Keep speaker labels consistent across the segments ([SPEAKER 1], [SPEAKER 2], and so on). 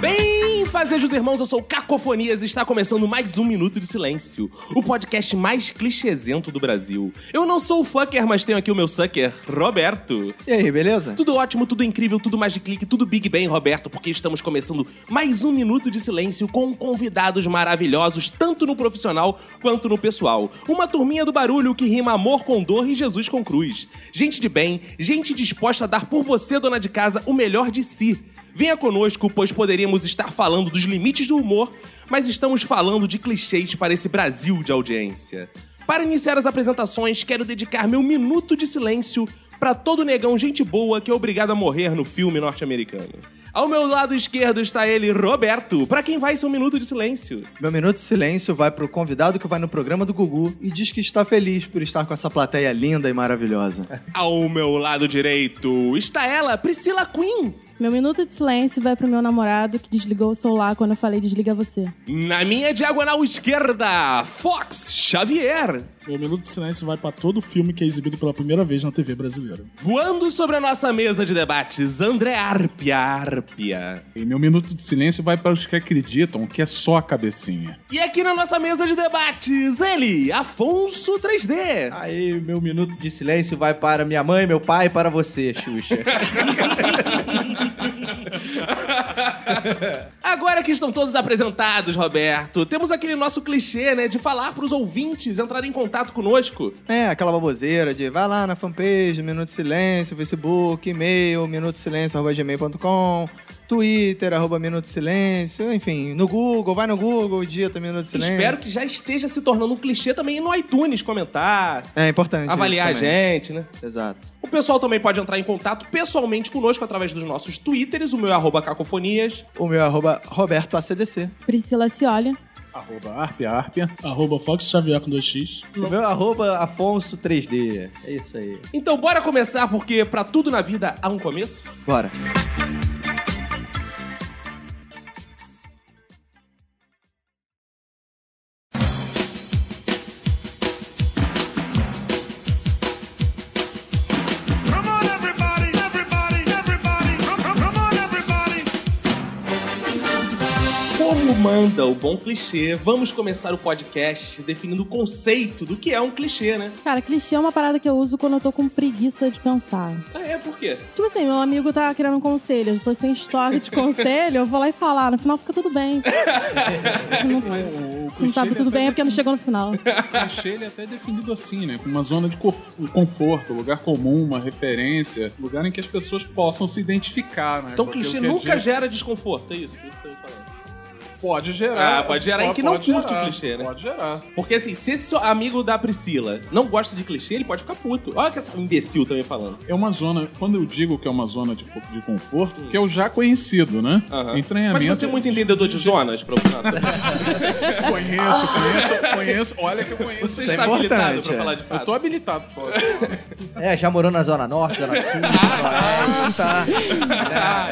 [SPEAKER 1] Bem, fazejos irmãos, eu sou o Cacofonias e está começando mais um Minuto de Silêncio, o podcast mais clichêzento do Brasil. Eu não sou o fucker, mas tenho aqui o meu sucker, Roberto.
[SPEAKER 2] E aí, beleza?
[SPEAKER 1] Tudo ótimo, tudo incrível, tudo mais de clique, tudo Big Bang, Roberto, porque estamos começando mais um Minuto de Silêncio com convidados maravilhosos, tanto no profissional quanto no pessoal. Uma turminha do barulho que rima amor com dor e Jesus com cruz. Gente de bem, gente disposta a dar por você, dona de casa, o melhor de si. Venha conosco, pois poderíamos estar falando dos limites do humor, mas estamos falando de clichês para esse Brasil de audiência. Para iniciar as apresentações, quero dedicar meu minuto de silêncio para todo negão gente boa que é obrigado a morrer no filme norte-americano. Ao meu lado esquerdo está ele, Roberto, para quem vai ser um minuto de silêncio.
[SPEAKER 2] Meu minuto de silêncio vai pro convidado que vai no programa do Gugu e diz que está feliz por estar com essa plateia linda e maravilhosa.
[SPEAKER 1] Ao meu lado direito está ela, Priscila Queen.
[SPEAKER 3] Meu minuto de silêncio vai pro meu namorado que desligou o celular quando eu falei desliga você.
[SPEAKER 1] Na minha diagonal esquerda, Fox Xavier.
[SPEAKER 4] Meu minuto de silêncio vai pra todo filme que é exibido pela primeira vez na TV brasileira.
[SPEAKER 1] Voando sobre a nossa mesa de debates, André Arpia, Arpia.
[SPEAKER 5] E meu minuto de silêncio vai para os que acreditam que é só a cabecinha.
[SPEAKER 1] E aqui na nossa mesa de debates, ele, Afonso 3D.
[SPEAKER 2] Aí, meu minuto de silêncio vai para minha mãe, meu pai e para você, Xuxa.
[SPEAKER 1] Agora que estão todos apresentados, Roberto, temos aquele nosso clichê, né, de falar pros ouvintes entrarem em contato conosco.
[SPEAKER 2] é, aquela baboseira de vai lá na fanpage, Minuto de Silêncio, Facebook, e-mail, minuto de silêncio, arroba gmail.com, Twitter, arroba Minuto de Silêncio, enfim, no Google, vai no Google, digita Minuto de Silêncio.
[SPEAKER 1] Espero que já esteja se tornando um clichê também no iTunes comentar,
[SPEAKER 2] É importante. isso
[SPEAKER 1] avaliar a
[SPEAKER 2] também.
[SPEAKER 1] gente, né?
[SPEAKER 2] Exato.
[SPEAKER 1] O pessoal também pode entrar em contato pessoalmente conosco através dos nossos twitters, o meu é arroba cacofonias.
[SPEAKER 2] O meu é arroba Roberto ACDC.
[SPEAKER 3] Priscila se olha.
[SPEAKER 5] Arroba Arpia Arpia.
[SPEAKER 4] Arroba Fox Xavier com 2x.
[SPEAKER 2] O meu é arroba Afonso 3D. É isso aí.
[SPEAKER 1] Então bora começar, porque pra tudo na vida há um começo.
[SPEAKER 2] Bora.
[SPEAKER 6] Come on, everybody, everybody, everybody, come, come, come on, everybody.
[SPEAKER 1] Como manda o bom clichê, vamos começar o podcast definindo o conceito do que é um clichê, né?
[SPEAKER 3] Cara, clichê é uma parada que eu uso quando eu tô com preguiça de pensar.
[SPEAKER 1] Ah, é, por quê?
[SPEAKER 3] Tipo assim, meu amigo tá querendo um conselho, depois tem estoque de conselho, eu vou lá e falar, no final fica tudo bem. Se não,
[SPEAKER 5] É, O, o
[SPEAKER 3] não
[SPEAKER 5] clichê,
[SPEAKER 3] tá
[SPEAKER 5] ele
[SPEAKER 3] tudo bem é
[SPEAKER 5] até,
[SPEAKER 3] porque não chegou no final.
[SPEAKER 5] o clichê ele é até definido assim, né? Com uma zona de conf- conforto, um lugar comum, uma referência, um lugar em que as pessoas possam se identificar, né?
[SPEAKER 1] Então o
[SPEAKER 5] Porque
[SPEAKER 1] clichê
[SPEAKER 5] que a
[SPEAKER 1] nunca
[SPEAKER 5] gente
[SPEAKER 1] gera desconforto, é isso? É isso que eu tô falando.
[SPEAKER 5] Pode gerar.
[SPEAKER 1] Ah, pode gerar em que não
[SPEAKER 5] Pode
[SPEAKER 1] curte o
[SPEAKER 5] gerar,
[SPEAKER 1] clichê, né?
[SPEAKER 5] Pode gerar.
[SPEAKER 1] Porque assim, se esse amigo da Priscila não gosta de clichê, ele pode ficar puto. Olha que essa imbecil também falando.
[SPEAKER 5] É uma zona, quando eu digo que é uma zona de, fo- de conforto, que é o já conhecido, né?
[SPEAKER 1] Aham.
[SPEAKER 5] Em treinamento.
[SPEAKER 1] Mas você é muito entendedor de zonas, pra
[SPEAKER 5] Conheço, conheço, conheço. Olha que eu conheço.
[SPEAKER 1] Você
[SPEAKER 2] Isso é
[SPEAKER 1] está habilitado
[SPEAKER 2] importante,
[SPEAKER 1] pra
[SPEAKER 2] é.
[SPEAKER 1] falar de fato.
[SPEAKER 5] Eu tô habilitado pra falar.
[SPEAKER 7] É, já morou na Zona Norte, Zona Sul.
[SPEAKER 2] Ah, tá.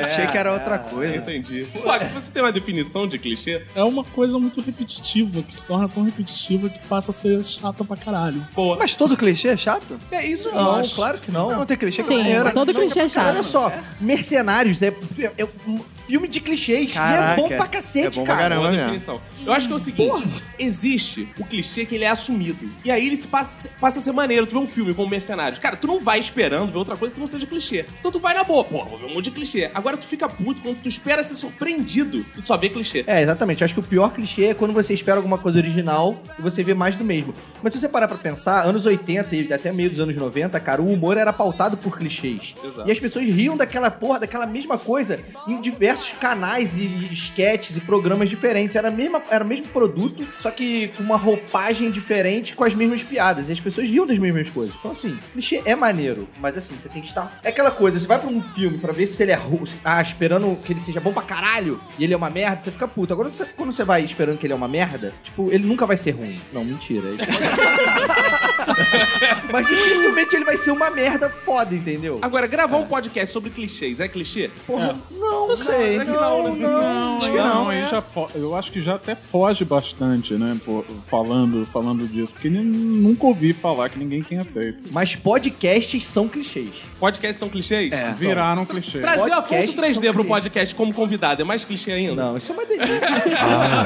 [SPEAKER 2] É, achei que era outra coisa.
[SPEAKER 1] Entendi. Fox, se você tem uma definição de clichê,
[SPEAKER 4] É uma coisa muito repetitiva, que se torna tão repetitiva que passa a ser chata pra caralho.
[SPEAKER 1] boa.
[SPEAKER 2] Mas todo clichê é chato?
[SPEAKER 1] é isso,
[SPEAKER 7] Não,
[SPEAKER 1] isso.
[SPEAKER 7] claro que não.
[SPEAKER 2] Não, tem clichê que
[SPEAKER 3] Sim,
[SPEAKER 2] maneiro.
[SPEAKER 3] todo clichê é
[SPEAKER 7] Cara, olha
[SPEAKER 3] chato.
[SPEAKER 7] só, Mercenários é, é- é um filme de clichês.
[SPEAKER 2] Caraca.
[SPEAKER 7] e é bom pra cacete,
[SPEAKER 2] É bom pra
[SPEAKER 7] cara.
[SPEAKER 2] caramba.
[SPEAKER 1] Boa
[SPEAKER 2] mesmo.
[SPEAKER 1] definição. Eu acho que é o seguinte: existe o clichê que ele é assumido. E aí ele se passa, passa a ser maneiro. Tu vê um filme como mercenário. Cara, tu não vai esperando ver outra coisa que não seja clichê. Então tu vai na boa, pô, vou ver um monte de clichê. Agora tu fica puto quando tu espera ser surpreendido e só vê clichê.
[SPEAKER 7] É, exatamente. Eu acho que o pior clichê é quando você espera alguma coisa original e você vê mais do mesmo. Mas se você parar pra pensar, anos 80 e até meio dos anos 90, cara, o humor era pautado por clichês.
[SPEAKER 1] Exato.
[SPEAKER 7] E as pessoas riam daquela porra, daquela mesma coisa em diversos diversos canais e e esquetes e programas diferentes. Era, a mesma, era o mesmo produto, só que com uma roupagem diferente com as mesmas piadas. E as pessoas riam das mesmas coisas. Então, assim, clichê é maneiro, mas assim, você tem que estar. É aquela coisa, você vai pra um filme pra ver se ele é russo, ah, esperando que ele seja bom pra caralho e ele é uma merda, você fica puto. Agora, você- quando você vai esperando que ele é uma merda, tipo, ele nunca vai ser ruim. Não, mentira. Ele- mas dificilmente ele vai ser uma merda foda, entendeu?
[SPEAKER 1] Agora, gravar um podcast sobre clichês é clichê?
[SPEAKER 7] Porra, não, não
[SPEAKER 2] sei.
[SPEAKER 7] Não,
[SPEAKER 1] Não,
[SPEAKER 7] não, acho que
[SPEAKER 5] Não,
[SPEAKER 7] não.
[SPEAKER 5] aí
[SPEAKER 7] é.
[SPEAKER 5] já fo- eu acho que já até foge bastante, né? pô, falando, falando disso, porque nem- nunca ouvi falar que ninguém tinha feito.
[SPEAKER 7] Mas podcasts são clichês.
[SPEAKER 1] Podcasts são clichês? É.
[SPEAKER 5] Viraram clichê.
[SPEAKER 1] Trazer o
[SPEAKER 7] Podcasts
[SPEAKER 1] Afonso 3D
[SPEAKER 7] são
[SPEAKER 1] pro
[SPEAKER 7] clichês.
[SPEAKER 1] podcast como convidado é mais clichê ainda?
[SPEAKER 7] Não, isso é uma delícia.
[SPEAKER 1] Ah.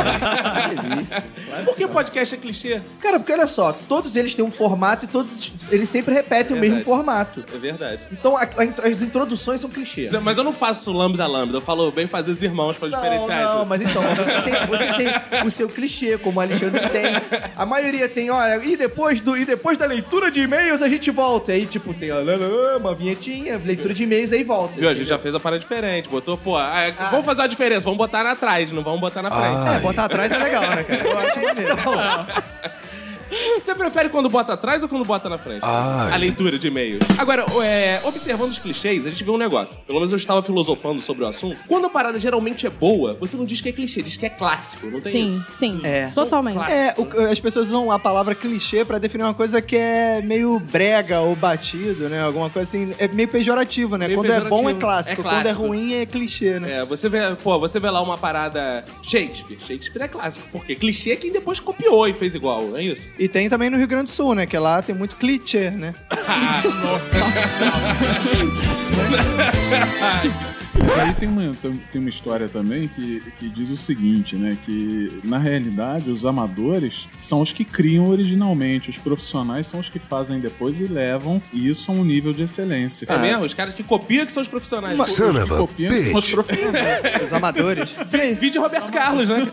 [SPEAKER 7] É Uma delícia.
[SPEAKER 1] Por que podcast é clichê?
[SPEAKER 7] Cara, porque olha só, todos eles têm um formato e todos eles sempre repetem o mesmo
[SPEAKER 1] Verdade.
[SPEAKER 7] formato.
[SPEAKER 1] É verdade.
[SPEAKER 7] Então a- a- as introduções são clichês.
[SPEAKER 1] Mas eu não faço lambda lambda, eu falo bem fazer os irmãos pra
[SPEAKER 7] Não,
[SPEAKER 1] diferenciar.
[SPEAKER 7] não, mas então, você tem, você tem o seu clichê, como o Alexandre tem. A maioria tem, olha, e depois, do, e depois da leitura de e-mails a gente volta. Aí, tipo, tem ó, lá, lá, lá, uma vinhetinha, leitura de e-mails, aí volta.
[SPEAKER 1] Viu? A gente já fez a parada diferente, botou, pô, ah,
[SPEAKER 7] Ah.
[SPEAKER 1] vamos fazer a diferença, vamos botar na trás, não vamos botar na frente.
[SPEAKER 2] É, botar atrás é legal, né, cara? Eu acho maneiro.
[SPEAKER 7] Então,
[SPEAKER 1] É, Você prefere quando bota atrás ou quando bota na frente?
[SPEAKER 2] Ah.
[SPEAKER 1] A leitura de e-mails. Agora, é, observando os clichês, a gente vê um negócio. Pelo menos eu estava filosofando sobre o assunto. Quando a parada geralmente é boa, você não diz que é clichê, diz que é clássico. Não tem
[SPEAKER 3] Sim,
[SPEAKER 1] isso?
[SPEAKER 3] sim.
[SPEAKER 2] É.
[SPEAKER 3] Totalmente.
[SPEAKER 1] Claro.
[SPEAKER 2] É, o- as pessoas usam a palavra clichê pra definir uma coisa que é meio brega ou batido, né? Alguma coisa assim. É meio pejorativo, né?
[SPEAKER 1] Meio
[SPEAKER 2] Quando é bom é
[SPEAKER 1] pejorativo.
[SPEAKER 2] clássico,
[SPEAKER 1] É
[SPEAKER 2] quando é
[SPEAKER 1] clássico.
[SPEAKER 2] ruim é clichê, né?
[SPEAKER 1] É, você vê, pô, você vê lá uma parada Shakespeare. Shakespeare é clássico. Porque clichê é quem depois copiou e fez igual, não é isso?
[SPEAKER 2] E tem também no Rio Grande do Sul, né? Que lá tem muito clichê, né?
[SPEAKER 5] Mas aí tem uma, tem tem uma história também que, que diz o seguinte, né? Que na realidade os amadores são os que criam originalmente, os profissionais são os que fazem depois e levam isso a um nível de excelência.
[SPEAKER 2] Ah.
[SPEAKER 1] É mesmo? Os caras que copiam que são os profissionais.
[SPEAKER 5] Os
[SPEAKER 8] Son
[SPEAKER 5] que
[SPEAKER 8] of a
[SPEAKER 5] copiam são os
[SPEAKER 8] bitch.
[SPEAKER 5] profissionais.
[SPEAKER 2] Os amadores.
[SPEAKER 1] Vê- Vídeo Roberto Carlos, né?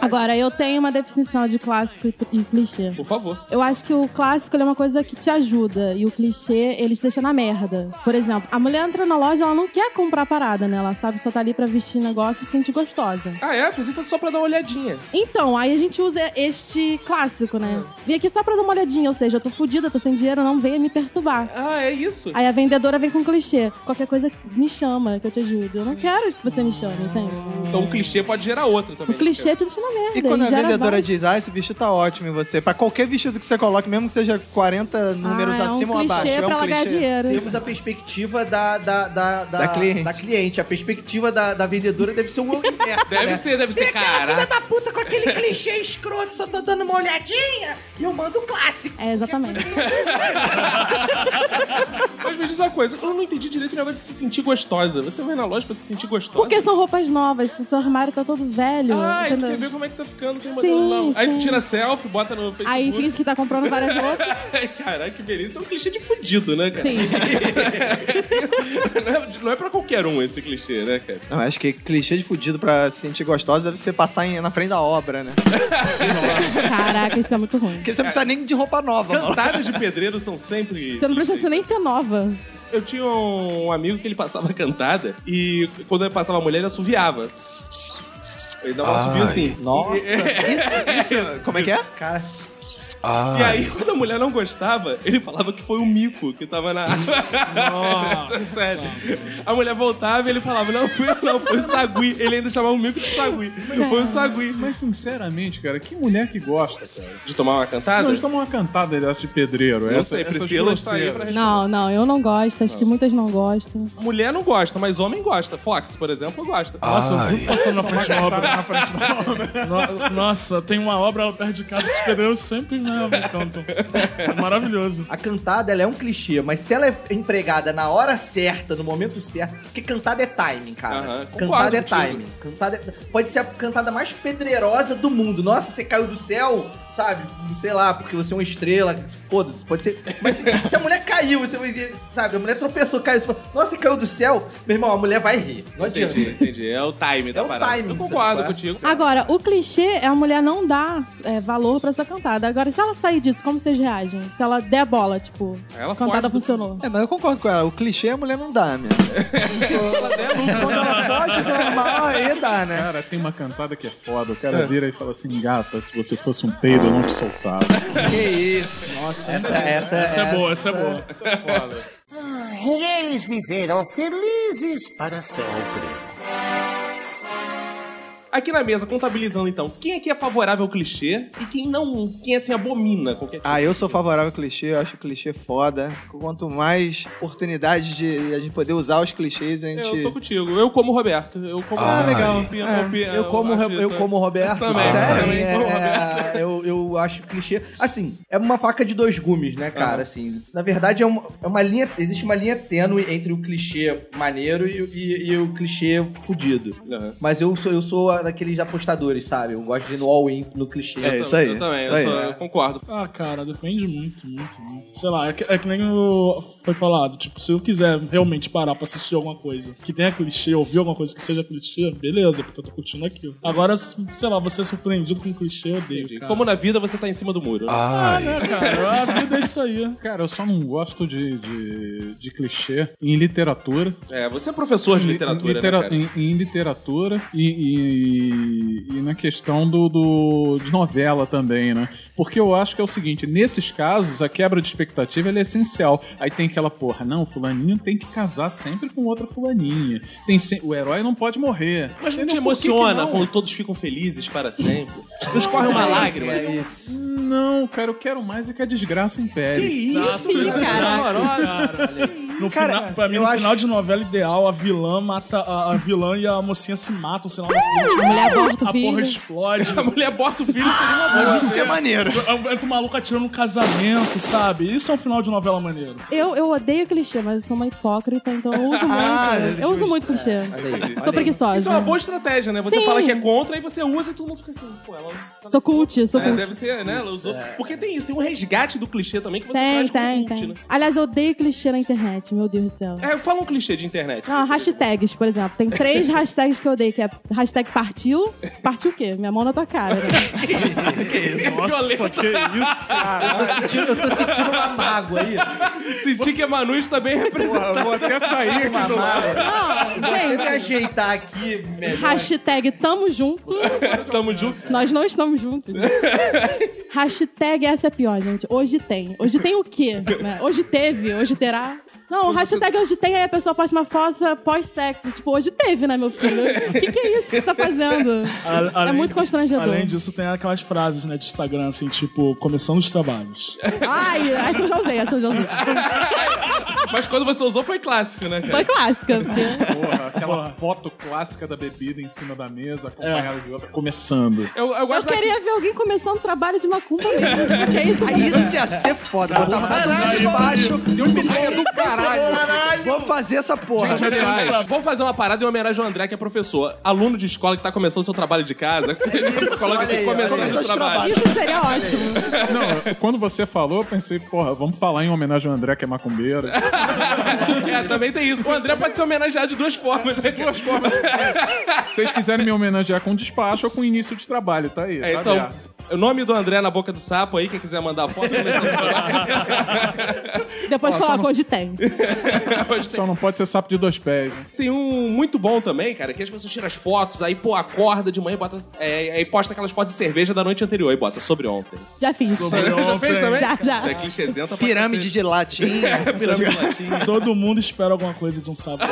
[SPEAKER 3] Agora, eu tenho uma definição de clássico e- e clichê.
[SPEAKER 1] Por favor.
[SPEAKER 3] Eu acho que o clássico ele é uma coisa que te ajuda e o clichê ele te deixa na merda. Por exemplo, a mulher entra na loja, ela não quer comprar parada, né? Ela sabe que só tá ali pra vestir negócio e se sentir gostosa.
[SPEAKER 1] Ah, é? Pensei que fosse só pra dar uma olhadinha.
[SPEAKER 3] Então, aí a gente usa este clássico, né? Vim aqui só pra dar uma olhadinha, ou seja, eu tô fodida, tô sem dinheiro, não venha me perturbar.
[SPEAKER 1] Ah, é isso.
[SPEAKER 3] Aí a vendedora vem com um clichê. Qualquer coisa me chama, que eu te ajudo. Eu não quero que você me chame, entende?
[SPEAKER 1] Então o clichê pode gerar outro também. né,
[SPEAKER 3] O clichê te deixa na merda.
[SPEAKER 2] E quando
[SPEAKER 3] ele
[SPEAKER 2] a
[SPEAKER 3] gera
[SPEAKER 2] vendedora
[SPEAKER 3] vários-
[SPEAKER 2] diz, ah, esse vestido tá ótimo em você, pra qualquer vestido que você coloque, mesmo que seja 40 números
[SPEAKER 3] ah, é um
[SPEAKER 2] acima ou
[SPEAKER 3] clichê
[SPEAKER 2] abaixo, é
[SPEAKER 3] pra
[SPEAKER 2] um
[SPEAKER 3] ela ganhar
[SPEAKER 2] clichê.
[SPEAKER 3] dinheiro.
[SPEAKER 7] Temos a perspectiva da, da, da, da,
[SPEAKER 2] Da cliente.
[SPEAKER 7] cliente. A perspectiva da, da vendedora deve ser o inverso.
[SPEAKER 1] Deve
[SPEAKER 7] né?
[SPEAKER 3] é.
[SPEAKER 1] ser, deve ser,
[SPEAKER 7] Vem aquela
[SPEAKER 1] cara.
[SPEAKER 7] filha da puta com aquele clichê escroto, só tô dando uma olhadinha e eu mando o clássico.
[SPEAKER 3] É, exatamente.
[SPEAKER 1] Mas me diz uma coisa, eu não entendi direito o negócio de se sentir gostosa. Você vai na loja pra se sentir gostosa?
[SPEAKER 3] Porque são roupas novas, seu armário tá todo velho.
[SPEAKER 1] Ah, e tu
[SPEAKER 3] entendeu?
[SPEAKER 1] quer ver como é que tá ficando, tem
[SPEAKER 3] Sim,
[SPEAKER 1] modelo lá. Aí tu
[SPEAKER 3] sim.
[SPEAKER 1] tira selfie, bota no Facebook.
[SPEAKER 3] Aí finge que tá comprando várias roupas.
[SPEAKER 1] Caraca, que beleza. Isso é um clichê de fudido, né, cara?
[SPEAKER 3] Sim.
[SPEAKER 1] não, é, não é pra qualquer um esse clichê, né, cara?
[SPEAKER 2] Não, acho que clichê de fudido pra se sentir gostosa deve ser passar em- na frente da obra, né?
[SPEAKER 3] Caraca, isso é muito ruim.
[SPEAKER 2] Porque você não precisa nem de roupa nova, mano.
[SPEAKER 1] Cantadas de pedreiro são sempre.
[SPEAKER 3] Você não
[SPEAKER 1] clichês.
[SPEAKER 3] precisa nem ser nova.
[SPEAKER 1] Eu tinha um amigo que ele passava cantada e quando ele passava a mulher, ele assoviava. Ele dava um assovio assim.
[SPEAKER 7] Nossa.
[SPEAKER 2] Isso, isso, como é que é?
[SPEAKER 7] Cara,
[SPEAKER 1] E aí, quando a mulher não gostava, ele falava que foi o mico que tava na água. Nossa, sério. A mulher voltava e ele falava: Não, foi eu não, foi o sagui. Ele ainda chamava o mico de sagui. Foi o sagui.
[SPEAKER 5] Mas sinceramente, cara, que mulher que gosta, cara?
[SPEAKER 1] De tomar uma cantada?
[SPEAKER 4] Ah,
[SPEAKER 5] Não,
[SPEAKER 4] tá.
[SPEAKER 5] eles tomam uma cantada dessa de pedreiro.
[SPEAKER 1] Não
[SPEAKER 5] essa,
[SPEAKER 1] sei,
[SPEAKER 5] essas
[SPEAKER 1] Priscila está aí é pra
[SPEAKER 5] grosseiras.
[SPEAKER 3] Não, não, eu não gosto. Acho que muitas não gostam.
[SPEAKER 1] Mulher não gosta, mas homem gosta. Fox, por exemplo, gosta.
[SPEAKER 4] Nossa, eu vi passando na frente da obra. Na frente da obra. No- Nossa, tem uma obra lá perto de casa que os pedreiros sempre né, cantam. É Maravilhoso.
[SPEAKER 7] a cantada ela é um clichê, mas se ela é empregada na hora certa, no momento certo, porque cantada é timing, cara.
[SPEAKER 1] Aham, concordo
[SPEAKER 7] cantada é
[SPEAKER 1] contigo.
[SPEAKER 7] timing. Cantada é- pode ser a cantada mais pedreirosa do mundo. Nossa, você caiu do céu, sabe? Não Sei lá, porque você é uma estrela. Foda-se, pode ser. Mas se, se a mulher caiu, você vai dizer, sabe? A mulher tropeçou, caiu. Você fala, Nossa, você caiu do céu. Meu irmão, a mulher vai rir. Não adianta.
[SPEAKER 1] Entendi, entendi. É o time da
[SPEAKER 7] É o
[SPEAKER 1] parada.
[SPEAKER 7] timing,
[SPEAKER 1] Eu concordo
[SPEAKER 7] sabe?
[SPEAKER 1] contigo.
[SPEAKER 3] Agora, o clichê é a mulher não dar é, valor pra sua cantada. Agora, Se ela sair disso, como vocês reagem? Se ela der bola, tipo,
[SPEAKER 1] Ela
[SPEAKER 3] a cantada
[SPEAKER 1] foge do-
[SPEAKER 3] funcionou.
[SPEAKER 2] É, mas eu concordo com ela. O clichê a mulher não dá, minha. Quando ela foge do normal, aí dá, né?
[SPEAKER 5] Cara, tem uma cantada que é foda. O cara vira e fala assim: gata, se você fosse um peido, eu não te soltava.
[SPEAKER 2] Que isso.
[SPEAKER 4] Nossa,
[SPEAKER 7] Essa-
[SPEAKER 4] ainda bem.
[SPEAKER 7] essa-
[SPEAKER 4] essa é
[SPEAKER 7] essa-
[SPEAKER 4] boa, essa é boa.
[SPEAKER 6] E Ah, eles viverão felizes para sempre.
[SPEAKER 1] Aqui na mesa, contabilizando então, quem aqui é favorável ao clichê e quem não, quem assim abomina qualquer tipo.
[SPEAKER 2] Ah, eu sou favorável ao clichê, eu acho o clichê foda. Quanto mais oportunidades de a gente poder usar os clichês, a gente.
[SPEAKER 1] Eu tô contigo. Eu como o Roberto. Eu como
[SPEAKER 2] Ah,
[SPEAKER 1] o-
[SPEAKER 2] legal.
[SPEAKER 1] Opino-
[SPEAKER 2] É,
[SPEAKER 1] opino-
[SPEAKER 7] Eu como,
[SPEAKER 1] acho
[SPEAKER 7] eu
[SPEAKER 1] isso.
[SPEAKER 7] como o Roberto.
[SPEAKER 1] Eu também,
[SPEAKER 7] Sério?
[SPEAKER 1] eu também como o
[SPEAKER 7] é, eu, eu acho clichê. Assim, é uma faca de dois gumes, né, cara?
[SPEAKER 1] Aham.
[SPEAKER 7] Assim, na verdade, é uma, é uma linha. Existe uma linha tênue entre o clichê maneiro e, o- e- e o clichê fudido.
[SPEAKER 1] Aham.
[SPEAKER 7] Mas eu sou, eu sou a- daqueles apostadores, sabe? Eu gosto de ir no all-in no clichê.
[SPEAKER 2] É,
[SPEAKER 7] Eu
[SPEAKER 2] isso aí,
[SPEAKER 1] Eu também,
[SPEAKER 2] isso
[SPEAKER 1] eu,
[SPEAKER 2] aí.
[SPEAKER 1] sou- eu concordo.
[SPEAKER 4] Ah, cara, depende muito, muito, muito. Sei lá, é que, é que nem o- foi falado. Tipo, se eu quiser realmente parar pra assistir alguma coisa que tenha clichê, ouvir alguma coisa que seja clichê, beleza, porque eu tô curtindo aquilo. Agora, sei lá, você é surpreendido com clichê, eu odeio, cara.
[SPEAKER 1] Como na vida você tá em cima do muro. né?
[SPEAKER 4] Ah, né, cara? A vida é isso aí.
[SPEAKER 5] Cara, eu só não gosto de, de, de clichê em literatura.
[SPEAKER 1] É, você é professor de
[SPEAKER 5] Em-
[SPEAKER 1] literatura,
[SPEAKER 5] litera-
[SPEAKER 1] né, cara?
[SPEAKER 5] em, em literatura e, e- e na questão do, do- de novela também, né? Porque eu acho que é o seguinte, nesses casos, a quebra de expectativa ela é essencial. Aí tem aquela porra, não, fulaninho tem que casar sempre com outra fulaninha. Tem se- O herói não pode morrer.
[SPEAKER 1] Mas não te
[SPEAKER 5] Entendeu? Por que que
[SPEAKER 1] emociona
[SPEAKER 5] não?
[SPEAKER 1] quando todos ficam felizes para sempre? Nos corre uma lágrima.
[SPEAKER 5] Não, cara, eu quero mais é que a desgraça impere.
[SPEAKER 1] isso,
[SPEAKER 4] Exato, cara. No
[SPEAKER 2] Cara,
[SPEAKER 4] final, pra mim,
[SPEAKER 2] eu
[SPEAKER 4] no
[SPEAKER 2] acho-
[SPEAKER 4] final de novela ideal, a vilã mata a, a vilã e a mocinha se matam, sei lá, um
[SPEAKER 1] Ah!
[SPEAKER 3] A
[SPEAKER 4] acidente.
[SPEAKER 3] mulher aborta o
[SPEAKER 4] A porra
[SPEAKER 3] filho.
[SPEAKER 4] explode.
[SPEAKER 1] A mulher bota o filho seria uma boa.
[SPEAKER 4] é maneiro. Entra um maluco atirando um casamento, sabe? Isso é um final de novela maneiro.
[SPEAKER 3] Eu, eu odeio clichê, mas eu sou uma hipócrita, então eu uso muito.
[SPEAKER 2] Ah,
[SPEAKER 3] eu uso
[SPEAKER 2] justo.
[SPEAKER 3] muito clichê.
[SPEAKER 7] Olha aí, olha
[SPEAKER 3] Sou
[SPEAKER 7] aí.
[SPEAKER 3] preguiçosa.
[SPEAKER 1] Isso é uma boa estratégia, né? Você
[SPEAKER 3] Sim.
[SPEAKER 1] fala que é contra, aí você usa e todo mundo fica assim, pô, ela.
[SPEAKER 3] Sou cult, sou
[SPEAKER 1] É,
[SPEAKER 3] cult.
[SPEAKER 1] deve ser, né? Ela usou. Porque tem isso, tem um resgate do clichê também que você
[SPEAKER 3] Tem,
[SPEAKER 1] traz
[SPEAKER 3] tem,
[SPEAKER 1] como cult,
[SPEAKER 3] tem.
[SPEAKER 1] né?
[SPEAKER 3] Aliás, eu odeio clichê na internet, meu Deus do céu.
[SPEAKER 1] É, fala um clichê de internet.
[SPEAKER 3] Não,
[SPEAKER 1] Você-
[SPEAKER 3] hashtags, por exemplo. Tem três hashtags que eu odeio, que é hashtag partiu. Partiu o quê? Minha mão na tua cara. Né?
[SPEAKER 4] Nossa, que isso?
[SPEAKER 7] tô sentindo, eu tô sentindo uma mágoa aí.
[SPEAKER 1] Senti que a Manu está bem representada.
[SPEAKER 5] Vou até sair aqui
[SPEAKER 7] Uma
[SPEAKER 5] do
[SPEAKER 7] mágoa. Vou até me
[SPEAKER 3] Não, gente.
[SPEAKER 7] ajeitar aqui melhor.
[SPEAKER 3] Hashtag tamo junto.
[SPEAKER 1] Tamo junto.
[SPEAKER 3] Nós não estamos juntos. né? hashtag essa é a pior, gente. Hoje tem. Hoje tem o quê? né? Hoje teve, hoje terá. Não, hashtag hoje tem, aí a pessoa posta uma foto pós-sexo. Tipo, hoje teve, né, meu filho? O que, que é isso que você tá fazendo?
[SPEAKER 4] A- além-
[SPEAKER 3] É muito constrangedor.
[SPEAKER 4] Além disso, tem aquelas frases, né, de Instagram, assim, tipo, começando os trabalhos.
[SPEAKER 3] Ai, essa eu já usei, essa eu já usei.
[SPEAKER 1] Mas quando você usou foi clássico, né, cara?
[SPEAKER 3] Foi clássica. porque-
[SPEAKER 5] Porra, aquela foto clássica da bebida em cima da mesa, acompanhada
[SPEAKER 4] É.
[SPEAKER 5] de outra, começando.
[SPEAKER 1] Eu, eu
[SPEAKER 3] Eu
[SPEAKER 1] gosto da.
[SPEAKER 3] queria ver alguém começando o trabalho de macumba mesmo. Que é isso?
[SPEAKER 2] Aí isso ia ser foda. Botar a foto de baixo.
[SPEAKER 1] do caralho.
[SPEAKER 2] Vou fazer essa porra.
[SPEAKER 4] Gente,
[SPEAKER 1] Aliás, vamos fazer uma parada em homenagem ao André, que é professor, aluno de escola que tá começando seu trabalho de casa. Coloca
[SPEAKER 7] olha
[SPEAKER 1] assim,
[SPEAKER 7] aí,
[SPEAKER 1] começando
[SPEAKER 7] olha aí.
[SPEAKER 1] seu trabalho.
[SPEAKER 3] Isso seria ótimo.
[SPEAKER 5] Não, quando você falou, eu pensei, porra, vamos falar em homenagem ao André, que é macumbeiro.
[SPEAKER 1] É, também tem isso. O André pode ser homenageado de duas formas, né? Duas formas.
[SPEAKER 5] Se vocês quiserem me homenagear com despacho ou com início de trabalho, tá aí.
[SPEAKER 1] É,
[SPEAKER 5] tá
[SPEAKER 1] então,
[SPEAKER 5] aberto.
[SPEAKER 1] o nome do André na boca do sapo aí, quem quiser mandar a foto, começando o trabalho.
[SPEAKER 3] Depois coloca hoje tem.
[SPEAKER 1] Hoje tem-
[SPEAKER 5] Só não pode ser sapo de dois pés, né?
[SPEAKER 1] Tem um muito bom também, cara, que as pessoas tiram as fotos, aí, pô, acorda de manhã e bota. É, aí posta aquelas fotos de cerveja da noite anterior e bota sobre ontem.
[SPEAKER 3] Já fiz.
[SPEAKER 1] Já fez também?
[SPEAKER 3] Já, já.
[SPEAKER 1] É clichêzenta pra
[SPEAKER 2] Pirâmide de latinha.
[SPEAKER 7] É,
[SPEAKER 1] cacete. Pirâmide latinha.
[SPEAKER 4] Tá Todo mundo espera alguma coisa de um sábado.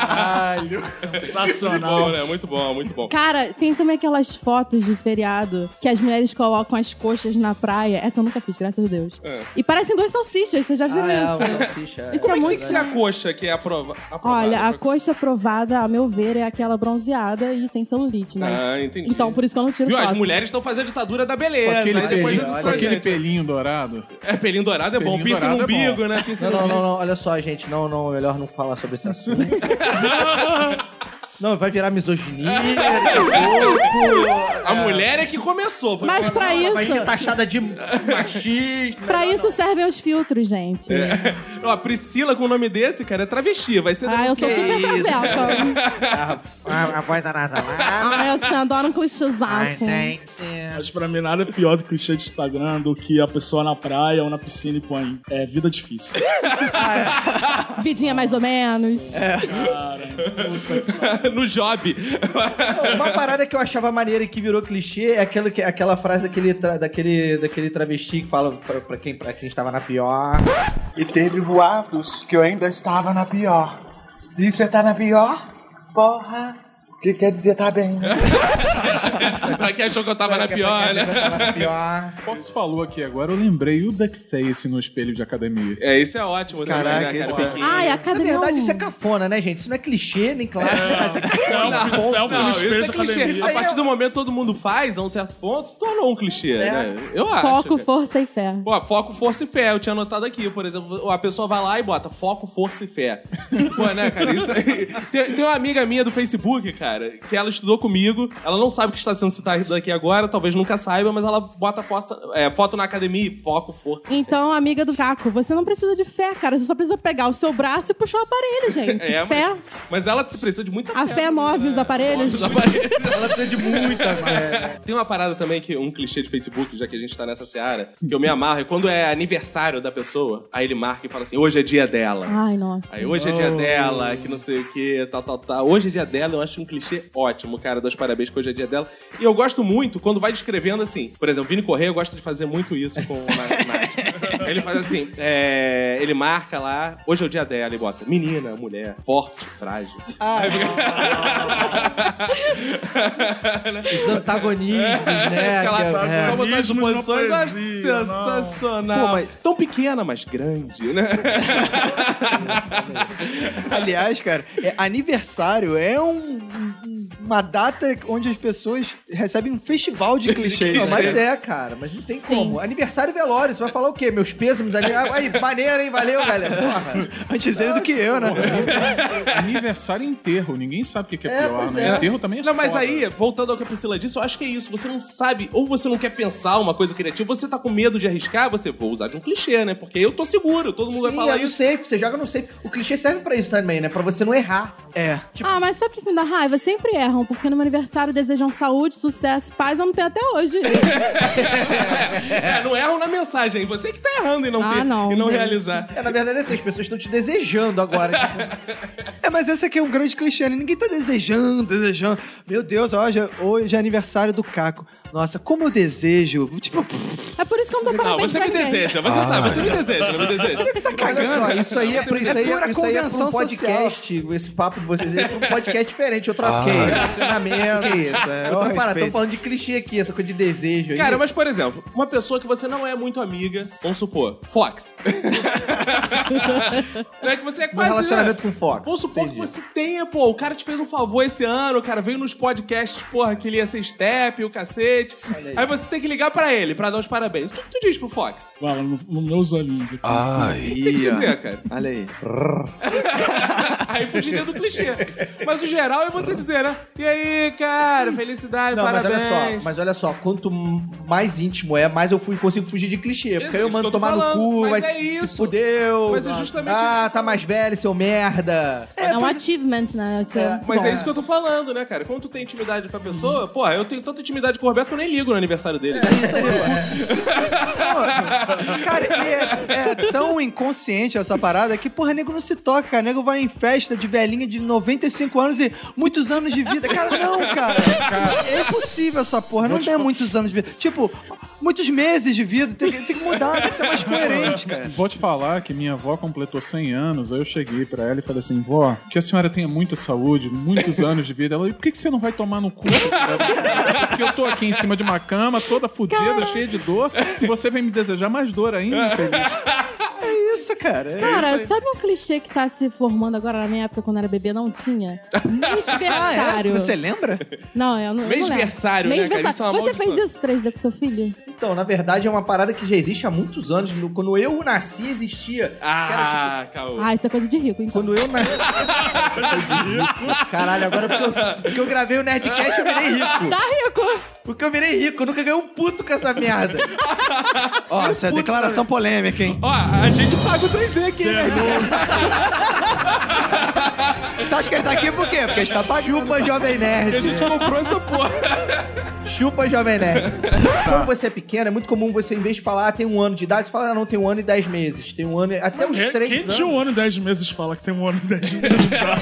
[SPEAKER 4] Caralho,
[SPEAKER 1] Bom,
[SPEAKER 4] sensacional.
[SPEAKER 1] né? Muito bom, muito bom.
[SPEAKER 3] Cara, tem também aquelas fotos de feriado que as mulheres colocam as coxas na praia. Essa eu nunca fiz, graças a Deus.
[SPEAKER 1] É.
[SPEAKER 3] E parecem duas salsichas, vocês já viram
[SPEAKER 7] Ah, é,
[SPEAKER 3] isso?
[SPEAKER 7] o salsicha, é.
[SPEAKER 3] Isso
[SPEAKER 1] Como
[SPEAKER 3] é
[SPEAKER 1] é que tem
[SPEAKER 3] muito.
[SPEAKER 1] que ser a coxa que é aprova... aprovada?
[SPEAKER 3] Olha, a
[SPEAKER 1] Pra-
[SPEAKER 3] coxa aprovada, a meu ver, é aquela bronzeada e sem celulite, mas.
[SPEAKER 1] Ah, entendi.
[SPEAKER 3] Então, por isso que eu não tiro
[SPEAKER 1] Viu? As
[SPEAKER 3] foto.
[SPEAKER 1] mulheres estão fazendo a ditadura da beleza.
[SPEAKER 5] Com aquele,
[SPEAKER 1] aí depois
[SPEAKER 5] pelinho,
[SPEAKER 1] já se
[SPEAKER 5] com aquele
[SPEAKER 1] gente.
[SPEAKER 5] pelinho dourado.
[SPEAKER 1] É, pelinho dourado é bom.
[SPEAKER 5] Pelinho
[SPEAKER 1] Piercing no
[SPEAKER 5] dourado é bom.
[SPEAKER 1] umbigo, né? Piercing
[SPEAKER 7] Não,
[SPEAKER 1] no
[SPEAKER 7] não,
[SPEAKER 1] umbigo.
[SPEAKER 7] não, não, olha só, gente. Não, não, melhor não falar sobre esse assunto. não, vai virar misoginia, louco.
[SPEAKER 1] A mulher é que começou. Foi
[SPEAKER 3] Mas pra
[SPEAKER 7] Vai
[SPEAKER 3] isso.
[SPEAKER 7] ser taxada de machista.
[SPEAKER 1] É.
[SPEAKER 3] Pra isso servem os filtros, gente.
[SPEAKER 1] Ó, Priscila com o nome desse, cara, é travesti, vai ser
[SPEAKER 3] Ah, eu sou
[SPEAKER 1] denunciada.
[SPEAKER 3] super favela.
[SPEAKER 7] A, a voz anasalada.
[SPEAKER 3] Ah, eu só adoro um clichêzaço.
[SPEAKER 4] Mas pra mim nada é pior do que clichê de Instagram do que a pessoa na praia ou na piscina e põe é vida difícil.
[SPEAKER 3] Vidinha mais ou menos.
[SPEAKER 1] no job.
[SPEAKER 7] Uma parada que eu achava maneira e que virou clichê é aquela, que- aquela frase daquele, tra- daquele, daquele travesti que fala pra, pra quem, pra quem estava na pior.
[SPEAKER 9] E teve boatos que eu ainda estava na pior. Se você tá na pior, porra, o que quer dizer tá bem?
[SPEAKER 1] pra quem achou que eu tava na pior, né?
[SPEAKER 7] Estava na pior.
[SPEAKER 5] Fox falou aqui agora, eu lembrei o Duckface no espelho de academia.
[SPEAKER 1] É, isso é ótimo também,
[SPEAKER 7] Caraca,
[SPEAKER 1] né, cara?
[SPEAKER 7] esse é-
[SPEAKER 1] Porque-
[SPEAKER 3] Ai, a um
[SPEAKER 7] Na
[SPEAKER 3] cadê
[SPEAKER 7] verdade,
[SPEAKER 3] meu-
[SPEAKER 7] isso é cafona, né, gente? Isso não é clichê, nem clássico, nada, isso é
[SPEAKER 4] Selfie,
[SPEAKER 7] cafona.
[SPEAKER 5] um
[SPEAKER 4] selfie
[SPEAKER 7] ponto.
[SPEAKER 4] no
[SPEAKER 1] Não, isso
[SPEAKER 4] espelho
[SPEAKER 1] é
[SPEAKER 4] de
[SPEAKER 1] clichê.
[SPEAKER 4] academia.
[SPEAKER 1] A partir do momento que todo mundo faz, a um certo ponto, se tornou um clichê, né? Eu acho.
[SPEAKER 3] Foco,
[SPEAKER 1] cara.
[SPEAKER 3] força e fé.
[SPEAKER 1] Pô, foco, força e fé. Eu tinha anotado aqui, por exemplo, a pessoa vai lá e bota foco, força e fé. Pô, né, cara? Isso aí. Tem, tem uma amiga minha do Facebook, cara, que ela estudou comigo. Ela não sabe o que está sendo citado aqui agora, talvez nunca saiba, mas ela bota posta- é, foto na academia e foco, força.
[SPEAKER 3] Então, amiga do Caco, você não precisa de fé, cara. Você só precisa pegar o seu braço e puxar o aparelho, gente.
[SPEAKER 1] É, mas,
[SPEAKER 3] fé.
[SPEAKER 1] mas ela precisa de muita
[SPEAKER 3] A fé move os aparelhos.
[SPEAKER 1] Os aparelhos.
[SPEAKER 7] Ela precisa de muita, mano.
[SPEAKER 1] Tem uma parada também que um clichê de Facebook, já que a gente tá nessa seara, que eu me amarro, é quando é aniversário da pessoa, aí ele marca e fala assim: hoje é dia dela.
[SPEAKER 3] Ai, nossa.
[SPEAKER 1] Aí hoje é dia dela, que não sei o que, tal, tal, tal. Hoje é dia dela, eu acho um clichê ótimo, cara. Dois parabéns que hoje é dia dela. E eu gosto muito quando vai descrevendo assim. Por exemplo, Vini Correia gosta de fazer muito isso com o Nath. Nath. ele faz assim: é, ele marca lá, hoje é o dia dela e bota menina, mulher, forte, frágil.
[SPEAKER 7] Ah. Os antagonismos, né?
[SPEAKER 1] Aquela
[SPEAKER 7] que é-
[SPEAKER 1] frase,
[SPEAKER 7] é.
[SPEAKER 1] só botar as
[SPEAKER 4] Mesmo na
[SPEAKER 1] posições. Ah,
[SPEAKER 4] poesia, não.
[SPEAKER 1] sensacional.
[SPEAKER 7] Pô, mas-
[SPEAKER 1] Tão pequena, mas grande, né?
[SPEAKER 2] Aliás, cara, é, aniversário é um- um- uma data onde as pessoas recebem um festival de clichês.
[SPEAKER 7] Não,
[SPEAKER 2] né?
[SPEAKER 7] mas é, cara, mas não tem como. Aniversário e velório, você vai falar o quê? Meus pêsames ali. Ah, Aí, maneiro, hein? Valeu, galera. Porra.
[SPEAKER 2] Antes ele do que eu, né?
[SPEAKER 5] Aniversário e enterro, ninguém sabe o que que é,
[SPEAKER 7] É,
[SPEAKER 5] pior,
[SPEAKER 7] pois
[SPEAKER 5] né?
[SPEAKER 7] é.
[SPEAKER 5] Enterro também é
[SPEAKER 1] Não, mas
[SPEAKER 5] foda.
[SPEAKER 1] aí, voltando ao que a Priscila disse, eu acho que é isso. Você não sabe, ou você não quer pensar uma coisa criativa, você tá com medo de arriscar, você vou usar de um clichê, né? Porque eu tô seguro, todo mundo vai
[SPEAKER 7] Sim,
[SPEAKER 1] falar
[SPEAKER 7] é no
[SPEAKER 1] isso.
[SPEAKER 7] safe, você joga no safe. O clichê serve pra isso também, né? Pra você não errar.
[SPEAKER 2] É.
[SPEAKER 3] Ah, mas sabe o que me dá raiva? Sempre erram, porque no meu aniversário desejam saúde, sucesso, e paz, eu não tenho até hoje.
[SPEAKER 1] É, não erram na mensagem. Você que tá errando em não
[SPEAKER 3] Ah,
[SPEAKER 1] ter
[SPEAKER 3] não,
[SPEAKER 1] e não
[SPEAKER 3] gente.
[SPEAKER 1] realizar.
[SPEAKER 7] É, na verdade, é assim, as pessoas estão te desejando agora. tipo,
[SPEAKER 2] É, mas esse aqui é um grande clichê, né? Ninguém tá desejando, desejando. Meu Deus, hoje, é- hoje é aniversário do Caco. Nossa, como eu desejo. Tipo, pff,
[SPEAKER 3] É por isso que eu não dou
[SPEAKER 1] Não,
[SPEAKER 3] parabéns
[SPEAKER 1] você
[SPEAKER 3] pra
[SPEAKER 1] me
[SPEAKER 3] ninguém.
[SPEAKER 1] deseja, você sabe, você me deseja, não me deseja.
[SPEAKER 7] olha só, isso aí é, pra, isso aí
[SPEAKER 2] É pura
[SPEAKER 7] é, isso aí é pra
[SPEAKER 2] convenção
[SPEAKER 7] um podcast, esse papo de vocês é pra um podcast diferente. Eu troquei
[SPEAKER 2] Ah.
[SPEAKER 7] ensinamento.
[SPEAKER 2] Que isso, é, ó,
[SPEAKER 7] Outra parada,
[SPEAKER 2] respeito.
[SPEAKER 7] estamos falando de clichê aqui, essa coisa de desejo aí.
[SPEAKER 1] Cara, mas por exemplo, uma pessoa que você não é muito amiga, vamos supor, Fox. não é que você é
[SPEAKER 7] um
[SPEAKER 1] quase.
[SPEAKER 7] relacionamento com Fox.
[SPEAKER 1] Vamos supor
[SPEAKER 7] Entendi.
[SPEAKER 1] que você tenha, pô, o cara te fez um favor esse ano, o cara veio nos podcasts, porra, que ele ia ser step, o cacete. Aí. você tem que ligar pra ele pra dar os parabéns. O que, que tu diz pro Fox?
[SPEAKER 4] Fala, no- nos meus olhinhos aqui.
[SPEAKER 1] O que tem que dizer, cara?
[SPEAKER 2] olha aí.
[SPEAKER 1] Aí fugiria do clichê. Mas o geral é você dizer, né? E aí, cara, felicidade,
[SPEAKER 7] Não, mas
[SPEAKER 1] parabéns.
[SPEAKER 7] olha só, mas olha só, quanto mais íntimo é, mais eu fui- consigo fugir de clichê. é Porque
[SPEAKER 1] Isso,
[SPEAKER 7] aí eu
[SPEAKER 1] isso que
[SPEAKER 7] mando
[SPEAKER 1] eu tô
[SPEAKER 7] tomar
[SPEAKER 1] falando,
[SPEAKER 7] no cu,
[SPEAKER 1] mas
[SPEAKER 7] vai
[SPEAKER 1] é
[SPEAKER 7] se,
[SPEAKER 1] isso.
[SPEAKER 7] se fudeu.
[SPEAKER 1] Mas é justamente
[SPEAKER 7] ah,
[SPEAKER 1] isso.
[SPEAKER 7] tá mais velho, seu merda.
[SPEAKER 3] É um achievement, né? Isso é muito
[SPEAKER 1] Mas é
[SPEAKER 3] bom.
[SPEAKER 1] isso que eu tô falando, né, cara? Quando tu tem intimidade com a pessoa, porra, eu tenho tanta intimidade com o Roberto que eu nem ligo no aniversário dele.
[SPEAKER 2] Cara, e é, é tão inconsciente essa parada que, porra, nego não se toca, cara. Nego vai em festa de velhinha de 95 anos e muitos anos de vida. Cara, não, cara. É impossível essa porra. Não tem muitos anos de vida. Tipo, muitos meses de vida. Tem, que- tem que mudar, tem que ser mais coerente, cara.
[SPEAKER 5] Vou te falar que minha avó completou 100 anos, aí eu cheguei pra ela e falei assim, vó, que a senhora tenha muita saúde, muitos anos de vida. Ela, "E por que, que você não vai tomar no cu? Porque eu tô aqui em cima de uma cama, toda fudida, cheia de dor, e você vem me desejar mais dor ainda, infeliz."
[SPEAKER 2] É isso, cara. É
[SPEAKER 3] Cara, sabe um clichê que tá se formando agora na minha época, quando era bebê, não tinha? Mêsversário.
[SPEAKER 2] Ah, é? Você lembra?
[SPEAKER 3] Não, eu não eu não lembro.
[SPEAKER 1] Mêsversário, né, cara?
[SPEAKER 3] Mêsversário.
[SPEAKER 1] Isso é uma
[SPEAKER 3] Você fez
[SPEAKER 1] maldição.
[SPEAKER 3] isso 3D com seu filho?
[SPEAKER 7] Então, na verdade, é uma parada que já existe há muitos anos. No- Quando eu nasci, existia.
[SPEAKER 1] Ah, caô.
[SPEAKER 3] Ah, isso é coisa de rico, então.
[SPEAKER 7] Quando eu nasci. Caralho, agora porque eu, porque eu gravei o Nerdcast, eu virei rico.
[SPEAKER 3] Tá rico!
[SPEAKER 7] Porque eu virei rico, eu nunca ganhei um puto com essa merda.
[SPEAKER 2] Ó, essa é declaração polêmica, hein?
[SPEAKER 1] Ó, a gente pagou
[SPEAKER 2] Thiago 3D aqui, né? Você acha que ele tá aqui por quê? Porque a gente tá pagando.
[SPEAKER 7] Chupa Jovem Nerd.
[SPEAKER 1] A gente comprou essa porra.
[SPEAKER 7] Chupa Jovem Nerd.
[SPEAKER 1] Tá.
[SPEAKER 7] Quando você é pequeno, é muito comum você, em vez de falar, ah, tem um ano de idade, você fala, ah, não, tem um ano e dez meses. Tem um ano e... Até os
[SPEAKER 4] Quem- Quem
[SPEAKER 7] três
[SPEAKER 4] de
[SPEAKER 7] anos.
[SPEAKER 4] um ano e dez meses fala que tem um ano e dez meses já?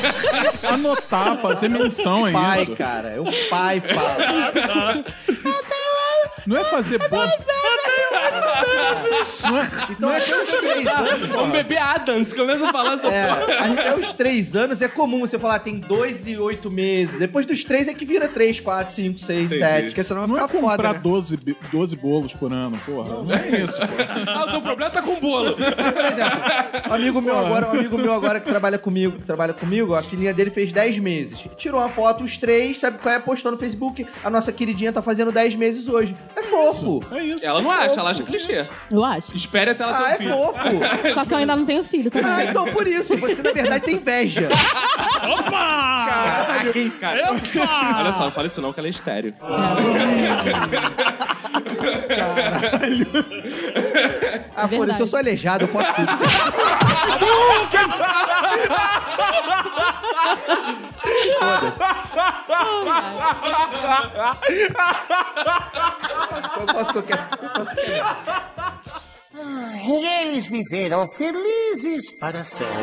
[SPEAKER 4] Anotar,
[SPEAKER 5] Fazer menção a
[SPEAKER 7] Pai,
[SPEAKER 5] isso.
[SPEAKER 7] cara. É o pai fala.
[SPEAKER 5] Não é fazer boa. Não é-
[SPEAKER 7] Então até os três anos,
[SPEAKER 1] O bebê Adams começa a falar essa
[SPEAKER 7] é,
[SPEAKER 1] porra.
[SPEAKER 7] até os três anos é comum você falar, tem dois e oito meses. Depois dos três é que vira três, quatro, cinco, seis, sete.
[SPEAKER 2] Porque senão
[SPEAKER 5] Não
[SPEAKER 2] vai
[SPEAKER 5] é
[SPEAKER 2] ficar foda,
[SPEAKER 5] comprar
[SPEAKER 2] né?
[SPEAKER 5] 12, bi- 12 bolos por ano, porra. Não, é isso, porra.
[SPEAKER 1] Ah, o teu problema tá com o bolo.
[SPEAKER 7] Por exemplo, um amigo meu agora, um amigo meu agora que trabalha comigo, que trabalha comigo, a filhinha dele fez 10 meses. Tirou uma foto, os três, sabe qual é? Postou no Facebook. A nossa queridinha tá fazendo 10 meses hoje. É fofo.
[SPEAKER 5] É isso.
[SPEAKER 1] Ela não acha, ela acha clichê.
[SPEAKER 3] Eu acho.
[SPEAKER 1] Espere até ela ter
[SPEAKER 7] Ah,
[SPEAKER 1] um
[SPEAKER 7] é
[SPEAKER 1] filho.
[SPEAKER 7] fofo.
[SPEAKER 3] Só que eu ainda não tenho filho também. né?
[SPEAKER 7] Ah, então por isso, você na verdade tem inveja.
[SPEAKER 1] Caraca, hein, Ah, cara. Olha só, não fala isso não, que ela é estéreo.
[SPEAKER 7] Ah,
[SPEAKER 3] verdade.
[SPEAKER 7] foda-se, eu sou aleijado, eu posso tudo. Foda-se. Eu posso qualquer.
[SPEAKER 6] Eles viveram felizes para sempre.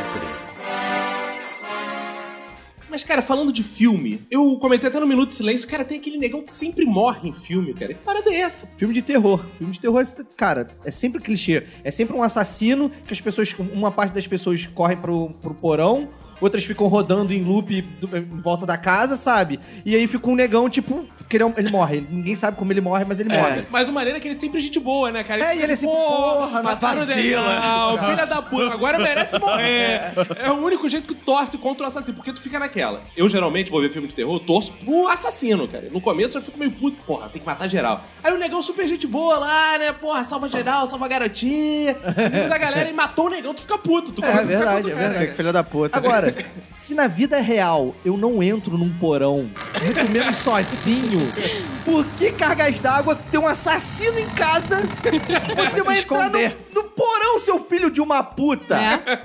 [SPEAKER 1] Mas, cara, falando de filme, eu comentei até no Minuto de Silêncio, cara, tem aquele negão que sempre morre em filme, cara. Que parada é essa?
[SPEAKER 7] Filme de terror. Filme de terror, cara, é sempre clichê. É sempre um assassino que as pessoas. Uma parte das pessoas correm pro, pro porão, outras ficam rodando em loop do- em volta da casa, sabe? E aí fica um negão, tipo, que ele, é um- ele morre. Ninguém sabe como ele morre, mas ele morre.
[SPEAKER 1] Mas o maneiro é que ele é sempre gente boa, né, cara?
[SPEAKER 7] É, e ele é sempre, porra, não
[SPEAKER 1] mataram o
[SPEAKER 7] vacila."
[SPEAKER 1] Daniel, filha da puta, agora merece morrer. É o único jeito que torce contra o assassino, porque tu fica naquela. Eu geralmente vou ver filme de terror, eu torço pro assassino, cara. No começo eu fico meio puto, porra, tem que matar geral. Aí o negão super gente boa lá, né, porra, salva geral, salva a garotinha. Amigo da galera e matou o negão, tu fica puto. Tu começa a ficar
[SPEAKER 7] verdade,
[SPEAKER 1] contra o
[SPEAKER 7] é
[SPEAKER 1] cara,
[SPEAKER 7] verdade.
[SPEAKER 1] cara.
[SPEAKER 2] tá Filha da puta.
[SPEAKER 7] Agora, se na vida real eu não entro num porão, muito menos sozinho, por que cargas d'água tem um assassino em casa? Você vai entrar no,
[SPEAKER 2] esconder.
[SPEAKER 7] no porão, seu filho de uma puta!
[SPEAKER 3] É.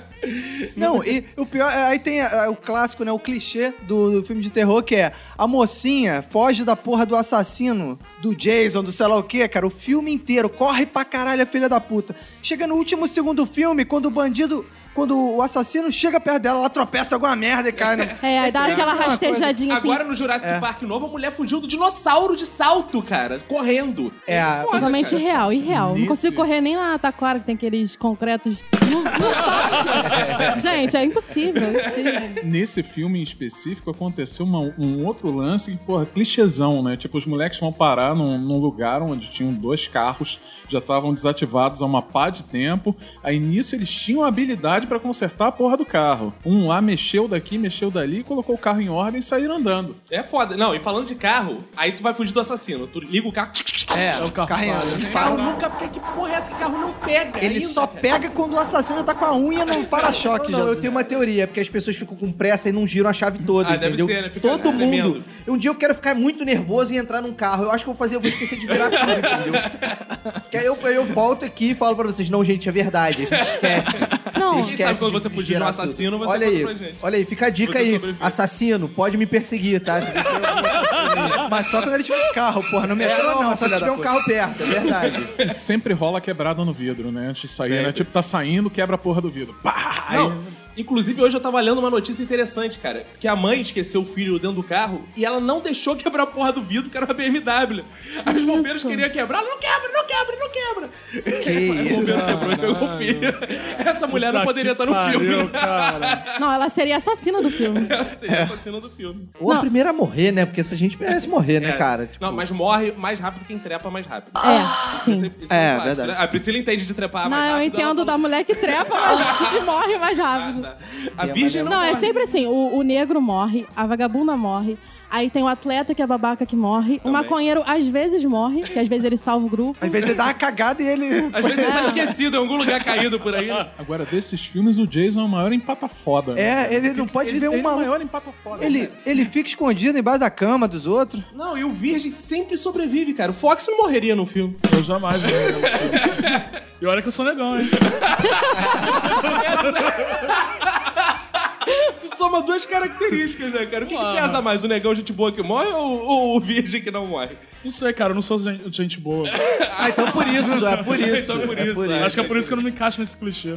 [SPEAKER 2] Não, e o pior, é, aí tem é, o clássico, né, o clichê do, do filme de terror, que é a mocinha foge da porra do assassino, do Jason, do sei lá o quê, cara, o filme inteiro, corre pra caralho a filha da puta. Chega no último segundo filme, quando o bandido, quando o assassino chega perto dela, ela tropeça alguma merda e cai no...
[SPEAKER 3] É, aí dá
[SPEAKER 2] sempre
[SPEAKER 3] aquela
[SPEAKER 2] uma coisa.
[SPEAKER 3] rastejadinha
[SPEAKER 1] Agora
[SPEAKER 3] assim.
[SPEAKER 1] no Jurassic
[SPEAKER 7] É.
[SPEAKER 1] Park novo, a mulher fugiu do dinossauro de salto, cara, correndo.
[SPEAKER 7] É, a-
[SPEAKER 3] Totalmente irreal, irreal. Não
[SPEAKER 5] Nesse-
[SPEAKER 3] consigo correr nem na taquara que tem aqueles concretos. Não, não pode. Gente, é impossível, é impossível.
[SPEAKER 5] Nesse filme em específico aconteceu uma- um outro lance que, porra, clichêzão, né? Tipo, os moleques vão parar num, num lugar onde tinham dois carros, já estavam desativados há uma pá de tempo. Aí nisso eles tinham a habilidade pra consertar a porra do carro. Um lá mexeu daqui, mexeu dali, colocou o carro em ordem e saíram andando.
[SPEAKER 1] É foda. Não, e falando de carro, aí tu vai fugir do assassino. Tu liga o carro.
[SPEAKER 2] É,
[SPEAKER 4] É o carro
[SPEAKER 2] carrinho.
[SPEAKER 1] O carro nunca pega. Que porra é essa que o carro não pega?
[SPEAKER 2] Ele
[SPEAKER 1] ainda,
[SPEAKER 2] só
[SPEAKER 1] cara?
[SPEAKER 2] pega quando o assassino tá com a unha no para-choque
[SPEAKER 7] Não,
[SPEAKER 2] já.
[SPEAKER 7] não, eu tenho uma teoria, é porque as pessoas ficam com pressa e não giram a chave toda,
[SPEAKER 1] Ah, deve
[SPEAKER 7] entendeu?
[SPEAKER 1] ser, né? Fica
[SPEAKER 7] Todo
[SPEAKER 1] tremendo.
[SPEAKER 7] mundo. Um dia eu quero ficar muito nervoso e entrar num carro. Eu acho que eu vou fazer, eu vou esquecer de virar tudo, entendeu? Que aí eu, eu volto aqui e falo pra vocês, não, gente, é verdade, a gente esquece.
[SPEAKER 3] Não,
[SPEAKER 1] Quem sabe quando você fugir de um
[SPEAKER 7] girar
[SPEAKER 1] assassino,
[SPEAKER 7] tudo.
[SPEAKER 1] você
[SPEAKER 7] olha
[SPEAKER 1] conta
[SPEAKER 7] aí,
[SPEAKER 1] pra gente.
[SPEAKER 7] Olha aí, fica a dica
[SPEAKER 1] Você
[SPEAKER 7] aí.
[SPEAKER 1] sobrevive.
[SPEAKER 7] Assassino, pode me perseguir, tá? Se você-
[SPEAKER 2] Mas só quando ele tiver um carro, porra, não
[SPEAKER 7] É,
[SPEAKER 2] metrô
[SPEAKER 7] não,
[SPEAKER 2] não,
[SPEAKER 7] só se
[SPEAKER 2] filha da
[SPEAKER 7] tiver um
[SPEAKER 2] puta.
[SPEAKER 7] carro perto, é verdade.
[SPEAKER 5] E sempre rola quebrada no vidro, né? Antes de sair, né? Tipo, tá saindo, quebra a porra do vidro. Pá! Aí-
[SPEAKER 1] Não. Inclusive, hoje eu tava lendo uma notícia interessante, cara. Que a mãe esqueceu o filho dentro do carro e ela não deixou quebrar a porra do vidro, que era uma BMW. Aí os bombeiros
[SPEAKER 3] Isso.
[SPEAKER 1] queriam quebrar. Não quebra, não quebra, não quebra. Aí o bombeiro quebrou e pegou o filho. Essa mulher não
[SPEAKER 4] Puta
[SPEAKER 1] poderia
[SPEAKER 4] que
[SPEAKER 1] estar no filme.
[SPEAKER 4] pariu, cara.
[SPEAKER 3] não, ela seria assassina do filme.
[SPEAKER 1] Ela seria assassina do filme.
[SPEAKER 7] Ou a
[SPEAKER 3] Não.
[SPEAKER 7] primeira a morrer, né? Porque essa gente merece morrer, né,
[SPEAKER 1] É.
[SPEAKER 7] cara? Tipo,
[SPEAKER 1] Não, mas morre mais rápido quem trepa mais rápido.
[SPEAKER 3] É,
[SPEAKER 1] Isso
[SPEAKER 3] sim.
[SPEAKER 1] é- isso
[SPEAKER 7] É,
[SPEAKER 1] um clássico,
[SPEAKER 7] verdade.
[SPEAKER 1] né? A Priscila entende de trepar mais
[SPEAKER 3] Não, eu
[SPEAKER 1] Ah, rápido, ela
[SPEAKER 3] entendo
[SPEAKER 1] falou-
[SPEAKER 3] da mulher que trepa mas que morre mais rápido.
[SPEAKER 1] Ah, tá. A virgem não,
[SPEAKER 3] Não, é
[SPEAKER 1] morre.
[SPEAKER 3] sempre assim: o, o negro morre, a vagabunda morre. Aí tem o atleta que é babaca que morre. O maconheiro às vezes morre, que às vezes ele salva o grupo.
[SPEAKER 2] Às vezes ele dá uma cagada e ele...
[SPEAKER 1] Às vezes ele
[SPEAKER 3] É.
[SPEAKER 1] tá esquecido em algum lugar caído por aí.
[SPEAKER 5] Agora, desses filmes, o Jason é o maior empata foda. né?
[SPEAKER 2] É, ele não pode
[SPEAKER 5] Ele
[SPEAKER 2] ver
[SPEAKER 5] tem
[SPEAKER 2] uma...
[SPEAKER 5] o maior empata foda.
[SPEAKER 2] Ele, ele fica escondido embaixo da cama dos outros.
[SPEAKER 1] Não, e o virgem sempre sobrevive, cara. O Fox não morreria no filme.
[SPEAKER 5] Eu jamais. né?
[SPEAKER 4] E olha que eu sou negão, hein?
[SPEAKER 1] Tu soma duas características, né, cara? O que, que pesa mais? O negão gente boa que morre ou, ou o virgem que não morre?
[SPEAKER 4] Não sei, cara, eu não sou gen- gente boa.
[SPEAKER 7] Ah, então por isso, é por isso.
[SPEAKER 1] Então é por isso, é.
[SPEAKER 4] Acho que é por isso que eu não me encaixo nesse clichê.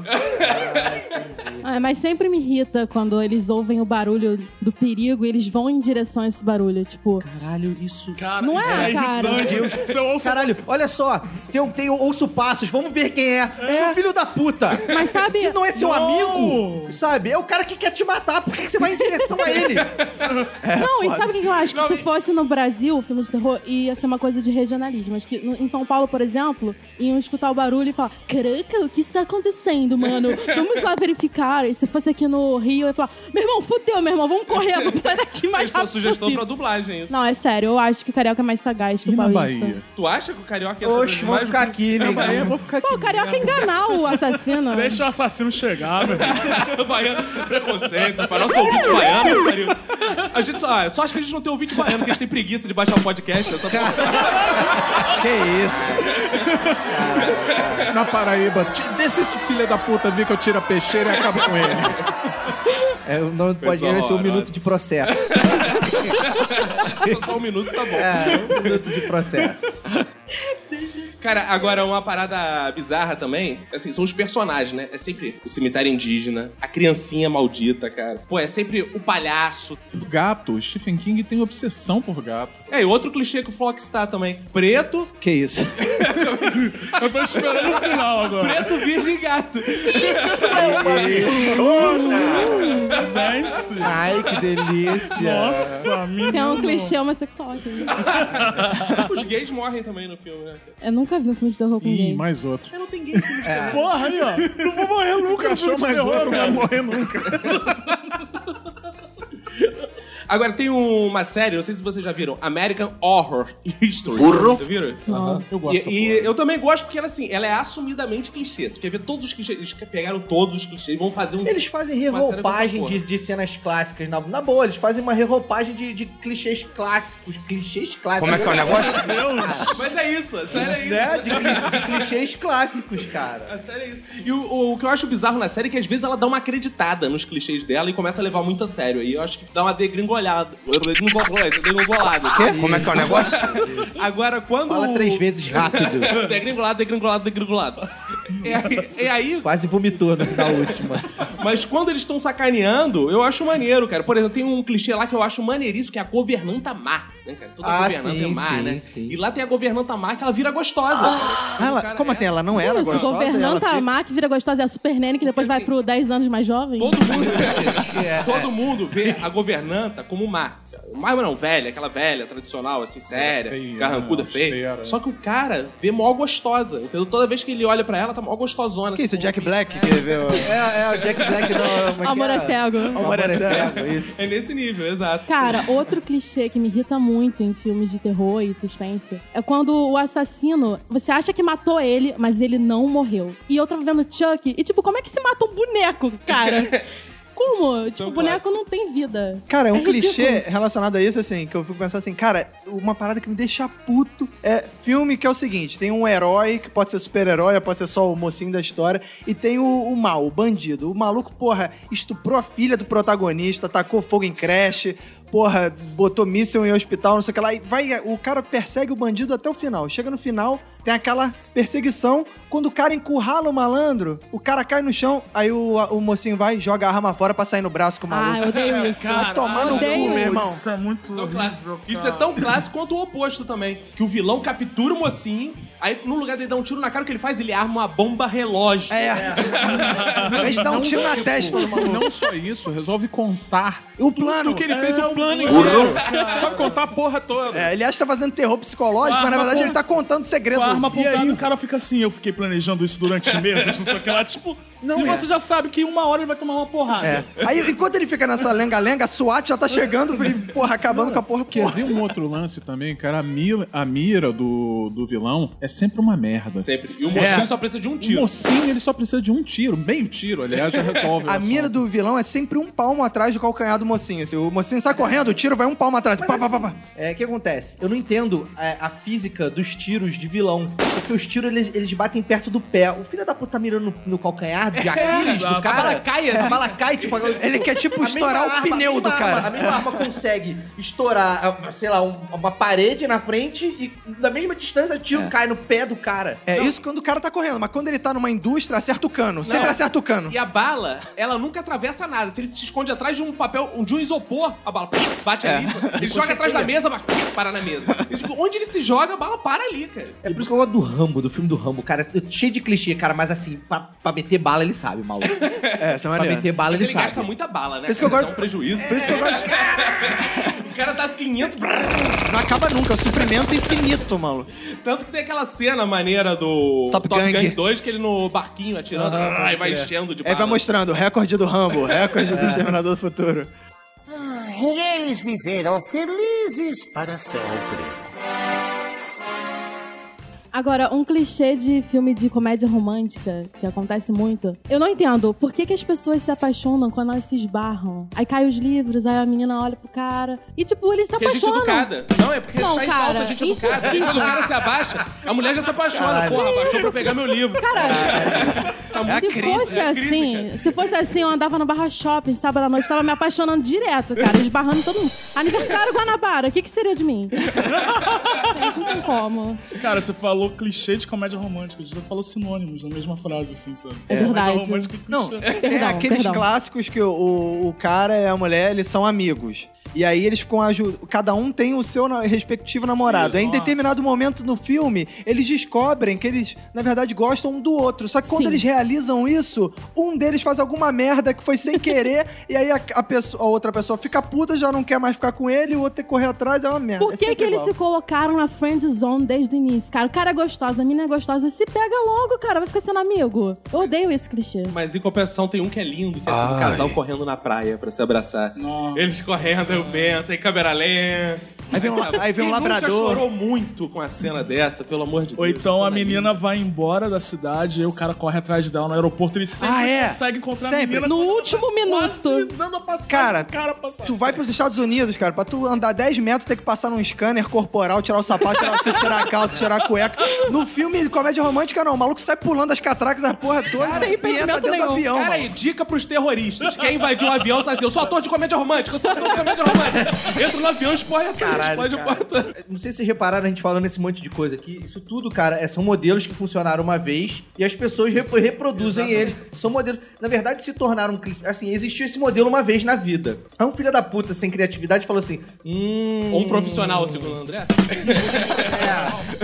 [SPEAKER 3] Ah, mas sempre me irrita quando eles ouvem o barulho do perigo e eles vão em direção a esse barulho. Tipo,
[SPEAKER 7] Caralho, isso.
[SPEAKER 4] Cara,
[SPEAKER 3] Não
[SPEAKER 4] isso
[SPEAKER 3] é,
[SPEAKER 4] é
[SPEAKER 3] cara.
[SPEAKER 4] irritante. Se eu ouço
[SPEAKER 7] Caralho, olha só, se eu tenho ouço passos, vamos ver quem é. Seu filho da puta.
[SPEAKER 3] Mas sabe-
[SPEAKER 7] Se não é seu
[SPEAKER 4] Não.
[SPEAKER 7] amigo, sabe? É o cara que quer te matar. Por que que você vai em direção a ele?
[SPEAKER 3] não, e sabe o que eu acho? Que
[SPEAKER 1] É Não,
[SPEAKER 3] se
[SPEAKER 1] e-
[SPEAKER 3] fosse no Brasil, o filme de terror ia ser uma coisa de regionalismo. Acho que no- em São Paulo, por exemplo, iam escutar o barulho e falar: Caraca, o que está acontecendo, mano? Vamos lá verificar. E se fosse aqui no Rio, eu ia falar: Meu irmão, fudeu, meu irmão, vamos correr, vamos sair daqui mais
[SPEAKER 1] Isso é uma
[SPEAKER 3] rápido.
[SPEAKER 1] sugestão pra
[SPEAKER 3] possível."
[SPEAKER 1] dublagem, isso.
[SPEAKER 3] Não, é sério, eu acho que o carioca é mais sagaz que
[SPEAKER 5] E
[SPEAKER 3] o
[SPEAKER 5] na
[SPEAKER 3] paulista.
[SPEAKER 5] Bahia?
[SPEAKER 1] Tu acha que o carioca é ia ser
[SPEAKER 7] Oxe, vamos ficar aqui, né?
[SPEAKER 5] Bahia, vou ficar
[SPEAKER 3] Pô, o carioca é enganar o assassino.
[SPEAKER 4] Deixa o assassino chegar, velho.
[SPEAKER 1] baiano, preconceito, para nosso ouvinte baiano, pariu. A gente só, ah, só acho que a gente não tem ouvinte baiano, que a gente tem preguiça de baixar o podcast. é Essa porra.
[SPEAKER 7] que isso?
[SPEAKER 5] Na Paraíba, "Ti- deixa esse filho da puta vir que eu tiro a peixeira e acabo com ele.
[SPEAKER 7] É, o nome do podcast vai ser um
[SPEAKER 1] hora,
[SPEAKER 7] minuto de processo.
[SPEAKER 1] Só um minuto, tá bom.
[SPEAKER 7] É, um minuto de processo.
[SPEAKER 1] Cara, agora uma parada bizarra também, assim, são os personagens, né? É sempre o cemitério indígena, a criancinha maldita, cara. Pô, é sempre o palhaço.
[SPEAKER 5] Gato, o Stephen King tem obsessão por gato.
[SPEAKER 1] É, e outro clichê que o Fox tá também. Preto,
[SPEAKER 7] Que isso?
[SPEAKER 4] Eu tô esperando o final agora.
[SPEAKER 1] preto, virgem e gato.
[SPEAKER 4] Sente-se.
[SPEAKER 7] Ai, que delícia.
[SPEAKER 4] Nossa, menino.
[SPEAKER 3] É um clichê homossexual aqui.
[SPEAKER 1] Os gays morrem também no filme, né? cara?
[SPEAKER 3] Eu nunca vi um filme de terror com
[SPEAKER 5] Ih,
[SPEAKER 3] ninguém.
[SPEAKER 5] mais outro.
[SPEAKER 4] É. Porra, aí, ó. Não vou morrer nunca no filme
[SPEAKER 5] Achou
[SPEAKER 4] de
[SPEAKER 5] mais
[SPEAKER 4] terror,
[SPEAKER 5] outro, não vai
[SPEAKER 4] velho.
[SPEAKER 5] morrer nunca.
[SPEAKER 1] Agora, tem uma série, não sei se vocês já viram, American Horror History. Burro? Viram?
[SPEAKER 5] Eu
[SPEAKER 1] E, e eu também gosto porque ela, assim, ela é assumidamente clichê. Tu quer ver todos os clichês? Eles pegaram todos os clichês e vão fazer um...
[SPEAKER 7] Eles fazem
[SPEAKER 2] é
[SPEAKER 1] Uma cena
[SPEAKER 7] reroupagem
[SPEAKER 1] dessa
[SPEAKER 7] de, de cenas clássicas. Na, na boa, eles fazem uma reroupagem de, de clichês clássicos. Clichês clássicos. Como é que é o negócio?
[SPEAKER 1] Mas é isso, a série é isso.
[SPEAKER 7] Né? De, cli- de clichês clássicos, cara.
[SPEAKER 1] A série é isso. E o, o- o que eu acho bizarro na série é que às vezes ela dá uma acreditada nos clichês dela e começa a levar muito a sério. E eu acho que dá uma degringolhada. Degringolada. Degringolada.
[SPEAKER 7] Como é que é o negócio?
[SPEAKER 1] né? Agora, quando.
[SPEAKER 7] Fala três vezes rápido.
[SPEAKER 1] Degringolado, degringolado, degringolado. É aí- É aí,
[SPEAKER 7] Quase vomitou na, na última.
[SPEAKER 1] mas quando eles estão sacaneando, eu acho maneiro, cara. Por exemplo, tem um clichê lá que eu acho maneiríssimo, que é a governanta má, né, cara? Toda
[SPEAKER 7] Ah,
[SPEAKER 1] governanta é
[SPEAKER 7] sim,
[SPEAKER 1] má,
[SPEAKER 7] sim,
[SPEAKER 1] né?
[SPEAKER 7] sim. Ah,
[SPEAKER 1] E lá tem a governanta má que ela vira gostosa. cara. O cara é-
[SPEAKER 7] Ela assim? não era
[SPEAKER 3] Isso, governanta a Má, que vira gostosa, é a Super Nene, que depois
[SPEAKER 1] assim,
[SPEAKER 3] vai pro 10 anos mais jovem.
[SPEAKER 1] Todo mundo, todo mundo vê a governanta como má. Má não, velha, aquela velha, tradicional, assim, séria,
[SPEAKER 5] feia,
[SPEAKER 1] carrancuda, feia.
[SPEAKER 5] austera.
[SPEAKER 1] Só que o cara vê mó gostosa, entendeu? Toda vez que ele olha pra ela, tá mó gostosona.
[SPEAKER 2] Que isso,
[SPEAKER 1] assim,
[SPEAKER 2] Jack Black que viu?
[SPEAKER 7] É, é, o Jack Black não. como que
[SPEAKER 3] Amor é cego.
[SPEAKER 7] Amor é cego, isso.
[SPEAKER 1] É nesse nível, exato.
[SPEAKER 3] Cara, outro clichê que me irrita muito em filmes de terror e suspense é quando o assassino, você acha que matou ele, mas ele não morreu. E eu tava vendo Chuck e, tipo, como é que se mata um boneco, cara? Como?
[SPEAKER 1] São
[SPEAKER 3] tipo, o boneco
[SPEAKER 1] clássicos.
[SPEAKER 3] não tem vida.
[SPEAKER 2] Cara, é um
[SPEAKER 3] É ridículo.
[SPEAKER 2] clichê relacionado a isso, assim, que eu fico pensando assim, cara, uma parada que me deixa puto é filme que é o seguinte: tem um herói, que pode ser super-herói, pode ser só o mocinho da história, e tem o, o mal, o bandido. O maluco, porra, estuprou a filha do protagonista, tacou fogo em creche. Porra, botou míssil em hospital, não sei o que lá. E vai, o cara persegue o bandido até o final. Chega no final, tem aquela perseguição. Quando o cara encurrala o malandro, o cara cai no chão, aí o, o mocinho vai, joga a arma fora pra sair no braço com o maluco.
[SPEAKER 3] Ah, eu odeio isso.
[SPEAKER 2] Vai tomar no cu,
[SPEAKER 3] odeio
[SPEAKER 2] meu irmão.
[SPEAKER 4] Isso é muito
[SPEAKER 1] São
[SPEAKER 4] horrível,
[SPEAKER 1] clássicos. Isso é
[SPEAKER 4] cara.
[SPEAKER 1] tão clássico quanto o oposto também. Que o vilão captura o mocinho, aí no lugar dele dar um tiro na cara, o que ele faz? Ele arma uma bomba relógio.
[SPEAKER 2] É. Ao invés de dar um tiro na testa do maluco.
[SPEAKER 5] Não só isso, resolve contar.
[SPEAKER 2] O
[SPEAKER 5] Tudo
[SPEAKER 2] plano.
[SPEAKER 5] que ele fez é um plano inteiro. Sabe contar a porra toda.
[SPEAKER 2] É, ele acha que tá fazendo terror psicológico,
[SPEAKER 4] Com a
[SPEAKER 2] mas na
[SPEAKER 4] arma
[SPEAKER 2] verdade
[SPEAKER 4] apontada-
[SPEAKER 2] ele tá contando segredo.
[SPEAKER 4] Com a arma
[SPEAKER 2] E
[SPEAKER 4] apontada,
[SPEAKER 2] aí?
[SPEAKER 4] o cara fica assim, eu fiquei planejando isso durante meses, não sei o que lá. Tipo, Não,
[SPEAKER 5] é.
[SPEAKER 4] e você já sabe que um uma hora ele vai tomar uma porrada.
[SPEAKER 2] É. Aí, enquanto ele fica nessa lenga-lenga, a SWAT já tá chegando, e, porra, acabando com a porra
[SPEAKER 5] Quer
[SPEAKER 2] toda.
[SPEAKER 5] ver um outro lance também, cara? A mira, a mira do, do vilão é sempre uma merda.
[SPEAKER 1] Sempre. E o
[SPEAKER 2] É.
[SPEAKER 1] mocinho só precisa de um
[SPEAKER 5] O
[SPEAKER 1] tiro.
[SPEAKER 5] mocinho, ele só precisa de um tiro, meio tiro, aliás, já resolve. o
[SPEAKER 2] A
[SPEAKER 5] assunto.
[SPEAKER 2] mira do vilão é sempre um palmo atrás do calcanhar do mocinho. assim. o mocinho sai correndo, o tiro vai um palmo atrás. Pá, pá, pá, pá.
[SPEAKER 7] É, o que acontece? Eu não entendo é, a física dos tiros de vilão. Porque os tiros, eles, eles batem perto do pé. O filho da puta tá mirando no, no calcanhar de Aquiles, do
[SPEAKER 4] exato.
[SPEAKER 1] A
[SPEAKER 7] cara.
[SPEAKER 1] bala cai, assim.
[SPEAKER 7] É, A bala cai, tipo...
[SPEAKER 2] Ele quer, tipo,
[SPEAKER 7] a mesma
[SPEAKER 2] estourar o
[SPEAKER 7] arma, a
[SPEAKER 2] pneu do
[SPEAKER 7] mesma
[SPEAKER 2] cara.
[SPEAKER 7] arma, a mesma arma consegue estourar, ah, sei lá, um- uma parede na frente e da mesma distância o tiro cai no pé do cara.
[SPEAKER 2] É isso quando o cara tá correndo, mas quando ele tá numa indústria, acerta o cano. Sempre acerta o cano.
[SPEAKER 1] E a bala, ela nunca atravessa nada. Se ele se esconde atrás de um papel, de um isopor, a bala bate
[SPEAKER 2] É.
[SPEAKER 1] ali. Ele joga atrás da mesa, bate, para na mesa. E, tipo, onde ele se joga, a bala para ali, cara.
[SPEAKER 7] É por isso que eu gosto do Rambo, do filme do Rambo, cara. É Cheio de clichê, cara, mas assim, pra, pra meter bala ele sabe, maluco.
[SPEAKER 2] É, essa é
[SPEAKER 7] pra meter bala
[SPEAKER 1] Mas
[SPEAKER 7] ele,
[SPEAKER 1] ele
[SPEAKER 7] sabe.
[SPEAKER 1] gasta muita bala, né?
[SPEAKER 2] Por isso que eu
[SPEAKER 1] cara?
[SPEAKER 2] gosto- É.
[SPEAKER 1] Dá um prejuízo.
[SPEAKER 2] Por isso que eu gosto.
[SPEAKER 1] O cara tá 500...
[SPEAKER 2] Não acaba nunca, é um suprimento infinito, maluco.
[SPEAKER 1] Tanto que tem aquela cena maneira do
[SPEAKER 2] Top Gang. Ah, é.
[SPEAKER 1] 2, que ele no barquinho atirando e vai enchendo de
[SPEAKER 2] Aí
[SPEAKER 1] bala.
[SPEAKER 2] vai mostrando o recorde do Rambo, o recorde
[SPEAKER 7] É.
[SPEAKER 2] do Exterminador do Futuro.
[SPEAKER 6] Eles viveram felizes para sempre.
[SPEAKER 3] Agora, um clichê de filme de comédia romântica, que acontece muito. Eu não entendo por que, que as pessoas se apaixonam quando elas se esbarram. Aí caem os livros, aí a menina olha pro cara. E, tipo, eles se
[SPEAKER 1] Porque é gente
[SPEAKER 3] apaixonam.
[SPEAKER 1] educada. Não, é porque
[SPEAKER 3] Não,
[SPEAKER 1] sai
[SPEAKER 3] cara,
[SPEAKER 1] falta gente educada.
[SPEAKER 3] impossível.
[SPEAKER 1] Quando o cara se abaixa, a mulher já se apaixona. Porra, abaixou pra pegar meu livro.
[SPEAKER 3] Cara, se fosse
[SPEAKER 1] é a crise,
[SPEAKER 3] assim, se fosse assim, eu andava no barra shopping sábado à noite, tava me apaixonando direto, cara, esbarrando todo mundo. Aniversário Guanabara, o que, que seria de mim? Gente, não tem como.
[SPEAKER 4] Cara, você falou clichê de comédia romântica. Você falou sinônimos na mesma frase, assim, sabe?
[SPEAKER 3] É verdade.
[SPEAKER 4] Comédia romântica e clichê.
[SPEAKER 2] Não, é. tem
[SPEAKER 3] Perdão,
[SPEAKER 2] aqueles
[SPEAKER 3] perdão.
[SPEAKER 2] clássicos que o, o, o cara e a mulher, eles são amigos. E aí eles ficam ajudando. Cada um tem o seu na- respectivo namorado. Aí, em
[SPEAKER 4] Nossa.
[SPEAKER 2] determinado momento no filme, eles descobrem que eles, na verdade, gostam um do outro. Só que quando
[SPEAKER 3] Sim.
[SPEAKER 2] eles realizam isso, um deles faz alguma merda que foi sem querer, e aí a, a pessoa- a outra pessoa fica puta, já não quer mais ficar com ele, o outro tem que correr atrás, é uma merda.
[SPEAKER 3] Por
[SPEAKER 2] É
[SPEAKER 3] que,
[SPEAKER 2] sempre
[SPEAKER 3] que eles
[SPEAKER 2] igual.
[SPEAKER 3] se colocaram na friend zone desde o início, cara? O cara é gostoso, a mina é gostosa. Se pega logo, cara, vai ficar sendo amigo. Eu odeio esse clichê.
[SPEAKER 1] Mas em compensação tem um que é lindo, que é assim, um
[SPEAKER 10] Ai.
[SPEAKER 1] casal correndo na praia pra se abraçar.
[SPEAKER 4] Nossa.
[SPEAKER 1] Eles correndo, eu vento, aí câmera lenta.
[SPEAKER 2] Aí vem um la- aí vem um
[SPEAKER 1] Quem
[SPEAKER 2] labrador.
[SPEAKER 1] Nunca chorou muito com a cena dessa, pelo amor de Deus.
[SPEAKER 4] Ou então
[SPEAKER 1] essa
[SPEAKER 4] a
[SPEAKER 1] daí.
[SPEAKER 4] menina vai embora da cidade e o cara corre atrás dela no aeroporto. Ele sempre
[SPEAKER 2] Ah, é?
[SPEAKER 4] consegue encontrar
[SPEAKER 2] Sempre.
[SPEAKER 4] a menina.
[SPEAKER 3] No
[SPEAKER 4] quando ela
[SPEAKER 3] último
[SPEAKER 4] tá quase
[SPEAKER 3] minuto.
[SPEAKER 4] dando a passagem.
[SPEAKER 2] Cara,
[SPEAKER 4] pro cara passar.
[SPEAKER 2] Tu vai pros Estados Unidos, cara, pra tu andar 10 metros, ter que passar num scanner corporal, tirar o sapato, tirar, você tirar a calça, tirar a cueca. No filme de comédia romântica, não. O maluco sai pulando as catracas, a porra toda,
[SPEAKER 3] tem
[SPEAKER 2] e entra
[SPEAKER 3] impedimento
[SPEAKER 2] dentro do
[SPEAKER 3] nenhum.
[SPEAKER 2] avião,
[SPEAKER 1] Cara,
[SPEAKER 2] mano.
[SPEAKER 1] e dica pros terroristas. Quem invadiu um avião sai assim, eu sou ator de comédia romântica, eu sou ator de comédia romântica. Entra no avião, esporre atrás,
[SPEAKER 7] Caralho,
[SPEAKER 1] explode a
[SPEAKER 7] cara.
[SPEAKER 1] porta.
[SPEAKER 7] Não sei se vocês repararam a gente falando esse monte de coisa aqui. Isso tudo, cara, é- são modelos que funcionaram uma vez e as pessoas repro- reproduzem ele. São modelos. Na verdade, se tornaram. cli- Assim, existiu esse modelo uma vez na vida. Aí um filho da puta sem criatividade falou assim: hum.
[SPEAKER 1] Ou um profissional, segundo o André.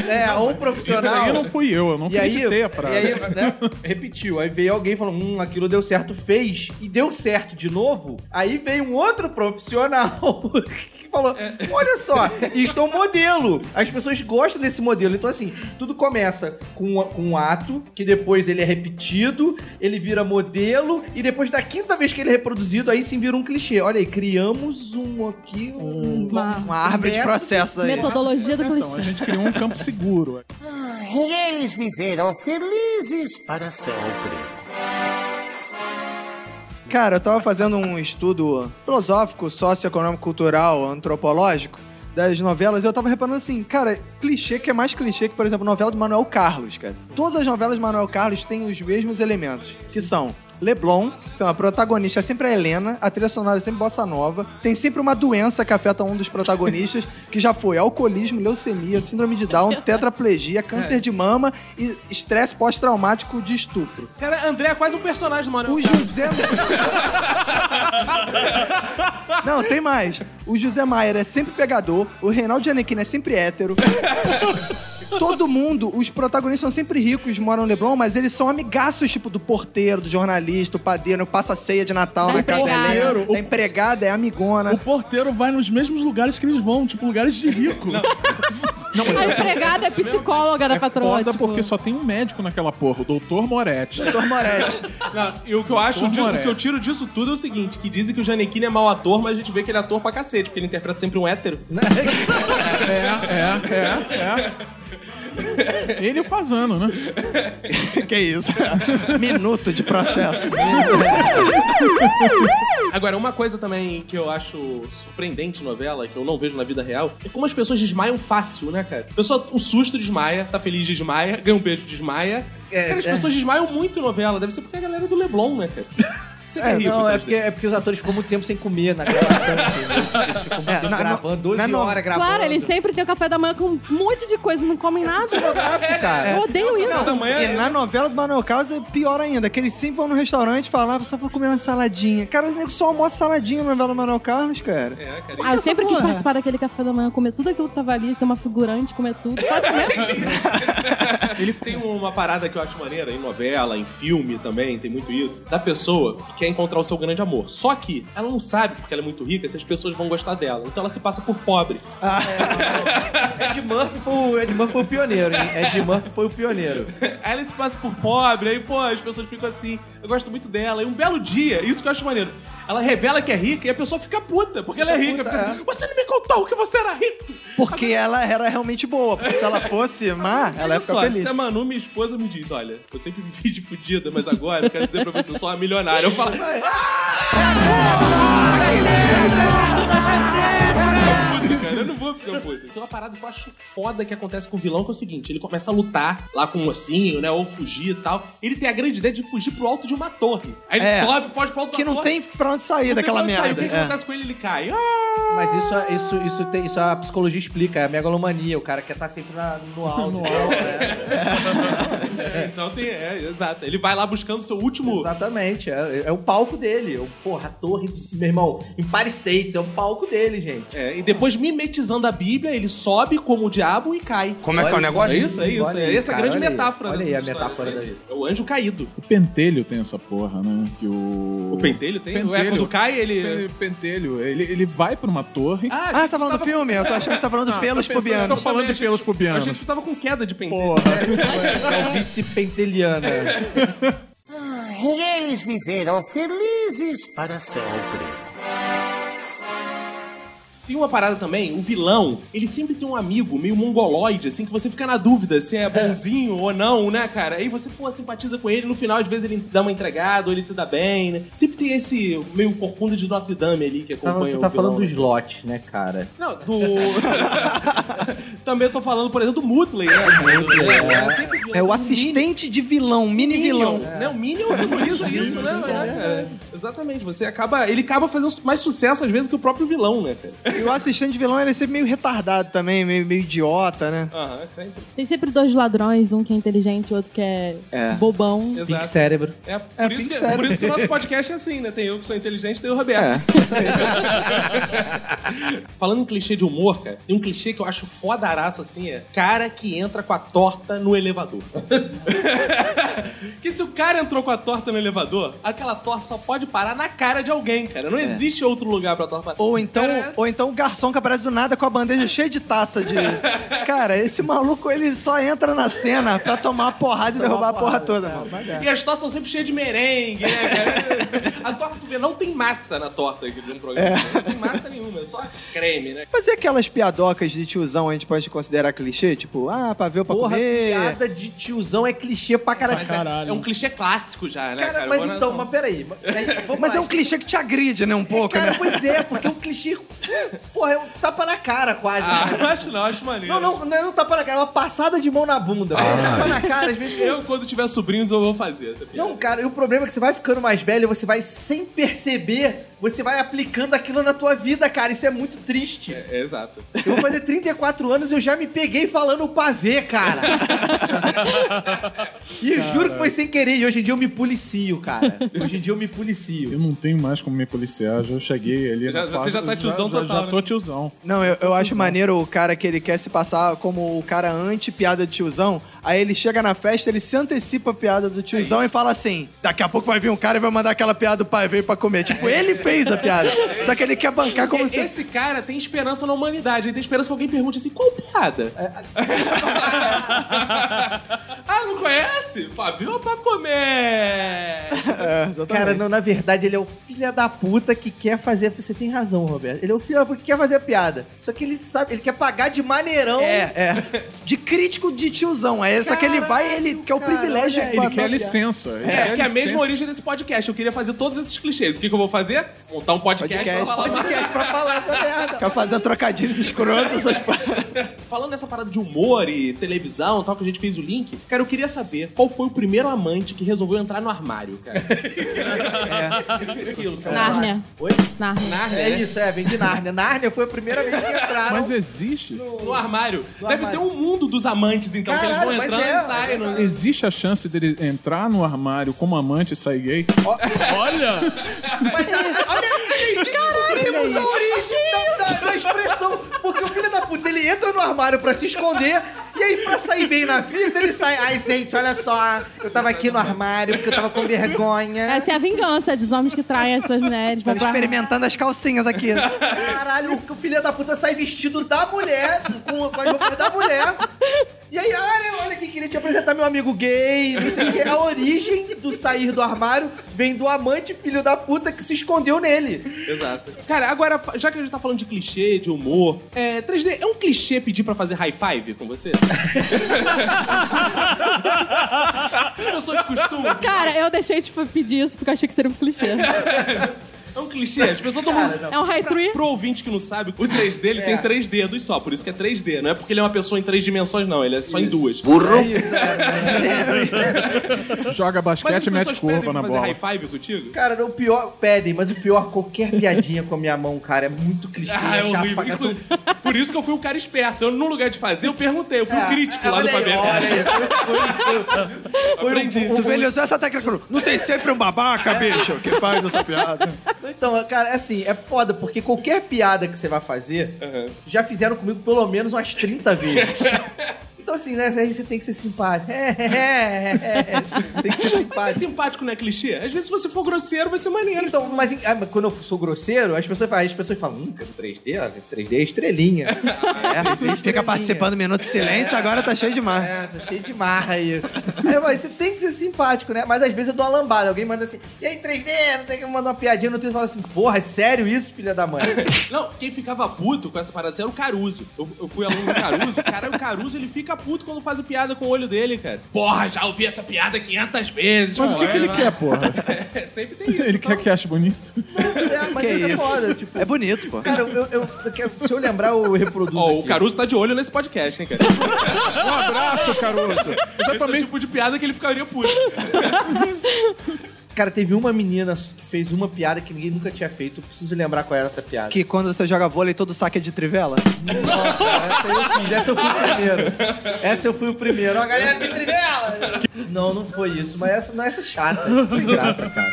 [SPEAKER 7] É, é ou um
[SPEAKER 5] Isso aí não
[SPEAKER 7] profissional.
[SPEAKER 5] fui eu, eu não
[SPEAKER 7] E aí,
[SPEAKER 5] acreditei a
[SPEAKER 7] e
[SPEAKER 5] frase.
[SPEAKER 7] aí né, repetiu. Aí veio alguém falando: hum, aquilo deu certo, fez, e deu certo de novo. Aí veio um outro profissional que falou: olha só, isto é um modelo. As pessoas gostam desse modelo. Então, assim, tudo começa com, a- com um ato, que depois ele é repetido, ele vira modelo, e depois da quinta vez que ele é reproduzido, aí sim vira um clichê. Olha aí, criamos um aqui, um,
[SPEAKER 3] Uma-
[SPEAKER 2] Uma árvore de
[SPEAKER 7] método
[SPEAKER 2] processo aí.
[SPEAKER 3] Metodologia do
[SPEAKER 5] Então, a
[SPEAKER 3] clichê.
[SPEAKER 5] gente criou um campo seguro.
[SPEAKER 6] Eles viveram felizes para sempre.
[SPEAKER 2] Cara, eu tava fazendo um estudo filosófico, socioeconômico, cultural, antropológico das novelas, e eu tava reparando assim, cara, clichê que é mais clichê que, por exemplo, novela do Manuel Carlos, cara. Todas as novelas do Manuel Carlos têm os mesmos elementos, que são Leblon, que são a protagonista é sempre a Helena, a trilha sonora é sempre bossa nova, tem sempre uma doença que afeta um dos protagonistas, que já foi alcoolismo, leucemia, síndrome de Down, tetraplegia, câncer de mama e estresse pós-traumático de estupro.
[SPEAKER 1] Cara, André é quase um personagem do Manuel
[SPEAKER 2] O
[SPEAKER 1] Carlos.
[SPEAKER 2] José. Não, tem mais. O José Maier é sempre pegador, o Reinaldo Giannettini é sempre hétero. Todo mundo, os protagonistas são sempre ricos, moram no Leblon, mas eles são amigaços, tipo, do porteiro, do jornalista, do padeiro, passa ceia de Natal
[SPEAKER 3] Da
[SPEAKER 2] na casa da
[SPEAKER 3] empregada.
[SPEAKER 2] Helena.
[SPEAKER 4] O-
[SPEAKER 2] A empregada é amigona.
[SPEAKER 3] É
[SPEAKER 4] O porteiro vai nos mesmos lugares que eles vão, tipo lugares de rico.
[SPEAKER 3] A empregada é psicóloga da
[SPEAKER 5] É
[SPEAKER 3] patroa.
[SPEAKER 5] foda
[SPEAKER 3] tipo.
[SPEAKER 5] porque só tem um médico naquela porra, o Dr. Moretti.
[SPEAKER 1] E o que eu acho,
[SPEAKER 5] Doutor
[SPEAKER 1] de- o
[SPEAKER 5] Moretti.
[SPEAKER 1] que eu tiro disso tudo é o seguinte: que dizem que o Janequine é mau ator, mas a gente vê que ele é ator pra cacete, porque ele interpreta sempre um hétero.
[SPEAKER 5] É, é, é. Ele e o Fazano, né?
[SPEAKER 2] que isso? Minuto de processo.
[SPEAKER 1] Agora, uma coisa também que eu acho surpreendente em novela, que eu não vejo na vida real, é como as pessoas desmaiam fácil, né, cara? A pessoa, o susto desmaia, tá feliz desmaia, ganha um beijo desmaia.
[SPEAKER 7] É,
[SPEAKER 1] cara, as pessoas desmaiam muito em novela, deve ser porque é a galera do Leblon, né, cara? Você
[SPEAKER 7] É,
[SPEAKER 1] rico,
[SPEAKER 7] não, é
[SPEAKER 1] tá?
[SPEAKER 7] porque, é porque os atores ficam muito tempo sem comer na gravação. entendeu? Eles ficam muito
[SPEAKER 2] É,
[SPEAKER 7] tempo
[SPEAKER 2] na-
[SPEAKER 7] gravando,
[SPEAKER 2] na
[SPEAKER 7] 12
[SPEAKER 2] no-
[SPEAKER 7] horas gravando.
[SPEAKER 3] Claro, eles sempre têm o café da manhã com um monte de coisa, não comem nada.
[SPEAKER 7] Gráfico,
[SPEAKER 2] É,
[SPEAKER 7] cara.
[SPEAKER 3] Eu odeio
[SPEAKER 1] Café da
[SPEAKER 3] isso.
[SPEAKER 1] manhã
[SPEAKER 2] E
[SPEAKER 1] é-
[SPEAKER 2] na novela do Manuel Carlos é pior ainda, que eles sempre vão no restaurante falar só pra comer uma saladinha. Cara, o nego só almoça saladinha na novela do Manuel Carlos, cara.
[SPEAKER 1] É, cara.
[SPEAKER 3] Ah, eu sempre quis
[SPEAKER 2] Porra.
[SPEAKER 3] participar daquele café da manhã, comer tudo aquilo que tava ali, ser uma figurante, comer tudo. Pode comer?
[SPEAKER 1] Ele tem uma parada que eu acho maneira em novela, em filme também, tem muito isso. Da pessoa que quer encontrar o seu grande amor. Só que ela não sabe, porque ela é muito rica, se as pessoas vão gostar dela. Então ela se passa por pobre.
[SPEAKER 7] Ed Murphy foi o, Ed Murphy foi o pioneiro, hein? Ed Murphy foi o pioneiro.
[SPEAKER 1] Aí ela se passa por pobre, aí, pô, as pessoas ficam assim, eu gosto muito dela. E um belo dia, isso que eu acho maneiro, ela revela que é rica e a pessoa fica puta, porque ela é rica. Fica assim, você não me contou que você era rico.
[SPEAKER 2] Porque ela era realmente boa. Porque se ela fosse má, ela ia
[SPEAKER 1] olha
[SPEAKER 2] ficar
[SPEAKER 1] só, é
[SPEAKER 2] feliz.
[SPEAKER 1] se a Manu, minha esposa, me diz, olha, eu sempre me vi de fudida, mas agora eu quero dizer pra você, eu sou uma milionária. Eu falo, ah, é." eu fico puto, cara, eu não vou ficar puto. Tem uma parada que eu acho foda que acontece com o vilão, que é o seguinte, ele começa a lutar lá com o mocinho, né, ou fugir e tal. Ele tem a grande ideia de fugir pro alto de uma torre. Aí ele
[SPEAKER 2] É.
[SPEAKER 1] sobe, foge pro alto
[SPEAKER 2] Que
[SPEAKER 1] da
[SPEAKER 2] não
[SPEAKER 1] torre.
[SPEAKER 2] tem pra onde sair daquela
[SPEAKER 1] Quando ele sai, O
[SPEAKER 2] merda.
[SPEAKER 1] que que
[SPEAKER 2] É.
[SPEAKER 1] acontece com ele? Ele cai. Ah!
[SPEAKER 7] É. Mas isso, isso, isso, tem, isso a psicologia explica, é a megalomania. O cara quer estar sempre na- no alto. então, é.
[SPEAKER 1] É, então tem, é, exato. Ele vai lá buscando o seu último...
[SPEAKER 7] Exatamente, é, é o palco dele. O, porra, a torre, meu irmão, Empire States, é o palco dele, gente.
[SPEAKER 1] É, e depois mimetizando a Bíblia, ele sobe como o diabo e cai.
[SPEAKER 8] Como é que é o negócio?
[SPEAKER 1] É isso, é isso.
[SPEAKER 7] Olha
[SPEAKER 1] é
[SPEAKER 7] aí,
[SPEAKER 1] essa é a
[SPEAKER 7] cara,
[SPEAKER 1] grande
[SPEAKER 7] olha aí.
[SPEAKER 1] metáfora.
[SPEAKER 7] Olha
[SPEAKER 1] dessa
[SPEAKER 7] aí a
[SPEAKER 1] história.
[SPEAKER 7] metáfora daí.
[SPEAKER 1] É o anjo caído.
[SPEAKER 5] O pentelho tem essa porra, né? Que o.
[SPEAKER 1] O pentelho tem?
[SPEAKER 5] Pentelho.
[SPEAKER 1] É, quando cai, ele...
[SPEAKER 5] Pe- Pentelho, ele, ele vai pra uma torre.
[SPEAKER 2] Ah, você tá falando do filme? Eu tô achando que você tá falando dos pelos pubianos.
[SPEAKER 5] Tô falando de pelos
[SPEAKER 1] Eu
[SPEAKER 5] pubianos.
[SPEAKER 1] achei que tu tava com queda de pentelho.
[SPEAKER 7] É o vice-penteliana.
[SPEAKER 6] Eles viverão felizes para sempre.
[SPEAKER 1] Tem uma parada também, o vilão, ele sempre tem um amigo meio mongoloide, assim, que você fica na dúvida se é bonzinho ou não, né, cara? Aí você, pô, simpatiza com ele, no final, às vezes, ele dá uma entregada ou ele se dá bem, né? Sempre tem esse meio corcunda de Notre Dame ali que acompanha
[SPEAKER 7] Você
[SPEAKER 1] o
[SPEAKER 7] tá
[SPEAKER 1] vilão,
[SPEAKER 7] falando do
[SPEAKER 1] né?
[SPEAKER 7] slot, né, cara?
[SPEAKER 1] Não, do. Também tô falando, por exemplo, do Mutley, né? Mutley,
[SPEAKER 7] é.
[SPEAKER 2] É o assistente de vilão, mini vilão.
[SPEAKER 1] Né? O Minion simboliza isso, né? É, cara? Exatamente. Você acaba. Ele acaba fazendo mais sucesso às vezes que o próprio vilão, né, cara?
[SPEAKER 2] E o assistente de vilão ele é sempre meio retardado também, meio, meio idiota, né?
[SPEAKER 1] Aham, sempre.
[SPEAKER 3] Tem sempre dois ladrões, um que é inteligente, outro que é,
[SPEAKER 2] É.
[SPEAKER 3] bobão.
[SPEAKER 7] Pink
[SPEAKER 1] Exato.
[SPEAKER 7] cérebro.
[SPEAKER 1] É, por, isso que, por isso que o nosso podcast é assim, né? Tem eu que sou inteligente, tem o
[SPEAKER 7] É.
[SPEAKER 1] Roberto. Falando em clichê de humor, cara, tem um clichê que eu acho fodaraço assim, é cara que entra com a torta no elevador. que se o cara entrou com a torta no elevador, aquela torta só pode parar na cara de alguém, cara.
[SPEAKER 7] É.
[SPEAKER 1] Não existe outro lugar pra torta parar.
[SPEAKER 2] Ou então,
[SPEAKER 1] Cara,
[SPEAKER 2] ou então o garçom que aparece do nada com a bandeja cheia de taça de. Cara, esse maluco ele só entra na cena pra tomar a porrada e derrubar a porra
[SPEAKER 7] é,
[SPEAKER 2] toda, mano.
[SPEAKER 1] E as tortas são sempre cheias de merengue, né, cara? A torta, tu vê, não tem massa na torta aqui de um programa. Não tem massa nenhuma, é só creme, né?
[SPEAKER 2] Mas e aquelas piadocas de tiozão a gente pode considerar clichê? Tipo, ah, pavê pra
[SPEAKER 7] Porra,
[SPEAKER 2] comer.
[SPEAKER 7] piada de tiozão é clichê pra caralho.
[SPEAKER 1] Mas é-
[SPEAKER 4] Caralho.
[SPEAKER 1] É, um clichê clássico já, né?
[SPEAKER 7] Cara,
[SPEAKER 1] cara?
[SPEAKER 7] mas
[SPEAKER 1] Agora
[SPEAKER 7] então,
[SPEAKER 1] são-
[SPEAKER 7] mas peraí. Mas, vamos
[SPEAKER 2] Mas
[SPEAKER 7] lá.
[SPEAKER 2] é um clichê que te agride, né, um pouco,
[SPEAKER 7] Cara,
[SPEAKER 2] né?
[SPEAKER 7] pois é, porque é um clichê. Porra, é um tapa na cara quase.
[SPEAKER 1] Ah, eu acho não, eu acho maneiro.
[SPEAKER 7] Não, não, não é um tapa na cara, é uma passada de mão na bunda. Um tapa na cara, às vezes.
[SPEAKER 1] Eu, quando tiver sobrinhos, eu vou fazer essa piada.
[SPEAKER 7] Não, cara, e o problema é que você vai ficando mais velho, você vai sem perceber, você vai aplicando aquilo na tua vida, cara. Isso é muito triste.
[SPEAKER 1] É, exato.
[SPEAKER 7] Eu vou fazer 34 anos e eu já me peguei falando o pavê, cara. e eu juro que foi sem querer. E hoje em dia eu me policio, cara. Hoje em dia eu me policio.
[SPEAKER 5] Eu não tenho mais como me policiar, já cheguei ali.
[SPEAKER 1] Já-
[SPEAKER 5] na
[SPEAKER 1] você
[SPEAKER 5] fase-
[SPEAKER 1] já tá tiozão
[SPEAKER 5] já,
[SPEAKER 1] total,
[SPEAKER 5] Já, já tô tiozão.
[SPEAKER 2] Não, eu, eu acho maneiro o cara que ele quer se passar como o cara anti-piada de tiozão. Aí ele chega na festa, ele se antecipa a piada do tiozão e fala assim: daqui a pouco vai vir um cara e vai mandar aquela piada do pai veio pra comer. Tipo, ele fez a piada. Só que ele quer bancar como se...
[SPEAKER 1] É, Esse cara tem esperança na humanidade. Ele tem esperança que alguém pergunte assim, qual piada?
[SPEAKER 7] É,
[SPEAKER 1] ah, não conhece? Fabio pra comer.
[SPEAKER 2] É, exatamente.
[SPEAKER 7] Cara, não, na verdade ele é o filho da puta que quer fazer. Você tem razão, Roberto. Ele é o filho da puta que quer fazer a piada. Só que ele sabe, ele quer pagar de maneirão.
[SPEAKER 2] É, é. De crítico de tiozão. É, só que ele vai, ele quer o
[SPEAKER 7] cara,
[SPEAKER 2] privilégio.
[SPEAKER 7] olha aí.
[SPEAKER 5] Ele
[SPEAKER 7] Boa,
[SPEAKER 5] quer
[SPEAKER 7] tá
[SPEAKER 5] licença. ele
[SPEAKER 1] É,
[SPEAKER 5] quer
[SPEAKER 1] que é a mesma
[SPEAKER 5] licença.
[SPEAKER 1] origem desse podcast. Eu queria fazer todos esses clichês. O que, que eu vou fazer? Montar um podcast,
[SPEAKER 2] Podcast,
[SPEAKER 1] pra falar
[SPEAKER 7] Ele quer pra falar essa merda.
[SPEAKER 2] Quer fazer trocadilhos escrotos, essas paradas.
[SPEAKER 1] Falando dessa parada de humor e televisão e tal, que a gente fez o link, cara, eu queria saber qual foi o primeiro amante que resolveu entrar no armário, cara. Aquilo, cara.
[SPEAKER 3] Nárnia.
[SPEAKER 1] Oi?
[SPEAKER 3] Nárnia.
[SPEAKER 1] Nárnia,
[SPEAKER 7] É
[SPEAKER 1] né?
[SPEAKER 7] isso, é, vem de Nárnia. Nárnia foi a primeira vez que entraram.
[SPEAKER 5] Mas existe.
[SPEAKER 1] No armário.
[SPEAKER 7] No
[SPEAKER 1] Deve
[SPEAKER 7] armário.
[SPEAKER 1] ter um mundo dos amantes, então, que
[SPEAKER 7] Caralho,
[SPEAKER 1] eles vão
[SPEAKER 7] mas
[SPEAKER 1] entrando
[SPEAKER 7] é,
[SPEAKER 1] e saem.
[SPEAKER 7] é
[SPEAKER 1] não-
[SPEAKER 5] Existe a chance dele entrar no armário como amante e sair gay? Olha!
[SPEAKER 7] Mas a- olha aí, descobrimos a origem da, da- da expressão. Porque o filho da puta, ele entra no armário pra se esconder, e aí pra sair bem na vida, ele sai. Ai, gente, olha só, eu tava aqui no armário porque eu tava com vergonha.
[SPEAKER 3] Essa é a vingança dos homens que traem as suas mulheres.
[SPEAKER 2] Tava
[SPEAKER 3] vão pra-
[SPEAKER 2] tá experimentando as calcinhas aqui.
[SPEAKER 7] Caralho, o filho da puta sai vestido da mulher, com, com as roupas da mulher. E aí, olha, olha que queria te apresentar meu amigo gay, não sei o que. A origem do sair do armário vem do amante filho da puta que se escondeu nele.
[SPEAKER 1] Exato. Cara, agora, já que a gente tá falando de clichê, de humor, é, 3D, é um clichê pedir pra fazer high five com você? As pessoas costumam.
[SPEAKER 3] Cara, eu deixei de pedir isso porque eu achei que seria um clichê.
[SPEAKER 1] É um clichê, as pessoas estão.
[SPEAKER 3] É um high three.
[SPEAKER 1] Pro ouvinte que não sabe, o 3D ele tem três dedos só, por isso que é 3D. Não é porque ele é uma pessoa em três dimensões, não, ele é só em duas. Mas
[SPEAKER 5] Joga
[SPEAKER 1] as
[SPEAKER 5] basquete e mete
[SPEAKER 1] pessoas
[SPEAKER 5] curva
[SPEAKER 1] pedem
[SPEAKER 5] na
[SPEAKER 1] pra fazer
[SPEAKER 5] bola.
[SPEAKER 1] high five é contigo?
[SPEAKER 7] Cara, o pior, pedem, mas o pior, qualquer piadinha com a minha mão, cara, é muito clichê,
[SPEAKER 1] Ah, é
[SPEAKER 7] é chato pra
[SPEAKER 1] horrível.
[SPEAKER 7] cacete.
[SPEAKER 1] Inclu- Por isso que eu fui o cara esperto. Eu, no lugar de fazer, eu perguntei. Eu fui o crítico
[SPEAKER 7] É,
[SPEAKER 1] lá do
[SPEAKER 7] olha aí,
[SPEAKER 1] Fabiano.
[SPEAKER 7] olha aí.
[SPEAKER 2] Foi um, tu vê, ele usou essa técnica. no- Não tem sempre um babaca, bicho, que faz essa piada.
[SPEAKER 7] É. Então, cara, assim, é foda, porque qualquer piada que você vai fazer, já fizeram comigo pelo menos umas 30 vezes. Então, assim, né? Aí você tem que ser simpático. É, é, é, é. Tem que ser
[SPEAKER 1] Mas ser
[SPEAKER 7] simpático.
[SPEAKER 1] simpático não é clichê? Às vezes, se você for grosseiro, vai ser maneiro.
[SPEAKER 7] Então, mas, ah, mas quando eu sou grosseiro, as pessoas falam, as pessoas falam "É, nunca do 3D, ó, 3D é estrelinha.
[SPEAKER 2] Fica participando do Minuto de Silêncio, agora tá cheio de mar.
[SPEAKER 7] É, tá cheio de marra aí. É, mas você tem que ser simpático, né? Mas às vezes eu dou uma lambada. Alguém manda assim, e aí, 3D? Não sei o que, manda uma piadinha no Twitter e fala assim, porra, é sério isso, filha da mãe?
[SPEAKER 1] Não, quem ficava puto com essa parada assim era o Caruso. Eu, eu fui aluno do Caruso. Cara, o Caruso, ele fica puto quando faz piada com o olho dele, cara. Porra, já ouvi essa piada 500 vezes.
[SPEAKER 5] Mas o que,
[SPEAKER 1] porra,
[SPEAKER 5] que ele
[SPEAKER 1] é,
[SPEAKER 5] quer, porra?
[SPEAKER 1] é, sempre tem isso.
[SPEAKER 5] Ele
[SPEAKER 1] então.
[SPEAKER 5] quer que ache bonito.
[SPEAKER 7] É,
[SPEAKER 2] Que
[SPEAKER 7] mas é
[SPEAKER 2] isso?
[SPEAKER 7] foda, tipo...
[SPEAKER 2] É bonito, pô.
[SPEAKER 7] Cara, eu, eu- eu quero- se eu lembrar, eu reproduzo.
[SPEAKER 1] Ó, o
[SPEAKER 7] aqui.
[SPEAKER 1] Caruso tá de olho nesse podcast, hein, cara.
[SPEAKER 5] Um abraço, Caruso! Eu já
[SPEAKER 1] Esse é o
[SPEAKER 5] tomei
[SPEAKER 1] tipo de piada que ele ficaria puto.
[SPEAKER 7] Cara, teve uma menina que fez uma piada que ninguém nunca tinha feito. Eu preciso lembrar qual era essa piada.
[SPEAKER 2] Que quando você joga vôlei, todo saque é de trivela.
[SPEAKER 7] Nossa, essa eu fiz. Essa eu fui o primeiro. Essa eu fui o primeiro. Ó, galera, que trivela! Não, não foi isso. Mas essa, não, essa é chata. Sem graça, cara.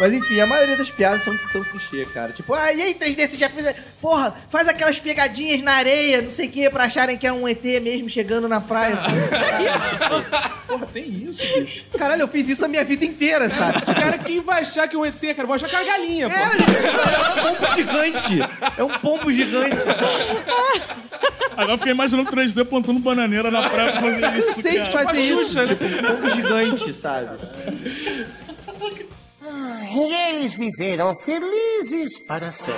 [SPEAKER 7] Mas enfim, a maioria das piadas são, são clichê, cara. Tipo, ah, e aí, 3D, você já fez... a- Porra, faz aquelas pegadinhas na areia, não sei o quê, pra acharem que é um ET mesmo chegando na praia. assim.
[SPEAKER 5] Porra, tem isso, bicho.
[SPEAKER 7] Caralho, eu fiz isso a minha vida inteira, sabe? Tipo,
[SPEAKER 1] Cara, quem vai achar que é um ET, cara? Vou achar que é uma galinha, pô.
[SPEAKER 7] É um pombo gigante. É um pombo gigante.
[SPEAKER 4] Agora eu fiquei imaginando 3D plantando bananeira na praia pra fazer
[SPEAKER 7] Eu
[SPEAKER 4] isso.
[SPEAKER 7] sei que
[SPEAKER 4] cara.
[SPEAKER 7] fazer
[SPEAKER 1] Tipo a
[SPEAKER 7] isso.
[SPEAKER 1] Xuxa, né?
[SPEAKER 7] Tipo, um pombo gigante, sabe?
[SPEAKER 9] E eles viveram felizes para sempre.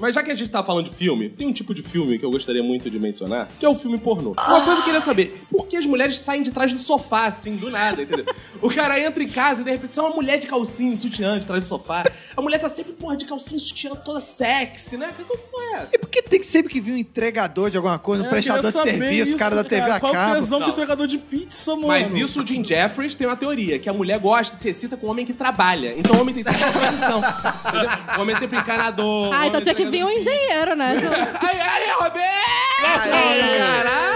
[SPEAKER 1] Mas já que a gente tá falando de filme, tem um tipo de filme que eu gostaria muito de mencionar, que é o filme pornô. Uma coisa que eu queria saber, por que as mulheres saem de trás do sofá, assim, do nada, entendeu? o cara entra em casa e de repente só uma mulher de calcinha e sutiã de trás do sofá. A mulher tá sempre, porra, de calcinha e sutiã toda sexy, né? Que porra é essa?
[SPEAKER 2] E por que tem que sempre que vir um entregador de alguma coisa, um
[SPEAKER 4] Eu
[SPEAKER 2] prestador
[SPEAKER 4] queria
[SPEAKER 2] de
[SPEAKER 4] saber
[SPEAKER 2] serviço, o cara da
[SPEAKER 4] isso,
[SPEAKER 2] TV a
[SPEAKER 4] Qual
[SPEAKER 5] é
[SPEAKER 4] o
[SPEAKER 2] cabo?
[SPEAKER 4] tesão que
[SPEAKER 1] Não.
[SPEAKER 4] o entregador de pizza, mano?
[SPEAKER 1] Mas isso o Jim Jeffries tem uma teoria, que a mulher gosta, se excita com o homem que trabalha. Então o homem tem sempre uma profissão. entendeu? o homem é sempre encanador. o
[SPEAKER 3] Ah, então
[SPEAKER 1] homem é
[SPEAKER 3] tinha que vir um
[SPEAKER 4] é
[SPEAKER 3] engenheiro, né?
[SPEAKER 1] Ai, ai, Roberto! Caralho!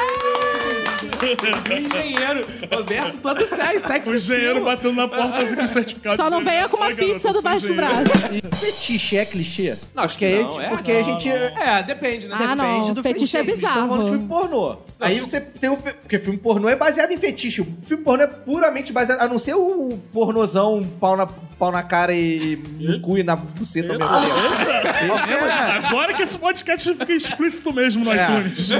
[SPEAKER 1] Engenheiro. Roberto todo sério, sexy.
[SPEAKER 4] O engenheiro batendo na porta assim com o certificado.
[SPEAKER 3] Só não
[SPEAKER 4] de-
[SPEAKER 3] venha com uma
[SPEAKER 4] Olha, garoto,
[SPEAKER 3] pizza
[SPEAKER 4] sou
[SPEAKER 3] debaixo do
[SPEAKER 4] engenheiro.
[SPEAKER 3] braço.
[SPEAKER 7] Fetiche é clichê?
[SPEAKER 1] Não, acho
[SPEAKER 7] Porque
[SPEAKER 1] que
[SPEAKER 7] aí,
[SPEAKER 1] não, é?
[SPEAKER 7] tipo, porque a gente.
[SPEAKER 1] É, depende, né?
[SPEAKER 3] Ah, não.
[SPEAKER 7] Depende do
[SPEAKER 3] Fetiche é
[SPEAKER 7] Eles estão falando de filme pornô. aí
[SPEAKER 1] se-
[SPEAKER 7] você tem o. fe- Porque filme pornô é baseado em fetiche. O filme pornô é puramente baseado. A não ser o pornozão, pau na, pau na cara e no cu e na buceta mesmo. É. Esse
[SPEAKER 4] Agora que esse podcast fica explícito mesmo no
[SPEAKER 7] É.
[SPEAKER 4] iTunes.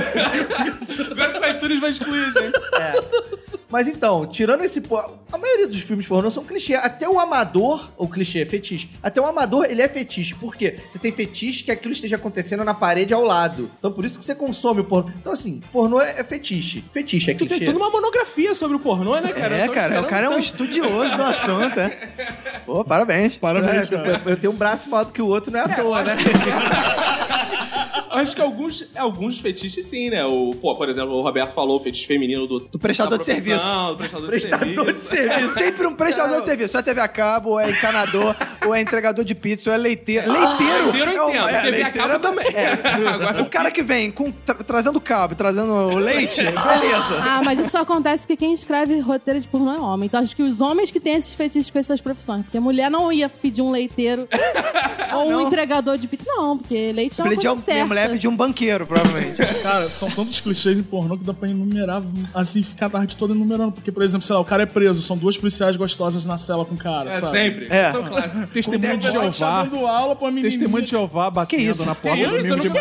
[SPEAKER 1] Agora que o iTunes vai excluir, gente.
[SPEAKER 7] é- Mas então, tirando esse. por- A maioria dos filmes pornô são clichê. Até o amador. O clichê é fetiche. Até o amador, ele é fetiche. Por quê? Você tem fetiche que aquilo esteja acontecendo na parede ao lado. Então por isso que você consome o pornô. Então assim, pornô é é fetiche. Fetiche é
[SPEAKER 1] Tu tem
[SPEAKER 7] clichê.
[SPEAKER 1] toda uma monografia sobre o pornô, né, cara?
[SPEAKER 2] É,
[SPEAKER 1] Eu tô
[SPEAKER 2] cara, o
[SPEAKER 1] esperando
[SPEAKER 2] cara é um
[SPEAKER 1] tanto.
[SPEAKER 2] estudioso do assunto, né? Pô, parabéns.
[SPEAKER 7] É,
[SPEAKER 4] Parabéns, cara.
[SPEAKER 7] eu- eu tenho um braço maior do que o outro, não é à toa, né?
[SPEAKER 1] Acho que alguns, alguns fetiches sim, né? O, pô, por exemplo, o Roberto falou o fetiche feminino do, do
[SPEAKER 2] Um prestador de serviço.
[SPEAKER 1] Do prestador, de
[SPEAKER 7] Prestador de
[SPEAKER 1] serviço.
[SPEAKER 2] É
[SPEAKER 7] serviço.
[SPEAKER 2] sempre um prestador de serviço. Ou é TV a cabo, ou é encanador, ou é entregador de pizza, ou é leiteiro. Leiteiro!
[SPEAKER 1] Ah, leiteiro eu
[SPEAKER 2] é um-
[SPEAKER 1] entendo,
[SPEAKER 2] é,
[SPEAKER 1] TV a
[SPEAKER 2] leiteiro
[SPEAKER 1] cabo
[SPEAKER 2] é-
[SPEAKER 1] também.
[SPEAKER 2] é.
[SPEAKER 1] Agora-
[SPEAKER 2] O cara que vem com, tra- trazendo cabo, e trazendo o leite, beleza.
[SPEAKER 3] Ah, mas isso só acontece porque quem escreve roteiro de pornô é homem. Então acho que os homens que têm esses fetiches com essas profissões. Porque a mulher não ia pedir um leiteiro ou um
[SPEAKER 2] Não.
[SPEAKER 3] entregador de pizza. Não, porque leite não é uma
[SPEAKER 2] Pedir
[SPEAKER 3] coisa
[SPEAKER 2] um, minha
[SPEAKER 3] certa.
[SPEAKER 2] mulher pediu um banqueiro, provavelmente.
[SPEAKER 4] Cara, são tantos clichês em pornô que dá pra enumerar, assim, ficar a tarde toda enumerando. Porque, por exemplo, sei lá, o cara é preso, são duas policiais gostosas na cela com o cara,
[SPEAKER 1] É
[SPEAKER 4] sabe?
[SPEAKER 1] sempre.
[SPEAKER 2] É.
[SPEAKER 1] São clássicos.
[SPEAKER 5] Testemunho de
[SPEAKER 4] Vai tá
[SPEAKER 5] Jeová.
[SPEAKER 4] dando aula pra menininha.
[SPEAKER 5] Testemunho de Jeová
[SPEAKER 2] Que
[SPEAKER 5] batendo
[SPEAKER 2] isso?
[SPEAKER 5] na
[SPEAKER 2] Que
[SPEAKER 5] porta
[SPEAKER 1] isso?
[SPEAKER 5] do
[SPEAKER 1] Eu
[SPEAKER 5] domingo de
[SPEAKER 1] nunca-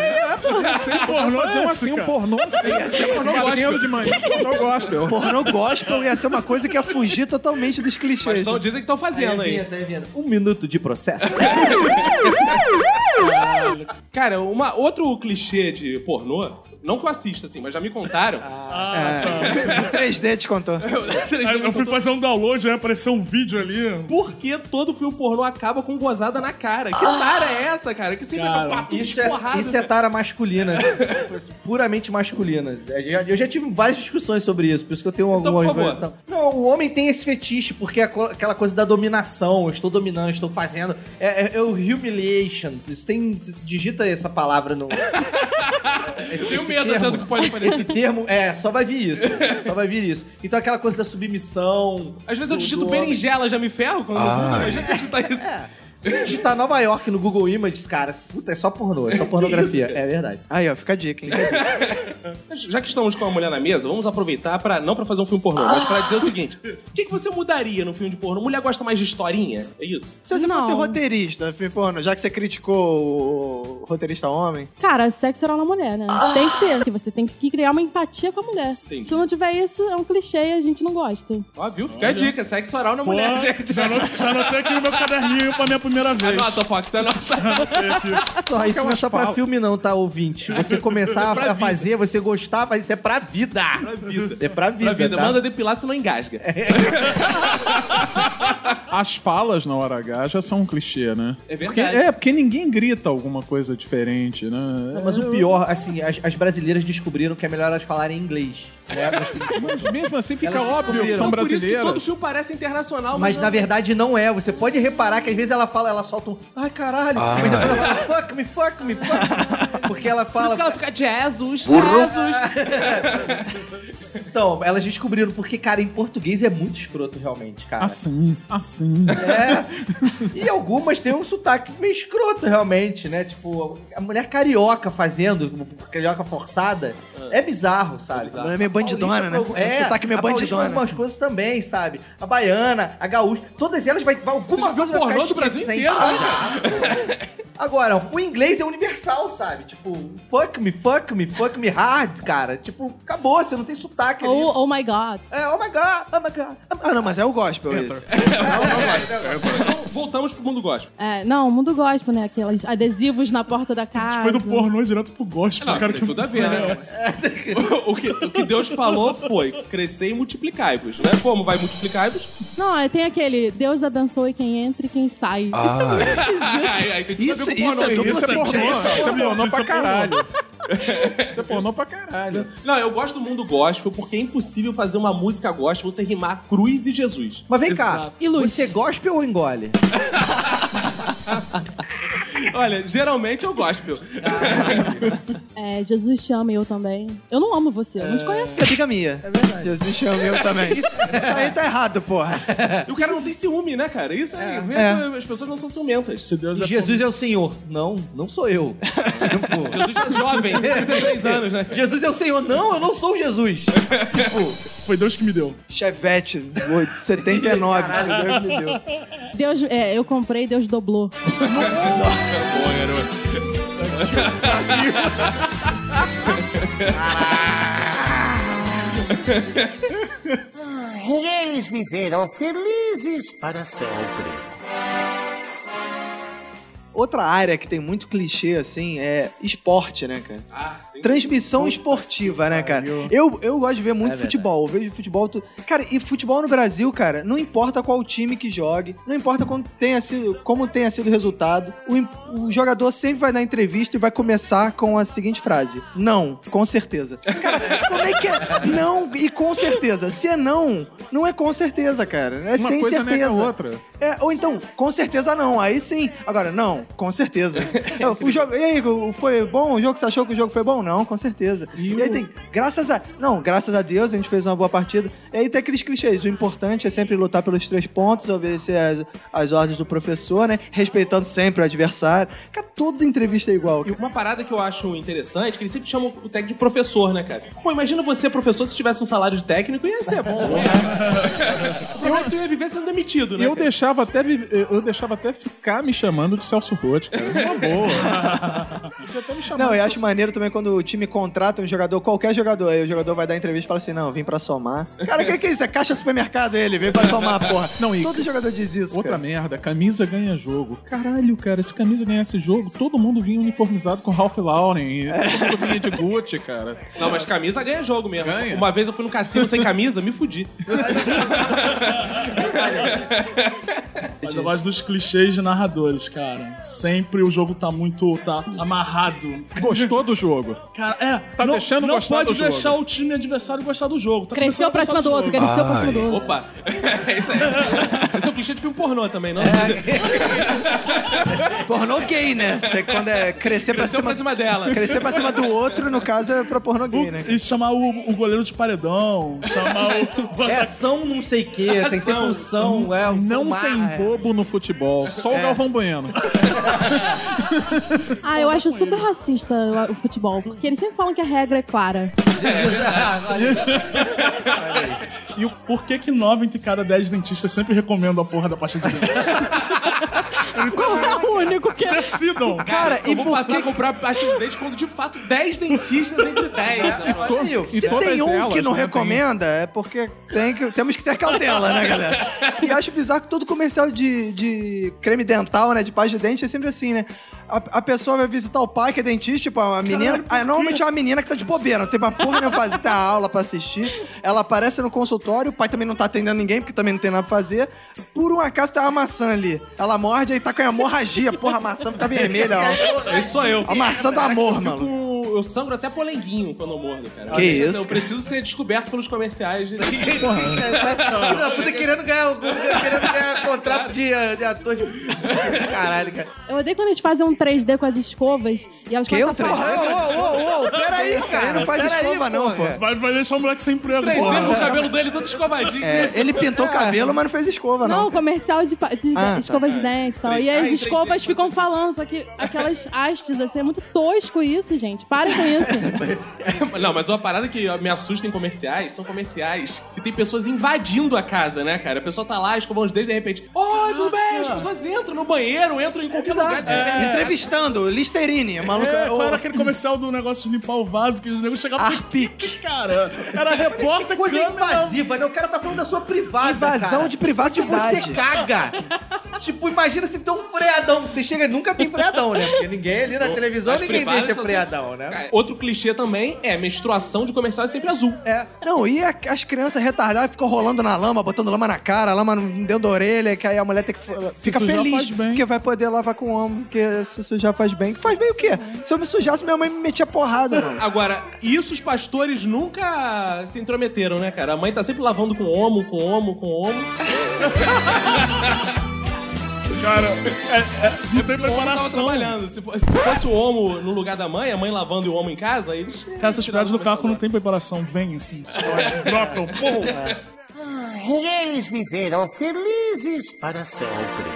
[SPEAKER 5] manhã.
[SPEAKER 4] Sem
[SPEAKER 5] Pornôzão assim, um pornô assim.
[SPEAKER 1] pornô
[SPEAKER 5] Batendo
[SPEAKER 1] gospel.
[SPEAKER 5] de manhã. Pornô gospel.
[SPEAKER 2] Pornô gospel ia ser uma coisa que ia fugir totalmente dos
[SPEAKER 1] Mas
[SPEAKER 2] clichês.
[SPEAKER 1] tão, dizem que estão
[SPEAKER 2] é,
[SPEAKER 1] fazendo aí.
[SPEAKER 7] Um minuto de processo.
[SPEAKER 1] Cara, uma, outro clichê de pornô, não que eu assista, assim, mas já me contaram.
[SPEAKER 2] Ah. Em 3D te contou.
[SPEAKER 4] Ah, tá. Aí eu fui fazer um download, aí apareceu um vídeo ali.
[SPEAKER 1] Por que todo filme pornô acaba com gozada na cara? Que tara é essa, cara? Que sempre
[SPEAKER 4] Cara,
[SPEAKER 1] tá pato
[SPEAKER 7] Ah. Isso é,
[SPEAKER 1] esporrado.
[SPEAKER 7] isso é tara masculina. Puramente masculina. Eu já- eu já tive várias discussões sobre isso, por isso que eu tenho
[SPEAKER 1] Então,
[SPEAKER 7] algumas.
[SPEAKER 1] por favor.
[SPEAKER 7] então- Não, o homem tem esse fetiche, porque é co- aquela coisa da dominação, eu estou dominando, eu estou fazendo. É, é- é o humiliation. Isso tem. Digita essa palavra no. esse,
[SPEAKER 1] Tenho
[SPEAKER 7] esse
[SPEAKER 1] medo
[SPEAKER 7] termo.
[SPEAKER 1] até do que pode aparecer.
[SPEAKER 7] Esse termo, é, só vai vir isso. Só vai vir isso. Então aquela coisa da submissão.
[SPEAKER 1] Às vezes eu
[SPEAKER 7] do-
[SPEAKER 1] digito
[SPEAKER 7] do homem.
[SPEAKER 1] berinjela, já me ferro quando eu Imagina se eu digitar isso.
[SPEAKER 7] Se você digitar Nova York no Google Images, cara, puta, é só pornô, é só pornografia. é verdade.
[SPEAKER 2] Aí, ó, fica a dica, hein?
[SPEAKER 1] Mas Já que estamos com a mulher na mesa, vamos aproveitar para não para fazer um filme pornô, mas para dizer o seguinte: o que, que você mudaria no filme de pornô? Mulher gosta mais de historinha? É isso?
[SPEAKER 2] Se você
[SPEAKER 3] Não.
[SPEAKER 2] fosse roteirista, filme pornô, já que você criticou o roteirista homem,
[SPEAKER 3] Cara, sexo oral na mulher, né?
[SPEAKER 2] Ah.
[SPEAKER 3] Tem que ter. porque Você tem que criar uma empatia com a mulher.
[SPEAKER 1] Entendi.
[SPEAKER 3] Se não tiver isso, é um clichê e a gente não gosta.
[SPEAKER 1] Ó, Ah, viu? Fica a dica: sexo oral na
[SPEAKER 4] Pô,
[SPEAKER 1] mulher, gente.
[SPEAKER 4] já, anotei, já anotei aqui no meu caderninho pra minha primeira vez.
[SPEAKER 1] Anota, Fox, é anota.
[SPEAKER 4] Anotei aqui.
[SPEAKER 7] Só, isso não é só pra filme, não, tá, ouvinte? Você
[SPEAKER 1] É
[SPEAKER 7] começar a fazer, você gostar, mas isso é pra vida.
[SPEAKER 1] Pra vida.
[SPEAKER 7] É pra vida.
[SPEAKER 1] Pra vida.
[SPEAKER 7] tá?
[SPEAKER 1] Manda depilar se não engasga. É,
[SPEAKER 5] As falas na hora H já são um clichê, né? Porque,
[SPEAKER 1] verdade.
[SPEAKER 5] é, porque ninguém grita alguma coisa diferente, né?
[SPEAKER 7] Não, mas o pior, assim, as, as brasileiras descobriram que é melhor elas falarem inglês. né?
[SPEAKER 5] Mas mesmo assim fica
[SPEAKER 7] Elas
[SPEAKER 5] óbvio que são
[SPEAKER 1] Então, por isso que todo
[SPEAKER 5] brasileiras.
[SPEAKER 1] filme parece internacional,
[SPEAKER 7] Mas
[SPEAKER 1] não-
[SPEAKER 7] na verdade não é. Você pode reparar que às vezes ela fala, ela solta um. Ai, caralho. Mas depois ela fala, fuck me, fuck me, fuck me. Porque ela
[SPEAKER 1] Por
[SPEAKER 7] fala.
[SPEAKER 1] isso que ela fica Jesus, Jesus.
[SPEAKER 7] Então, elas descobriram, porque, cara, em português é muito escroto, realmente, cara.
[SPEAKER 5] Assim, assim.
[SPEAKER 7] É. E algumas têm um sotaque meio escroto, realmente, né? Tipo, a mulher carioca fazendo, carioca forçada, é bizarro, sabe?
[SPEAKER 1] bizarro.
[SPEAKER 2] ela é meio bandidona, né?
[SPEAKER 7] Paulista pro- É,
[SPEAKER 2] O sotaque meio
[SPEAKER 7] a Paulista
[SPEAKER 2] bandidona.
[SPEAKER 7] algumas coisas também, sabe? A baiana, a gaúcha, todas elas vai, vai
[SPEAKER 1] Você já
[SPEAKER 7] alguma
[SPEAKER 1] viu
[SPEAKER 7] coisa vai
[SPEAKER 1] pornô
[SPEAKER 7] ficar
[SPEAKER 1] do Brasil
[SPEAKER 7] esquecente.
[SPEAKER 1] inteiro, né,
[SPEAKER 7] Agora, o inglês é universal, sabe? Tipo, fuck me, fuck me, fuck me hard, cara. Tipo, acabou, você não tem sotaque ali.
[SPEAKER 3] Ou, oh my god.
[SPEAKER 7] É, oh my god, oh my god. Oh my...
[SPEAKER 2] Ah, não, mas é o gospel esse.
[SPEAKER 1] Então, voltamos pro mundo gospel.
[SPEAKER 3] É, não, o mundo gospel, né? Aqueles adesivos na porta da casa.
[SPEAKER 4] Foi do pornô direto pro gospel.
[SPEAKER 1] Não,
[SPEAKER 4] cara,
[SPEAKER 1] tem
[SPEAKER 4] que
[SPEAKER 1] tudo a
[SPEAKER 5] um
[SPEAKER 1] ver, né? O, o que, o que Deus falou foi: crescer e multiplicai-vos. Né? Como vai multiplicai-vos?
[SPEAKER 3] Não, é, tem aquele Deus abençoe quem entra e quem sai.
[SPEAKER 2] Ah.
[SPEAKER 3] Isso é muito esquisito.
[SPEAKER 1] Ai, ai, tem tudo assim, a ver
[SPEAKER 2] Isso,
[SPEAKER 1] com né?
[SPEAKER 2] isso é
[SPEAKER 1] pornô.
[SPEAKER 2] duplo
[SPEAKER 5] Isso é pornô,
[SPEAKER 2] sentido.
[SPEAKER 5] isso é pornô
[SPEAKER 4] Isso
[SPEAKER 5] pra
[SPEAKER 4] é pornô.
[SPEAKER 5] caralho. Isso é pornô pra caralho.
[SPEAKER 1] Não, eu gosto do mundo gospel porque é impossível fazer uma música gospel você rimar cruz e Jesus.
[SPEAKER 7] Mas vem
[SPEAKER 4] Exato.
[SPEAKER 7] cá,
[SPEAKER 3] E luz.
[SPEAKER 7] você gospel ou engole?
[SPEAKER 1] Olha, geralmente eu gospel.
[SPEAKER 3] É, Jesus te ama e eu também. Eu não amo você, eu não te conheço.
[SPEAKER 2] Isso é bigamia. É verdade. Jesus te ama e eu também. Isso aí tá errado, porra.
[SPEAKER 1] E o cara não tem ciúme, né, cara? Isso aí. vê
[SPEAKER 2] É.
[SPEAKER 1] que As pessoas não são ciumentas.
[SPEAKER 4] Se Deus é
[SPEAKER 7] Jesus é o Senhor. Não, não sou eu. Tipo,
[SPEAKER 1] Jesus é jovem, 33 anos, né?
[SPEAKER 7] Jesus é o Senhor. Não, eu não sou Jesus. Tipo,
[SPEAKER 4] Foi Deus que me deu.
[SPEAKER 2] Chevette 79. Deus me deu.
[SPEAKER 3] Deus, é, eu comprei, Deus doblou.
[SPEAKER 1] é
[SPEAKER 6] E eles viveram felizes para sempre.
[SPEAKER 2] Outra área que tem muito clichê, assim, é esporte, né, cara?
[SPEAKER 1] Ah,
[SPEAKER 2] Transmissão esportiva, né, cara? Eu, eu gosto de ver
[SPEAKER 5] É
[SPEAKER 2] muito futebol. Eu vejo futebol. tu- Cara, e futebol no Brasil, cara, não importa qual time que jogue, não importa como tenha sido, como tenha sido o resultado, o, im- o jogador sempre vai dar entrevista e vai começar com a seguinte frase: Não, com certeza. Cara, como é que é? Não e com certeza. Se é não, não é com certeza, cara. É
[SPEAKER 5] Uma
[SPEAKER 2] sem
[SPEAKER 5] coisa nega a
[SPEAKER 2] certeza.
[SPEAKER 5] outra.
[SPEAKER 1] Né,
[SPEAKER 2] É, ou então, com certeza não. Aí sim. Agora, não, com certeza. É, o jogo, e aí, o- foi bom? O jogo, você achou que o jogo foi bom? Não, com certeza. E, aí tem, graças a... Não, graças a Deus, a gente fez uma boa partida. E aí tem aqueles clichês. O importante é sempre lutar pelos três pontos, obedecer as, as ordens do professor, né? Respeitando sempre o adversário. Cara, toda entrevista é igual.
[SPEAKER 1] E uma parada que eu acho interessante, que eles sempre chamam o técnico de professor, né, cara? Pô, imagina você, professor, se tivesse um salário de técnico, ia ser bom. né? o problema é que tu ia viver sendo demitido, né?
[SPEAKER 5] Eu
[SPEAKER 1] cara?
[SPEAKER 5] deixava, até, vi- eu deixava até ficar me chamando de Celso Rotti, cara. Uma boa. Podia até me chamar
[SPEAKER 2] Não,
[SPEAKER 5] de
[SPEAKER 2] eu acho maneiro também quando o time contrata um jogador, qualquer jogador, aí o jogador vai dar entrevista e fala assim, não, vim pra somar. Cara, o que, que é isso? É caixa supermercado ele, vem pra somar, porra.
[SPEAKER 5] Não, e-
[SPEAKER 2] Todo jogador diz isso,
[SPEAKER 5] Outra
[SPEAKER 2] cara.
[SPEAKER 5] merda, camisa ganha jogo. Caralho, cara, se camisa ganhasse jogo, todo mundo vinha uniformizado com Ralph Lauren, e todo mundo vinha de Gucci, cara.
[SPEAKER 1] Não, mas camisa ganha jogo mesmo.
[SPEAKER 5] Ganha.
[SPEAKER 1] Uma vez eu fui no cassino sem camisa, me fudi.
[SPEAKER 4] Mas eu gosto dos clichês de narradores, cara. Sempre o jogo tá muito. tá amarrado.
[SPEAKER 5] Gostou do jogo?
[SPEAKER 4] Cara, é.
[SPEAKER 5] Tá
[SPEAKER 4] não,
[SPEAKER 5] deixando
[SPEAKER 4] não
[SPEAKER 5] gostar
[SPEAKER 4] pode
[SPEAKER 5] do jogo.
[SPEAKER 4] deixar o time adversário gostar do jogo. Tá começando
[SPEAKER 3] Cresceu
[SPEAKER 4] a
[SPEAKER 3] pra
[SPEAKER 4] gostar
[SPEAKER 3] cima do outro,
[SPEAKER 4] jogo.
[SPEAKER 3] cresceu pra cima do outro.
[SPEAKER 1] Opa! Isso aí. Esse é o clichê de filme pornô também, não?
[SPEAKER 5] É.
[SPEAKER 2] Pornô gay, né? Você, quando é crescer pra
[SPEAKER 1] Cresceu
[SPEAKER 2] cima...
[SPEAKER 1] pra cima dela.
[SPEAKER 2] Crescer pra cima do outro, no caso, é pra pornô gay, né?
[SPEAKER 4] E chamar o, o goleiro de paredão, chamar o.
[SPEAKER 7] é ação não sei o quê, tem que ser função. É, um
[SPEAKER 5] Não
[SPEAKER 7] somar,
[SPEAKER 5] tem
[SPEAKER 7] é.
[SPEAKER 5] bobo no futebol, só o Galvão Bueno.
[SPEAKER 3] Ah, eu acho super racista o- o futebol, porque eles sempre falam que a regra é clara.
[SPEAKER 4] E o por que que 9 entre cada 10 dentistas sempre recomendam a porra da pasta de dente?
[SPEAKER 3] Qual é o único que
[SPEAKER 4] Decidam!
[SPEAKER 2] Cara,
[SPEAKER 1] eu
[SPEAKER 2] e
[SPEAKER 1] vou
[SPEAKER 2] por
[SPEAKER 1] passar a
[SPEAKER 2] que-
[SPEAKER 1] comprar pasta de dente quando de fato 10 dentistas entre 10. né?
[SPEAKER 7] Olha aí, ó.
[SPEAKER 5] E
[SPEAKER 2] Se
[SPEAKER 5] todas
[SPEAKER 2] tem um
[SPEAKER 5] elas,
[SPEAKER 2] que não
[SPEAKER 5] né, tem-
[SPEAKER 2] recomenda, é porque tem que- temos que ter cautela, né, galera? E acho bizarro que todo comercial de, de creme dental, né, de pasta de dente, é sempre assim, né? A, a pessoa vai visitar o pai, que é dentista, tipo, a menina... ah, normalmente é uma menina que tá de bobeira, não tem uma porra nem fazer, tá aula pra assistir. Ela aparece no consultório, o pai também não tá atendendo ninguém, porque também não tem nada pra fazer. Por um acaso tá uma maçã ali. Ela morde e tá com hemorragia. Porra, a maçã fica vermelha, ó.
[SPEAKER 1] Esse sou eu.
[SPEAKER 2] A maçã do amor,
[SPEAKER 1] Eu,
[SPEAKER 2] mano.
[SPEAKER 1] fico- eu sangro até polenguinho quando eu mordo, cara.
[SPEAKER 2] Que
[SPEAKER 1] eu,
[SPEAKER 2] isso,
[SPEAKER 1] Eu
[SPEAKER 2] cara.
[SPEAKER 1] preciso ser descoberto pelos comerciais. de-
[SPEAKER 7] É, tá- Filho da puta querendo ganhar, querendo ganhar contrato de, eh, de ator de. Caralho, cara.
[SPEAKER 3] Eu odeio quando eles fazem um 3D com as escovas e elas
[SPEAKER 2] Que
[SPEAKER 3] começam
[SPEAKER 2] um
[SPEAKER 3] a falar.
[SPEAKER 2] 3D?
[SPEAKER 7] Ô, ô, ô, ô, peraí, cara.
[SPEAKER 2] não faz
[SPEAKER 7] peraí,
[SPEAKER 2] escova, não,
[SPEAKER 7] porra.
[SPEAKER 4] Vai, vai deixar o moleque sem emprego,
[SPEAKER 1] Três
[SPEAKER 4] porra.
[SPEAKER 1] dedos no cabelo dele todo escovadinho.
[SPEAKER 2] É, ele pintou o cabelo, mas não fez escova, não.
[SPEAKER 3] Não, É. comercial de, pa- de
[SPEAKER 2] Ah, tá.
[SPEAKER 3] escovas de dente e tal. E
[SPEAKER 1] Ah,
[SPEAKER 3] as
[SPEAKER 1] em 3D,
[SPEAKER 3] escovas
[SPEAKER 1] com
[SPEAKER 3] ficam falando, só que aquelas hastes, assim, é muito tosco isso, gente. Parem com isso.
[SPEAKER 1] Não, mas uma parada que me assusta em comerciais são comerciais que tem pessoas invadindo a casa, né, cara? A pessoa tá lá, escovando os dedos de repente. Ô, tudo bem? As pessoas entram no banheiro, entram em qualquer lugar.
[SPEAKER 2] É.
[SPEAKER 7] é.
[SPEAKER 2] Entrevistando, Listerine, maluco.
[SPEAKER 4] É,
[SPEAKER 2] ô,
[SPEAKER 4] qual era aquele comercial do negócio de limpar o vaso que os negros chegavam e
[SPEAKER 2] Arpic.
[SPEAKER 4] cara, era repórter,
[SPEAKER 7] Coisa
[SPEAKER 4] câmera...
[SPEAKER 7] invasiva, né? O cara tá falando da sua privada.
[SPEAKER 2] Invasão
[SPEAKER 7] cara.
[SPEAKER 2] de
[SPEAKER 7] Tipo, você
[SPEAKER 2] privacidade.
[SPEAKER 7] caga. tipo, imagina se tem um freadão. Você chega e nunca tem freadão, né? Porque ninguém ali na televisão,
[SPEAKER 1] As
[SPEAKER 7] ninguém
[SPEAKER 1] privadas
[SPEAKER 7] deixa
[SPEAKER 1] são
[SPEAKER 7] freadão,
[SPEAKER 1] sempre-
[SPEAKER 7] né?
[SPEAKER 1] É, Outro clichê também é menstruação de comercial é sempre azul.
[SPEAKER 2] É. Não, e a- as crianças retardadas ficam rolando na lama, botando lama na cara, lama no- dentro da orelha, que aí a mulher tem que, fica
[SPEAKER 5] sujar,
[SPEAKER 2] feliz,
[SPEAKER 5] faz bem.
[SPEAKER 2] porque vai poder lavar com o homem, porque se sujar faz bem. Faz bem o quê? Se eu me sujasse, minha mãe me metia porrada, mano.
[SPEAKER 1] Agora, isso os pastores nunca se intrometeram, né, cara? A mãe tá sempre lavando com homo, com homo, com homo.
[SPEAKER 4] cara. É- é- não tem
[SPEAKER 1] O homem tava
[SPEAKER 4] preparação.
[SPEAKER 1] trabalhando. Se fosse, se fosse o homo no lugar da mãe, a mãe lavando e o homo em casa, eles.
[SPEAKER 4] Cara, essas piadas do carro não tem preparação. Vem assim, só brotam, porra.
[SPEAKER 6] E eles viveram felizes para sempre.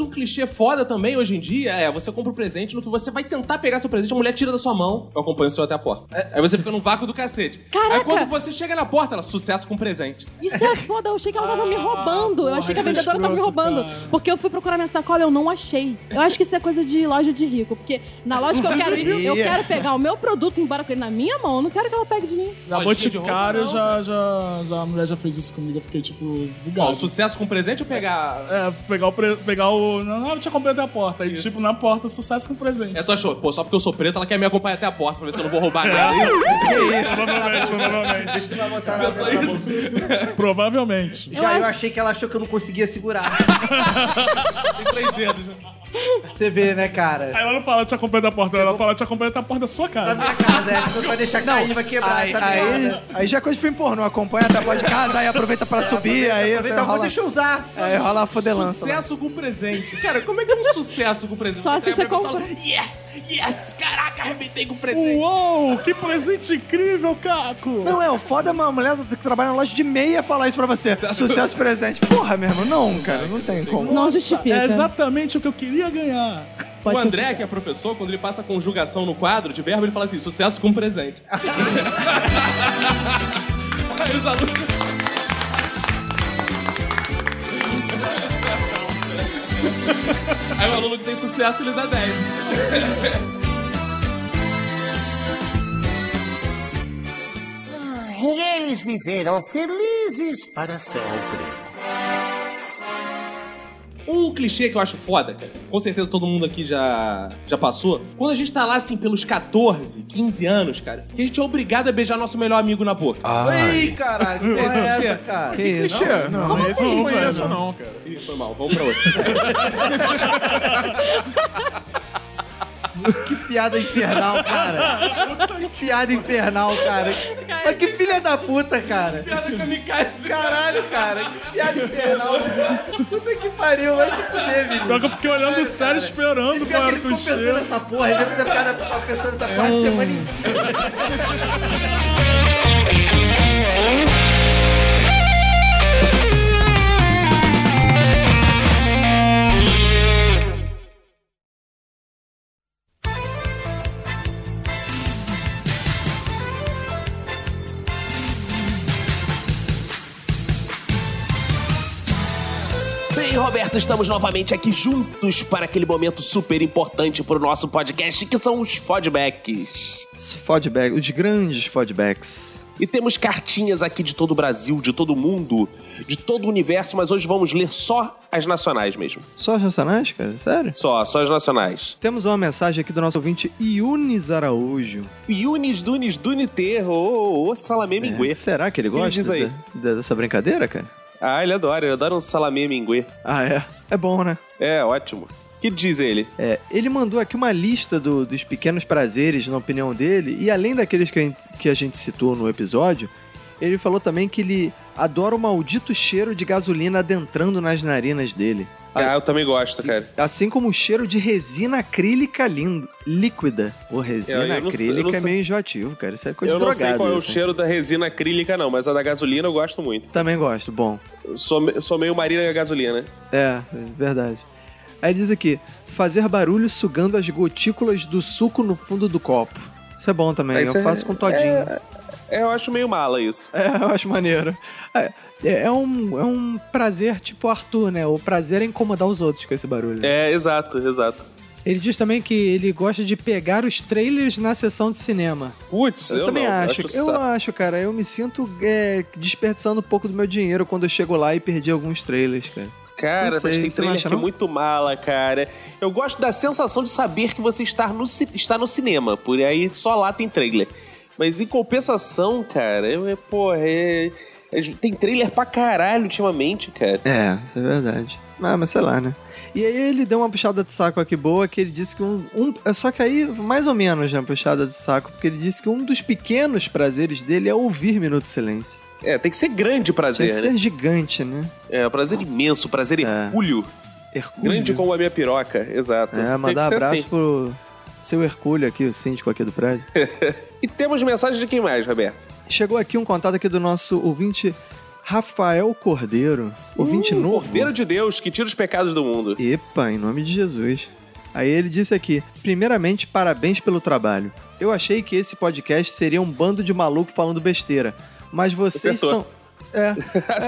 [SPEAKER 1] Um clichê foda também hoje em dia é você compra um presente, no que você vai tentar pegar seu presente, a mulher tira da sua mão, eu acompanho o seu até a porta. Aí você fica num vácuo do cacete.
[SPEAKER 3] Caraca!
[SPEAKER 1] Aí quando você chega na porta, ela, sucesso com presente.
[SPEAKER 3] Isso é foda, eu achei que ela tava me roubando. Eu
[SPEAKER 4] porra,
[SPEAKER 3] achei que a
[SPEAKER 4] isso é
[SPEAKER 3] vendedora tava me
[SPEAKER 4] escroto,
[SPEAKER 3] roubando.
[SPEAKER 4] cara.
[SPEAKER 3] Porque eu fui procurar minha sacola e eu não achei. Eu acho que isso é coisa de loja de rico. Porque na loja que eu quero ir, eu quero pegar o meu produto e ir embora com ele na minha mão. Eu não quero que ela pegue de mim.
[SPEAKER 4] Na
[SPEAKER 1] Lojinha de
[SPEAKER 4] Boticário,
[SPEAKER 1] roupa,
[SPEAKER 4] já, já, já, a mulher já fez isso comigo. Eu fiquei, tipo,
[SPEAKER 1] Ó, o
[SPEAKER 4] bugado.
[SPEAKER 1] sucesso com presente ou pegar.
[SPEAKER 4] É, pegar o. pre- Pegar o não, não, eu tinha comprado até a porta. Aí,
[SPEAKER 1] Isso.
[SPEAKER 4] tipo, na porta, sucesso com presente.
[SPEAKER 1] É, tu achou? Pô, só porque eu sou preto, ela quer me acompanhar até a porta pra ver se eu não vou roubar nada.
[SPEAKER 4] Provavelmente, provavelmente.
[SPEAKER 7] Não vai botar nada
[SPEAKER 1] Só
[SPEAKER 7] na mão.
[SPEAKER 1] isso.
[SPEAKER 4] provavelmente.
[SPEAKER 7] Já eu,
[SPEAKER 3] acho-
[SPEAKER 7] achei que ela achou que eu não conseguia segurar.
[SPEAKER 1] Tem três dedos. né?
[SPEAKER 7] Você vê, né, cara?
[SPEAKER 4] Aí ela não fala, te acompanha da porta, ela fala, te acompanha da porta da sua
[SPEAKER 7] Da
[SPEAKER 4] casa.
[SPEAKER 7] minha casa, é. Você não vai deixar cair, vai quebrar
[SPEAKER 2] Aí,
[SPEAKER 7] essa
[SPEAKER 2] aí,
[SPEAKER 7] merda.
[SPEAKER 2] aí já é coisa de filme pornô. Acompanha até a porta de casa, aí aproveita pra subir, aí
[SPEAKER 7] É, Aproveita,
[SPEAKER 2] rola,
[SPEAKER 7] deixa eu usar.
[SPEAKER 2] aí rola a fodelança. lá.
[SPEAKER 1] Sucesso com presente. Cara, como é que é um sucesso com presente?
[SPEAKER 3] né? Só se
[SPEAKER 1] pega pra
[SPEAKER 3] você
[SPEAKER 1] mim e Yes, yes, caraca, arrebentei com
[SPEAKER 7] assim.
[SPEAKER 1] presente.
[SPEAKER 4] Uou, que presente incrível, Caco!
[SPEAKER 2] Não, é, o foda é uma mulher que trabalha na loja de meia falar isso pra você. Sucesso presente. Porra, meu irmão, não, cara, não tem como.
[SPEAKER 3] Não justifica.
[SPEAKER 4] É exatamente o que eu queria ganhar.
[SPEAKER 3] Pode
[SPEAKER 1] o
[SPEAKER 3] ser
[SPEAKER 1] André,
[SPEAKER 3] sucesso.
[SPEAKER 1] que é professor, quando ele passa a conjugação no quadro de verbo, ele fala assim: sucesso com presente. Aí os alunos. Aí o aluno que tem sucesso, ele dá 10.
[SPEAKER 6] E eles viveram felizes para sempre.
[SPEAKER 1] Um clichê que eu acho foda, cara, com certeza todo mundo aqui já, já passou. Quando a gente tá lá, assim, pelos 14, 15 anos, cara, que a gente é obrigado a beijar nosso melhor amigo na boca.
[SPEAKER 7] Ah. Ih, caralho, que
[SPEAKER 4] um
[SPEAKER 7] porra é essa, cara?
[SPEAKER 2] Que isso?
[SPEAKER 5] Não, não,
[SPEAKER 3] Como
[SPEAKER 7] assim?
[SPEAKER 5] esse eu não conheço, não, cara.
[SPEAKER 1] Ih, foi mal, vamos pra outro.
[SPEAKER 7] Que piada infernal, cara. Que piada infernal, cara. Mas que filha da puta, cara.
[SPEAKER 1] Piada kamikaze.
[SPEAKER 7] Caralho, cara. Que piada infernal. Puta que pariu, vai se fuder, menino.
[SPEAKER 4] Pior que eu fiquei olhando
[SPEAKER 7] Caralho,
[SPEAKER 4] sério, tipo,
[SPEAKER 7] cara.
[SPEAKER 4] esperando qual
[SPEAKER 7] É, Ele fica
[SPEAKER 4] era
[SPEAKER 7] ele
[SPEAKER 4] o
[SPEAKER 7] ficou pensando
[SPEAKER 4] clichê.
[SPEAKER 7] nessa porra, ele deve ter ficado pensando nessa porra a semana inteira.
[SPEAKER 1] Bem, Roberto, estamos novamente aqui juntos para aquele momento super importante para o nosso podcast, que são os fodbacks.
[SPEAKER 2] Fodback, os grandes fodbacks.
[SPEAKER 1] E temos cartinhas aqui de todo o Brasil, de todo o mundo, de todo o universo, mas hoje vamos ler só as nacionais mesmo.
[SPEAKER 2] Só os nacionais, cara? Sério?
[SPEAKER 1] Só, só as nacionais.
[SPEAKER 2] Temos uma mensagem aqui do nosso ouvinte Yunis Araújo.
[SPEAKER 1] Yunis Dunis Duniter, ô, ô, ô, salamé minguê.
[SPEAKER 2] É, será que ele
[SPEAKER 1] Ele
[SPEAKER 2] gosta
[SPEAKER 1] diz aí.
[SPEAKER 2] da- da- dessa brincadeira, cara?
[SPEAKER 1] Ah, ele adora, ele adora um salamé minguê.
[SPEAKER 2] Ah, é. É bom, né?
[SPEAKER 1] É, ótimo. O que diz ele?
[SPEAKER 2] É, ele mandou aqui uma lista do- dos pequenos prazeres, na opinião dele, e além daqueles que a, gente- que a gente citou no episódio, ele falou também que ele adora o maldito cheiro de gasolina adentrando nas narinas dele.
[SPEAKER 1] Ah, eu também gosto, cara.
[SPEAKER 2] Assim como o cheiro de resina acrílica lin- líquida. Ô, resina
[SPEAKER 1] É, eu não sei- eu
[SPEAKER 2] acrílica
[SPEAKER 1] não
[SPEAKER 2] é
[SPEAKER 1] sei-
[SPEAKER 2] meio enjoativo, cara. Isso é coisa
[SPEAKER 1] Eu
[SPEAKER 2] de
[SPEAKER 1] não
[SPEAKER 2] drogado.
[SPEAKER 1] sei qual é o
[SPEAKER 2] isso, hein?
[SPEAKER 1] cheiro da resina acrílica, não, mas a da gasolina eu gosto muito.
[SPEAKER 2] Também gosto, bom.
[SPEAKER 1] Eu Sou, me- sou meio Marília Gasolina.
[SPEAKER 2] É, é verdade. Aí ele diz aqui: fazer barulho sugando as gotículas do suco no fundo do copo. Isso é bom também,
[SPEAKER 1] É,
[SPEAKER 2] eu
[SPEAKER 1] isso é-
[SPEAKER 2] faço com todinho. É,
[SPEAKER 1] É, eu acho meio mala isso.
[SPEAKER 2] eu acho maneiro. É, é um, é um prazer tipo Arthur, né? O prazer é incomodar os outros com esse barulho.
[SPEAKER 1] É, exato, exato.
[SPEAKER 2] Ele diz também que ele gosta de pegar os trailers na sessão de cinema.
[SPEAKER 1] Putz, eu,
[SPEAKER 2] Eu, também
[SPEAKER 1] não,
[SPEAKER 2] acho.
[SPEAKER 1] acho
[SPEAKER 2] eu
[SPEAKER 1] saco.
[SPEAKER 2] acho, cara. Eu me sinto é, desperdiçando um pouco do meu dinheiro quando eu chego lá e perdi alguns trailers, cara.
[SPEAKER 1] Cara,
[SPEAKER 2] Não sei,
[SPEAKER 1] mas tem
[SPEAKER 2] você não
[SPEAKER 1] trailer
[SPEAKER 2] acha,
[SPEAKER 1] que é
[SPEAKER 2] não?
[SPEAKER 1] muito mala, cara. Eu gosto da sensação de saber que você está no, ci- está no cinema, por aí só lá tem trailer. Mas em compensação, cara, eu, é, porra, é, é- tem trailer pra caralho ultimamente, cara.
[SPEAKER 2] É, isso é verdade. Ah, mas sei lá, né? E aí ele deu uma puxada de saco aqui boa, que ele disse que um... um é só que aí, mais ou menos, né, puxada de saco, porque ele disse que um dos pequenos prazeres dele é ouvir Minuto de Silêncio.
[SPEAKER 1] É, tem que ser grande
[SPEAKER 2] Tem
[SPEAKER 1] prazer,
[SPEAKER 2] que
[SPEAKER 1] né?
[SPEAKER 2] ser gigante, né?
[SPEAKER 1] É, prazer imenso, prazer
[SPEAKER 2] É.
[SPEAKER 1] hercúleo.
[SPEAKER 2] Hercúleo.
[SPEAKER 1] Grande como a minha piroca, exato.
[SPEAKER 2] É, mandar
[SPEAKER 1] tem que ser
[SPEAKER 2] abraço
[SPEAKER 1] assim.
[SPEAKER 2] pro seu Hercúleo aqui, o síndico aqui do prédio.
[SPEAKER 1] E temos mensagem de quem mais, Roberto?
[SPEAKER 2] Chegou aqui um contato aqui do nosso ouvinte Rafael Cordeiro. Ouvinte
[SPEAKER 1] Hum,
[SPEAKER 2] novo.
[SPEAKER 1] Cordeiro de Deus, que tira os pecados do mundo.
[SPEAKER 2] Epa, em nome de Jesus. Aí ele disse aqui: primeiramente, parabéns pelo trabalho. Eu achei que esse podcast seria um bando de maluco falando besteira, mas vocês
[SPEAKER 1] Acertou.
[SPEAKER 2] são. É,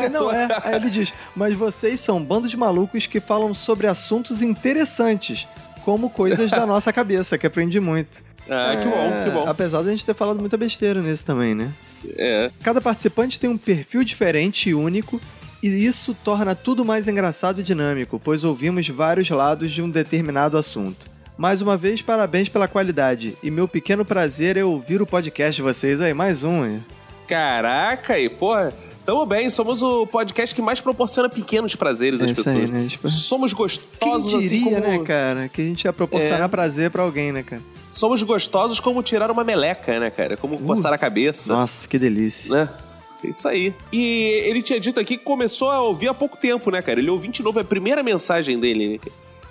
[SPEAKER 2] é, não é. Aí ele diz: mas vocês são um bando de malucos que falam sobre assuntos interessantes, como coisas da nossa cabeça, que aprendi muito. É,
[SPEAKER 1] Ah, que bom, que bom.
[SPEAKER 2] Apesar de a gente ter falado muita besteira nesse também, né?
[SPEAKER 1] É.
[SPEAKER 2] Cada participante tem um perfil diferente e único, e isso torna tudo mais engraçado e dinâmico, pois ouvimos vários lados de um determinado assunto. Mais uma vez, parabéns pela qualidade, e meu pequeno prazer é ouvir o podcast de vocês aí, mais um. hein?
[SPEAKER 1] Caraca, e porra, tamo bem, somos o podcast que mais proporciona pequenos prazeres
[SPEAKER 2] É
[SPEAKER 1] às
[SPEAKER 2] isso
[SPEAKER 1] pessoas.
[SPEAKER 2] aí, né? Tipo,
[SPEAKER 1] Somos
[SPEAKER 2] quem
[SPEAKER 1] gostosos
[SPEAKER 2] diria,
[SPEAKER 1] assim como...
[SPEAKER 2] né, cara, que a gente ia proporcionar
[SPEAKER 1] É.
[SPEAKER 2] prazer pra alguém, né, cara?
[SPEAKER 1] Somos gostosos como tirar uma meleca, né, cara? Como coçar a cabeça,
[SPEAKER 2] Uh. Nossa, que delícia.
[SPEAKER 1] né? É Isso aí. E ele tinha dito aqui que começou a ouvir há pouco tempo, né, cara? Ele ouviu de novo, é a primeira mensagem dele. né?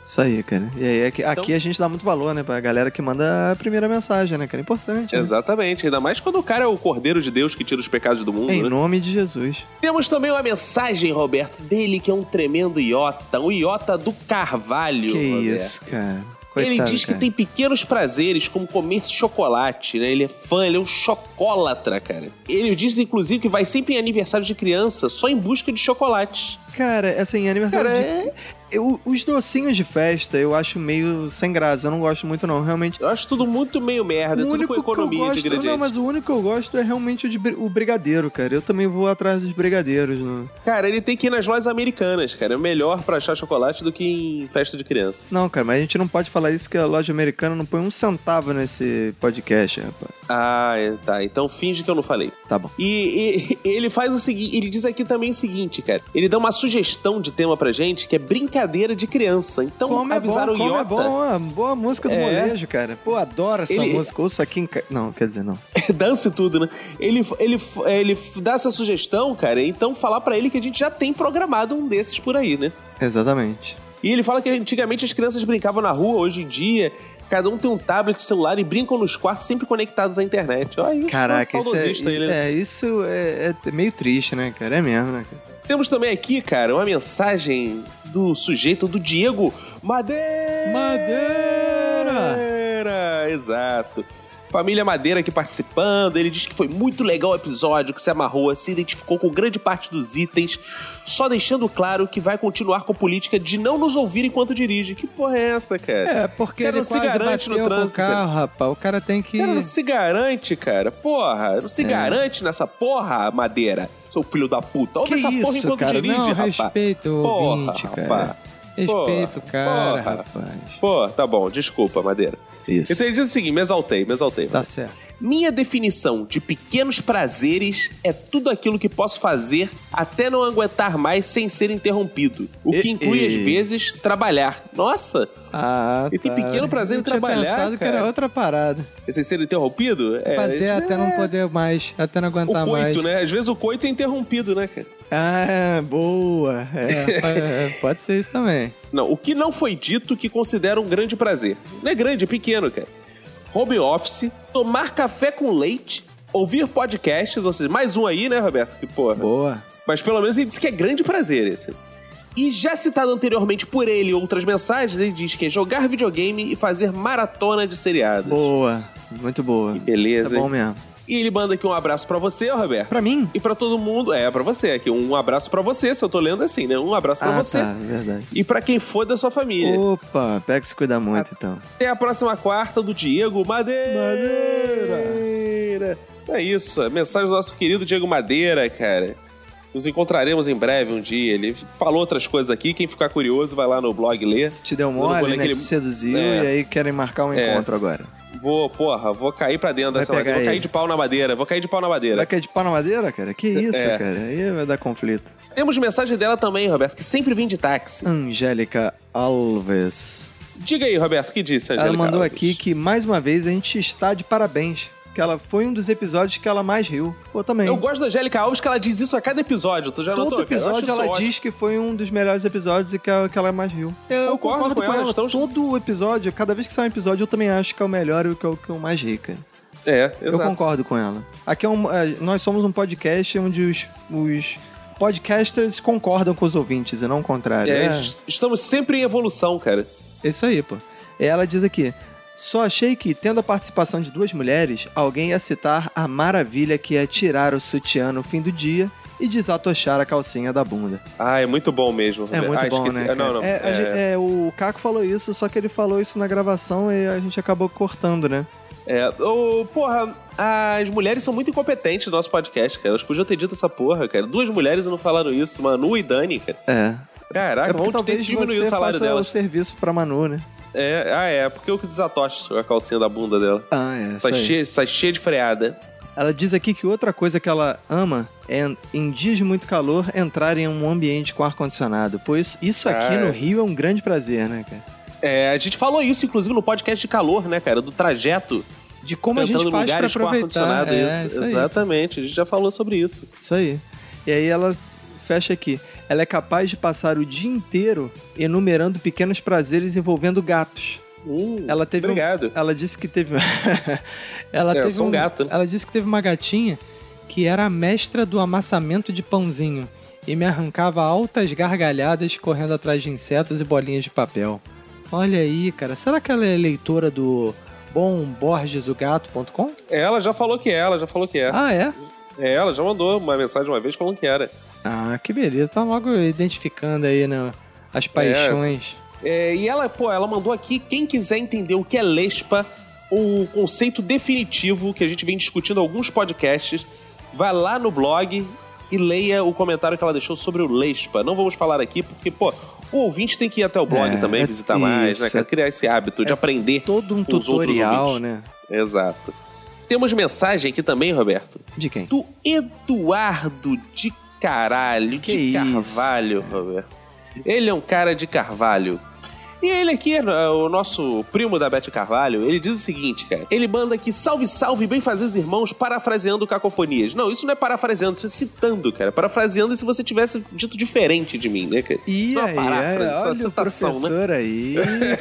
[SPEAKER 2] Isso aí, cara. E aí, aqui, aqui
[SPEAKER 1] Então-
[SPEAKER 2] a gente dá muito valor, né, pra galera que manda a primeira mensagem, né, cara? Importante. né?
[SPEAKER 1] Exatamente. Ainda mais quando o cara é o cordeiro de Deus que tira os pecados do mundo,
[SPEAKER 2] Em
[SPEAKER 1] né?
[SPEAKER 2] nome de Jesus.
[SPEAKER 1] Temos também uma mensagem, Roberto, dele que é um tremendo iota, um iota do Carvalho.
[SPEAKER 2] Que
[SPEAKER 1] Roberto.
[SPEAKER 2] isso, cara.
[SPEAKER 1] ele
[SPEAKER 2] Coitado,
[SPEAKER 1] diz que
[SPEAKER 2] cara.
[SPEAKER 1] tem pequenos prazeres, como comer chocolate, né? Ele é fã, ele é um chocólatra, cara. Ele diz, inclusive, que vai sempre em aniversário de criança só em busca de chocolate.
[SPEAKER 2] Cara, assim, aniversário
[SPEAKER 1] Cara,
[SPEAKER 2] de... Eu- os docinhos de festa eu acho meio sem graça, eu não gosto muito não, realmente.
[SPEAKER 1] Eu acho tudo muito meio merda, é tudo com economia
[SPEAKER 2] que eu
[SPEAKER 1] de
[SPEAKER 2] gosto,
[SPEAKER 1] ingredientes.
[SPEAKER 2] não, mas o único que eu gosto é realmente o, de bri- o brigadeiro, cara. Eu também vou atrás dos brigadeiros, né?
[SPEAKER 1] Cara, ele tem que ir nas lojas americanas, cara. É melhor pra achar chocolate do que em festa de criança.
[SPEAKER 2] Não, cara, mas a gente não pode falar isso que a loja americana não põe um centavo nesse podcast, rapaz.
[SPEAKER 1] Ah, é, tá. Então finge que eu não falei.
[SPEAKER 2] Tá bom.
[SPEAKER 1] E, e- ele faz o seguinte, ele diz aqui também o seguinte, cara. Ele dá uma sugestão de tema pra gente que é brincadeira de criança. Então
[SPEAKER 2] Como é bom,
[SPEAKER 1] avisaram o
[SPEAKER 2] como
[SPEAKER 1] Iota.
[SPEAKER 2] é bom, a boa música do
[SPEAKER 1] É.
[SPEAKER 2] molejo, cara. Pô, adoro essa
[SPEAKER 1] Ele-
[SPEAKER 2] música, ouço aqui em ca... Não, quer dizer, não.
[SPEAKER 1] dança e tudo, né? Ele, ele, ele dá essa sugestão, cara, então falar pra ele que a gente já tem programado um desses por aí, né?
[SPEAKER 2] Exatamente.
[SPEAKER 1] E ele fala que é antigamente as crianças brincavam na rua, hoje em dia cada um tem um tablet, celular e brincam nos quartos sempre conectados à internet. Olha aí,
[SPEAKER 2] Caraca,
[SPEAKER 1] um
[SPEAKER 2] isso é,
[SPEAKER 1] saudosista ele, né?
[SPEAKER 2] é, isso é, é meio triste, né, cara? É mesmo, né, cara?
[SPEAKER 1] Temos também aqui, cara, uma mensagem do sujeito do Diego Madeira. Madeira, exato. Família Madeira aqui participando. Ele diz que foi muito legal o episódio, que se amarrou, se identificou com grande parte dos itens, só deixando claro que vai continuar com a política de não nos ouvir enquanto dirige. Que porra é essa, cara?
[SPEAKER 2] É, porque
[SPEAKER 1] Cara,
[SPEAKER 2] ele
[SPEAKER 1] não se
[SPEAKER 2] quase
[SPEAKER 1] garante um no
[SPEAKER 2] bateu com o
[SPEAKER 1] trânsito, um
[SPEAKER 2] carro, rapaz. O cara tem que...
[SPEAKER 1] Cara, não se garante, cara. Porra, não se
[SPEAKER 2] É.
[SPEAKER 1] garante nessa porra, Madeira. Seu filho da puta. Ouve
[SPEAKER 2] que
[SPEAKER 1] essa porra
[SPEAKER 2] isso,
[SPEAKER 1] enquanto
[SPEAKER 2] cara?
[SPEAKER 1] dirige,
[SPEAKER 2] não,
[SPEAKER 1] rapaz.
[SPEAKER 2] respeita o
[SPEAKER 1] Porra,
[SPEAKER 2] ouvinte, cara.
[SPEAKER 1] rapaz.
[SPEAKER 2] Respeita o cara,
[SPEAKER 1] porra.
[SPEAKER 2] rapaz.
[SPEAKER 1] Pô, tá bom, desculpa, Madeira.
[SPEAKER 2] Isso.
[SPEAKER 1] Eu tenho que dizer o seguinte, me exaltei, me exaltei.
[SPEAKER 2] Tá certo.
[SPEAKER 1] Minha definição de pequenos prazeres é tudo aquilo que posso fazer até não aguentar mais sem ser interrompido. O que
[SPEAKER 2] E-
[SPEAKER 1] inclui,
[SPEAKER 2] e-
[SPEAKER 1] às vezes, trabalhar. Nossa,
[SPEAKER 2] Ah,
[SPEAKER 1] Ele tem
[SPEAKER 2] tá.
[SPEAKER 1] pequeno prazer em
[SPEAKER 2] Eu tinha
[SPEAKER 1] trabalhar,
[SPEAKER 2] pensado que
[SPEAKER 1] cara.
[SPEAKER 2] era outra parada.
[SPEAKER 1] sem ser interrompido? É,
[SPEAKER 2] Fazer
[SPEAKER 1] às
[SPEAKER 2] até
[SPEAKER 1] vezes-
[SPEAKER 2] não poder mais, até não
[SPEAKER 1] O
[SPEAKER 2] aguentar
[SPEAKER 1] coito,
[SPEAKER 2] tá mais.
[SPEAKER 1] né? Às vezes o coito é interrompido, né, cara?
[SPEAKER 2] Ah, boa. É, pa- é, pode ser isso também.
[SPEAKER 1] Não, o que não foi dito que considero um grande prazer. Não é grande, é pequeno, cara. Home office, tomar café com leite, ouvir podcasts, ou seja, mais um aí, né, Roberto? Que porra.
[SPEAKER 2] Boa.
[SPEAKER 1] Mas pelo menos ele disse que é grande prazer esse. E já citado anteriormente por ele e outras mensagens, ele diz que é jogar videogame e fazer maratona de seriado.
[SPEAKER 2] Boa. Muito boa.
[SPEAKER 1] Que
[SPEAKER 2] Tá
[SPEAKER 1] beleza.
[SPEAKER 2] bom
[SPEAKER 1] hein?
[SPEAKER 2] mesmo.
[SPEAKER 1] e ele manda aqui um abraço pra você, Roberto.
[SPEAKER 2] Pra mim?
[SPEAKER 1] E pra todo mundo, é, pra você aqui. Um abraço pra você, se eu tô lendo assim, né? Um abraço pra
[SPEAKER 2] ah,
[SPEAKER 1] você. é-
[SPEAKER 2] tá. Verdade.
[SPEAKER 1] E pra quem for da sua família.
[SPEAKER 2] Opa, pega que se cuida muito,
[SPEAKER 1] Ah,
[SPEAKER 2] então.
[SPEAKER 1] Até a próxima quarta do Diego Madeira. Madeira. É isso, a mensagem do nosso querido Diego Madeira, cara. Nos encontraremos em breve um dia. Ele falou outras coisas aqui. Quem ficar curioso, vai lá no blog ler.
[SPEAKER 2] Te deu
[SPEAKER 1] Eu não vou
[SPEAKER 2] mole,
[SPEAKER 1] ler
[SPEAKER 2] né?
[SPEAKER 1] aquele-
[SPEAKER 2] Te seduziu
[SPEAKER 1] É.
[SPEAKER 2] e aí querem marcar um
[SPEAKER 1] É.
[SPEAKER 2] encontro agora.
[SPEAKER 1] Vou, porra, vou cair pra dentro
[SPEAKER 2] Vai
[SPEAKER 1] dessa
[SPEAKER 2] pegar
[SPEAKER 1] madeira. Vou
[SPEAKER 2] ele.
[SPEAKER 1] cair de pau na madeira. Vou cair de pau na
[SPEAKER 2] Será
[SPEAKER 1] madeira.
[SPEAKER 2] que é de pau na madeira, cara? Que isso,
[SPEAKER 1] É.
[SPEAKER 2] cara? Aí vai dar conflito.
[SPEAKER 1] Temos mensagem dela também, Roberto, que sempre vem de táxi.
[SPEAKER 2] Angélica Alves.
[SPEAKER 1] Diga aí, Roberto, o que disse, a
[SPEAKER 2] Ela
[SPEAKER 1] Angélica
[SPEAKER 2] mandou
[SPEAKER 1] Alves?
[SPEAKER 2] aqui que, mais uma vez, a gente está de parabéns. que ela foi um dos episódios que ela mais riu. Pô, também.
[SPEAKER 7] Eu gosto da Angélica Alves que ela diz isso a cada episódio. Tu já notou,
[SPEAKER 2] Todo
[SPEAKER 7] cara? Eu acho
[SPEAKER 2] episódio
[SPEAKER 7] isso
[SPEAKER 2] ela
[SPEAKER 7] ótimo.
[SPEAKER 2] diz que foi um dos melhores episódios e que ela, que ela mais riu. Eu
[SPEAKER 7] Concordo com ela, estamos-
[SPEAKER 2] Todo o episódio, cada vez que sai um episódio, eu também acho que é o melhor e o que é o, que é o mais rica.
[SPEAKER 7] É,
[SPEAKER 2] Eu
[SPEAKER 7] exato.
[SPEAKER 2] concordo com ela. Aqui é um, é, nós somos um podcast onde os, os podcasters concordam com os ouvintes e não o contrário.
[SPEAKER 7] É,
[SPEAKER 2] né?
[SPEAKER 7] est- Estamos sempre em evolução, cara.
[SPEAKER 2] É Isso aí, pô. Ela diz aqui. Só achei que, tendo a participação de duas mulheres, alguém ia citar a maravilha que é tirar o sutiã no fim do dia e desatochar a calcinha da bunda.
[SPEAKER 7] Ah, é muito bom mesmo.
[SPEAKER 2] É
[SPEAKER 7] Roberto.
[SPEAKER 2] muito
[SPEAKER 7] ah,
[SPEAKER 2] bom,
[SPEAKER 7] esqueci.
[SPEAKER 2] né?
[SPEAKER 7] Ah, Não, não.
[SPEAKER 2] É, a
[SPEAKER 7] é-
[SPEAKER 2] gente- é, o Caco falou isso, só que ele falou isso na gravação e a gente acabou cortando, né?
[SPEAKER 7] É, ô, porra, as mulheres são muito incompetentes no nosso podcast, cara. Elas podiam ter dito essa porra, cara. Duas mulheres e não falaram isso, Manu e Dani, cara.
[SPEAKER 2] É.
[SPEAKER 7] Caraca,
[SPEAKER 2] é porque
[SPEAKER 7] vamos ter Ah, que
[SPEAKER 2] talvez
[SPEAKER 7] diminuir
[SPEAKER 2] você
[SPEAKER 7] o salário
[SPEAKER 2] faça o
[SPEAKER 7] delas.
[SPEAKER 2] serviço pra Manu, né?
[SPEAKER 7] É, ah, é, porque eu que desatocho a calcinha da bunda dela.
[SPEAKER 2] Ah, é.
[SPEAKER 7] Sai
[SPEAKER 2] isso aí.
[SPEAKER 7] cheia, sai cheia de freada.
[SPEAKER 2] Ela diz aqui que outra coisa que ela ama é, em dias de muito calor, entrar em um ambiente com ar-condicionado. Pois isso aqui
[SPEAKER 7] Ah, é.
[SPEAKER 2] no Rio é um grande prazer, né, cara?
[SPEAKER 7] É, a gente falou isso, inclusive, no podcast de calor, né, cara? Do trajeto.
[SPEAKER 2] De como a
[SPEAKER 7] tentando
[SPEAKER 2] gente faz pra
[SPEAKER 7] lugares com
[SPEAKER 2] aproveitar.
[SPEAKER 7] ar-condicionado.
[SPEAKER 2] É,
[SPEAKER 7] isso.
[SPEAKER 2] isso, aí.
[SPEAKER 7] Exatamente, a gente já falou sobre isso.
[SPEAKER 2] isso aí. E aí ela fecha aqui. Ela é capaz de passar o dia inteiro enumerando pequenos prazeres envolvendo gatos.
[SPEAKER 7] Hum,
[SPEAKER 2] Ela teve um-
[SPEAKER 7] Obrigado.
[SPEAKER 2] Ela disse que teve. ela
[SPEAKER 7] É, eu
[SPEAKER 2] teve
[SPEAKER 7] sou um gato, né?
[SPEAKER 2] Ela disse que teve uma gatinha que era a mestra do amassamento de pãozinho e me arrancava altas gargalhadas correndo atrás de insetos e bolinhas de papel. Olha aí, cara. Será que ela é leitora do bomborgesogato.com?
[SPEAKER 7] Ela já falou que é, ela já falou que é.
[SPEAKER 2] Ah, é?
[SPEAKER 7] É, ela já mandou uma mensagem uma vez falando que era.
[SPEAKER 2] Ah, que beleza. Tá logo identificando aí né, as paixões.
[SPEAKER 7] É, e ela, pô, ela mandou aqui, quem quiser entender o que é lespa, o conceito definitivo que a gente vem discutindo em alguns podcasts, vai lá no blog e leia o comentário que ela deixou sobre o lespa. Não vamos falar aqui porque, pô, o ouvinte tem que ir até o blog
[SPEAKER 2] É,
[SPEAKER 7] também,
[SPEAKER 2] é
[SPEAKER 7] visitar mais,
[SPEAKER 2] isso,
[SPEAKER 7] né? cara?
[SPEAKER 2] é-
[SPEAKER 7] Criar esse hábito de aprender.
[SPEAKER 2] Todo um
[SPEAKER 7] Com os outros
[SPEAKER 2] tutorial,
[SPEAKER 7] ouvintes.
[SPEAKER 2] né?
[SPEAKER 7] Exato. Temos mensagem aqui também, Roberto,
[SPEAKER 2] De quem?
[SPEAKER 7] do Eduardo de Caralho,
[SPEAKER 2] Que
[SPEAKER 7] de
[SPEAKER 2] isso,
[SPEAKER 7] Carvalho, Roberto. Ele é um cara de Carvalho. E ele aqui, eh, o nosso primo da Beth Carvalho, ele diz o seguinte, cara. Ele manda aqui, salve, salve, bem fazeres irmãos, parafraseando cacofonias. Não, isso não é parafraseando, isso é citando, cara. Parafraseando é se você tivesse dito diferente de mim, né, cara?
[SPEAKER 2] E
[SPEAKER 7] Isso é uma
[SPEAKER 2] aí,
[SPEAKER 7] paráfrase,
[SPEAKER 2] olha
[SPEAKER 7] isso é uma
[SPEAKER 2] o
[SPEAKER 7] citação, né?
[SPEAKER 2] professor aí,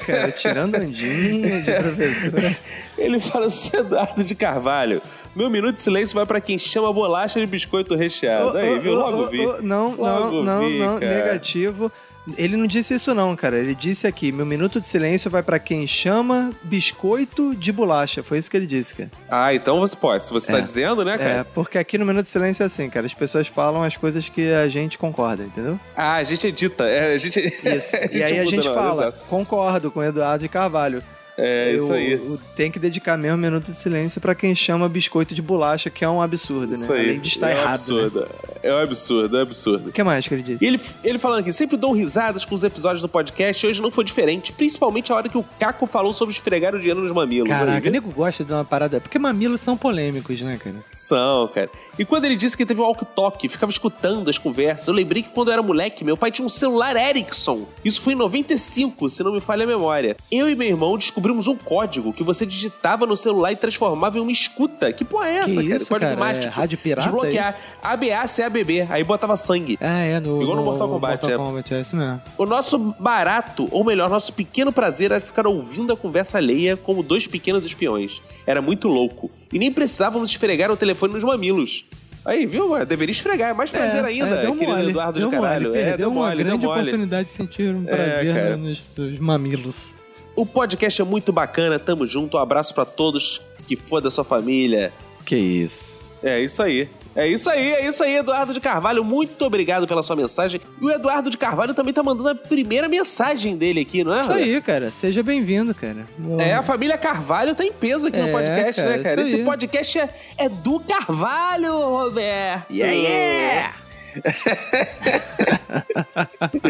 [SPEAKER 2] cara, tirando andinha de
[SPEAKER 7] É,
[SPEAKER 2] professor.
[SPEAKER 7] Ele fala, "Seu Eduardo de Carvalho, meu minuto de silêncio vai pra quem chama bolacha de biscoito recheado. Aí, viu? Logo vi.
[SPEAKER 2] não, não,
[SPEAKER 7] Logo
[SPEAKER 2] não,
[SPEAKER 7] vi,
[SPEAKER 2] não,
[SPEAKER 7] cara.
[SPEAKER 2] negativo. Ele não disse isso não, cara. Ele disse aqui, meu minuto de silêncio vai pra quem chama biscoito de bolacha. Foi isso que ele disse, cara.
[SPEAKER 7] Ah, então você pode. Se você tá
[SPEAKER 2] É.
[SPEAKER 7] dizendo, né, cara?
[SPEAKER 2] É, porque aqui no minuto de silêncio é assim, cara. As pessoas falam as coisas que a gente concorda, entendeu?
[SPEAKER 7] Ah, a gente edita. É, a gente...
[SPEAKER 2] Isso. E aí a
[SPEAKER 7] muda
[SPEAKER 2] gente
[SPEAKER 7] na hora,
[SPEAKER 2] fala,
[SPEAKER 7] tipo, exato.
[SPEAKER 2] concordo com o Eduardo de Carvalho.
[SPEAKER 7] É,
[SPEAKER 2] Eu-
[SPEAKER 7] isso aí.
[SPEAKER 2] eu- Tem que dedicar mesmo um minuto de silêncio pra quem chama biscoito de bolacha, que é um absurdo,
[SPEAKER 7] Isso
[SPEAKER 2] né?
[SPEAKER 7] aí.
[SPEAKER 2] Além de estar
[SPEAKER 7] é um
[SPEAKER 2] errado. né?
[SPEAKER 7] absurdo. É um absurdo, é um absurdo.
[SPEAKER 2] O que mais que ele disse?
[SPEAKER 7] E ele, ele falando aqui, sempre dou risadas com os episódios do podcast e hoje não foi diferente, principalmente a hora que o Caco falou sobre esfregar o dinheiro nos mamilos. Aí,
[SPEAKER 2] Caraca,
[SPEAKER 7] viu?
[SPEAKER 2] o nego gosta de uma parada. Porque mamilos são polêmicos, né, cara?
[SPEAKER 7] São, cara. E quando ele disse que teve um walk-talk, ficava escutando as conversas. Eu lembrei que quando eu era moleque, meu pai tinha um celular Ericsson. Isso foi em 95, se não me falha a memória. Eu e meu irmão descobrimos um código que você digitava no celular e transformava em uma escuta. Que porra é essa,
[SPEAKER 2] que
[SPEAKER 7] cara?
[SPEAKER 2] isso,
[SPEAKER 7] código
[SPEAKER 2] cara? É
[SPEAKER 7] mágico.
[SPEAKER 2] rádio pirata?
[SPEAKER 7] Desbloquear ABA-CABB. Aí botava sangue.
[SPEAKER 2] É isso? ah, é, no,
[SPEAKER 7] Igual no Mortal Kombat,
[SPEAKER 2] Mortal
[SPEAKER 7] é.
[SPEAKER 2] Kombat, é isso mesmo.
[SPEAKER 7] O nosso barato, ou melhor, nosso pequeno prazer era ficar ouvindo a conversa alheia como dois pequenos espiões. Era muito louco. E nem precisávamos esfregar o telefone nos mamilos. Aí, viu? mano? Deveria esfregar, é mais prazer ainda,
[SPEAKER 2] deu
[SPEAKER 7] querido
[SPEAKER 2] mole,
[SPEAKER 7] Eduardo
[SPEAKER 2] deu
[SPEAKER 7] de caralho.
[SPEAKER 2] Mole,
[SPEAKER 7] é,
[SPEAKER 2] perdeu
[SPEAKER 7] deu
[SPEAKER 2] uma
[SPEAKER 7] mole, deu
[SPEAKER 2] grande
[SPEAKER 7] mole.
[SPEAKER 2] oportunidade de sentir um
[SPEAKER 7] É,
[SPEAKER 2] prazer
[SPEAKER 7] cara.
[SPEAKER 2] nos, nos mamilos.
[SPEAKER 7] O podcast é muito bacana, tamo junto, um abraço pra todos que for da sua família.
[SPEAKER 2] Que isso.
[SPEAKER 7] É isso aí. É isso aí, é isso aí, Eduardo de Carvalho. Muito obrigado pela sua mensagem. E o Eduardo de Carvalho também tá mandando a primeira mensagem dele aqui, não é?
[SPEAKER 2] Isso aí, cara. Seja bem-vindo, cara.
[SPEAKER 7] É, a família Carvalho tá em peso aqui no
[SPEAKER 2] É,
[SPEAKER 7] podcast,
[SPEAKER 2] cara,
[SPEAKER 7] né, cara?
[SPEAKER 2] isso aí.
[SPEAKER 7] Esse podcast é, é do Carvalho, Roberto! Yeah, yeah!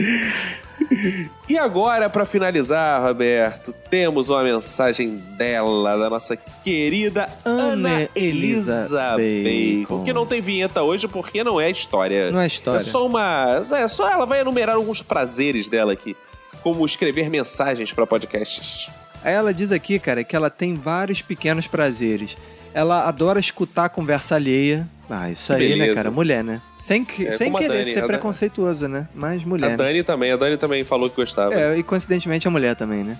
[SPEAKER 7] e agora, pra finalizar, Roberto, temos uma mensagem dela, da nossa querida Ana,
[SPEAKER 2] Ana Elisa
[SPEAKER 7] Elisa
[SPEAKER 2] Bacon.
[SPEAKER 7] Bacon, que não tem vinheta hoje porque não é história.
[SPEAKER 2] Não é
[SPEAKER 7] É
[SPEAKER 2] história.
[SPEAKER 7] só uma. É só ela vai enumerar alguns prazeres dela aqui, como escrever mensagens pra podcasts.
[SPEAKER 2] Aí Ela diz aqui, cara, que ela tem vários pequenos prazeres. ela adora escutar a conversa alheia. Ah, isso aí, né,
[SPEAKER 7] Beleza.
[SPEAKER 2] cara? Mulher, né? Sem, que-
[SPEAKER 7] É,
[SPEAKER 2] sem
[SPEAKER 7] como a
[SPEAKER 2] querer
[SPEAKER 7] Dani, a
[SPEAKER 2] ser
[SPEAKER 7] Dan-
[SPEAKER 2] preconceituosa, né? Mas
[SPEAKER 7] A
[SPEAKER 2] mulher. né?
[SPEAKER 7] Dani também, a Dani também falou que gostava.
[SPEAKER 2] É, e coincidentemente a mulher também, né?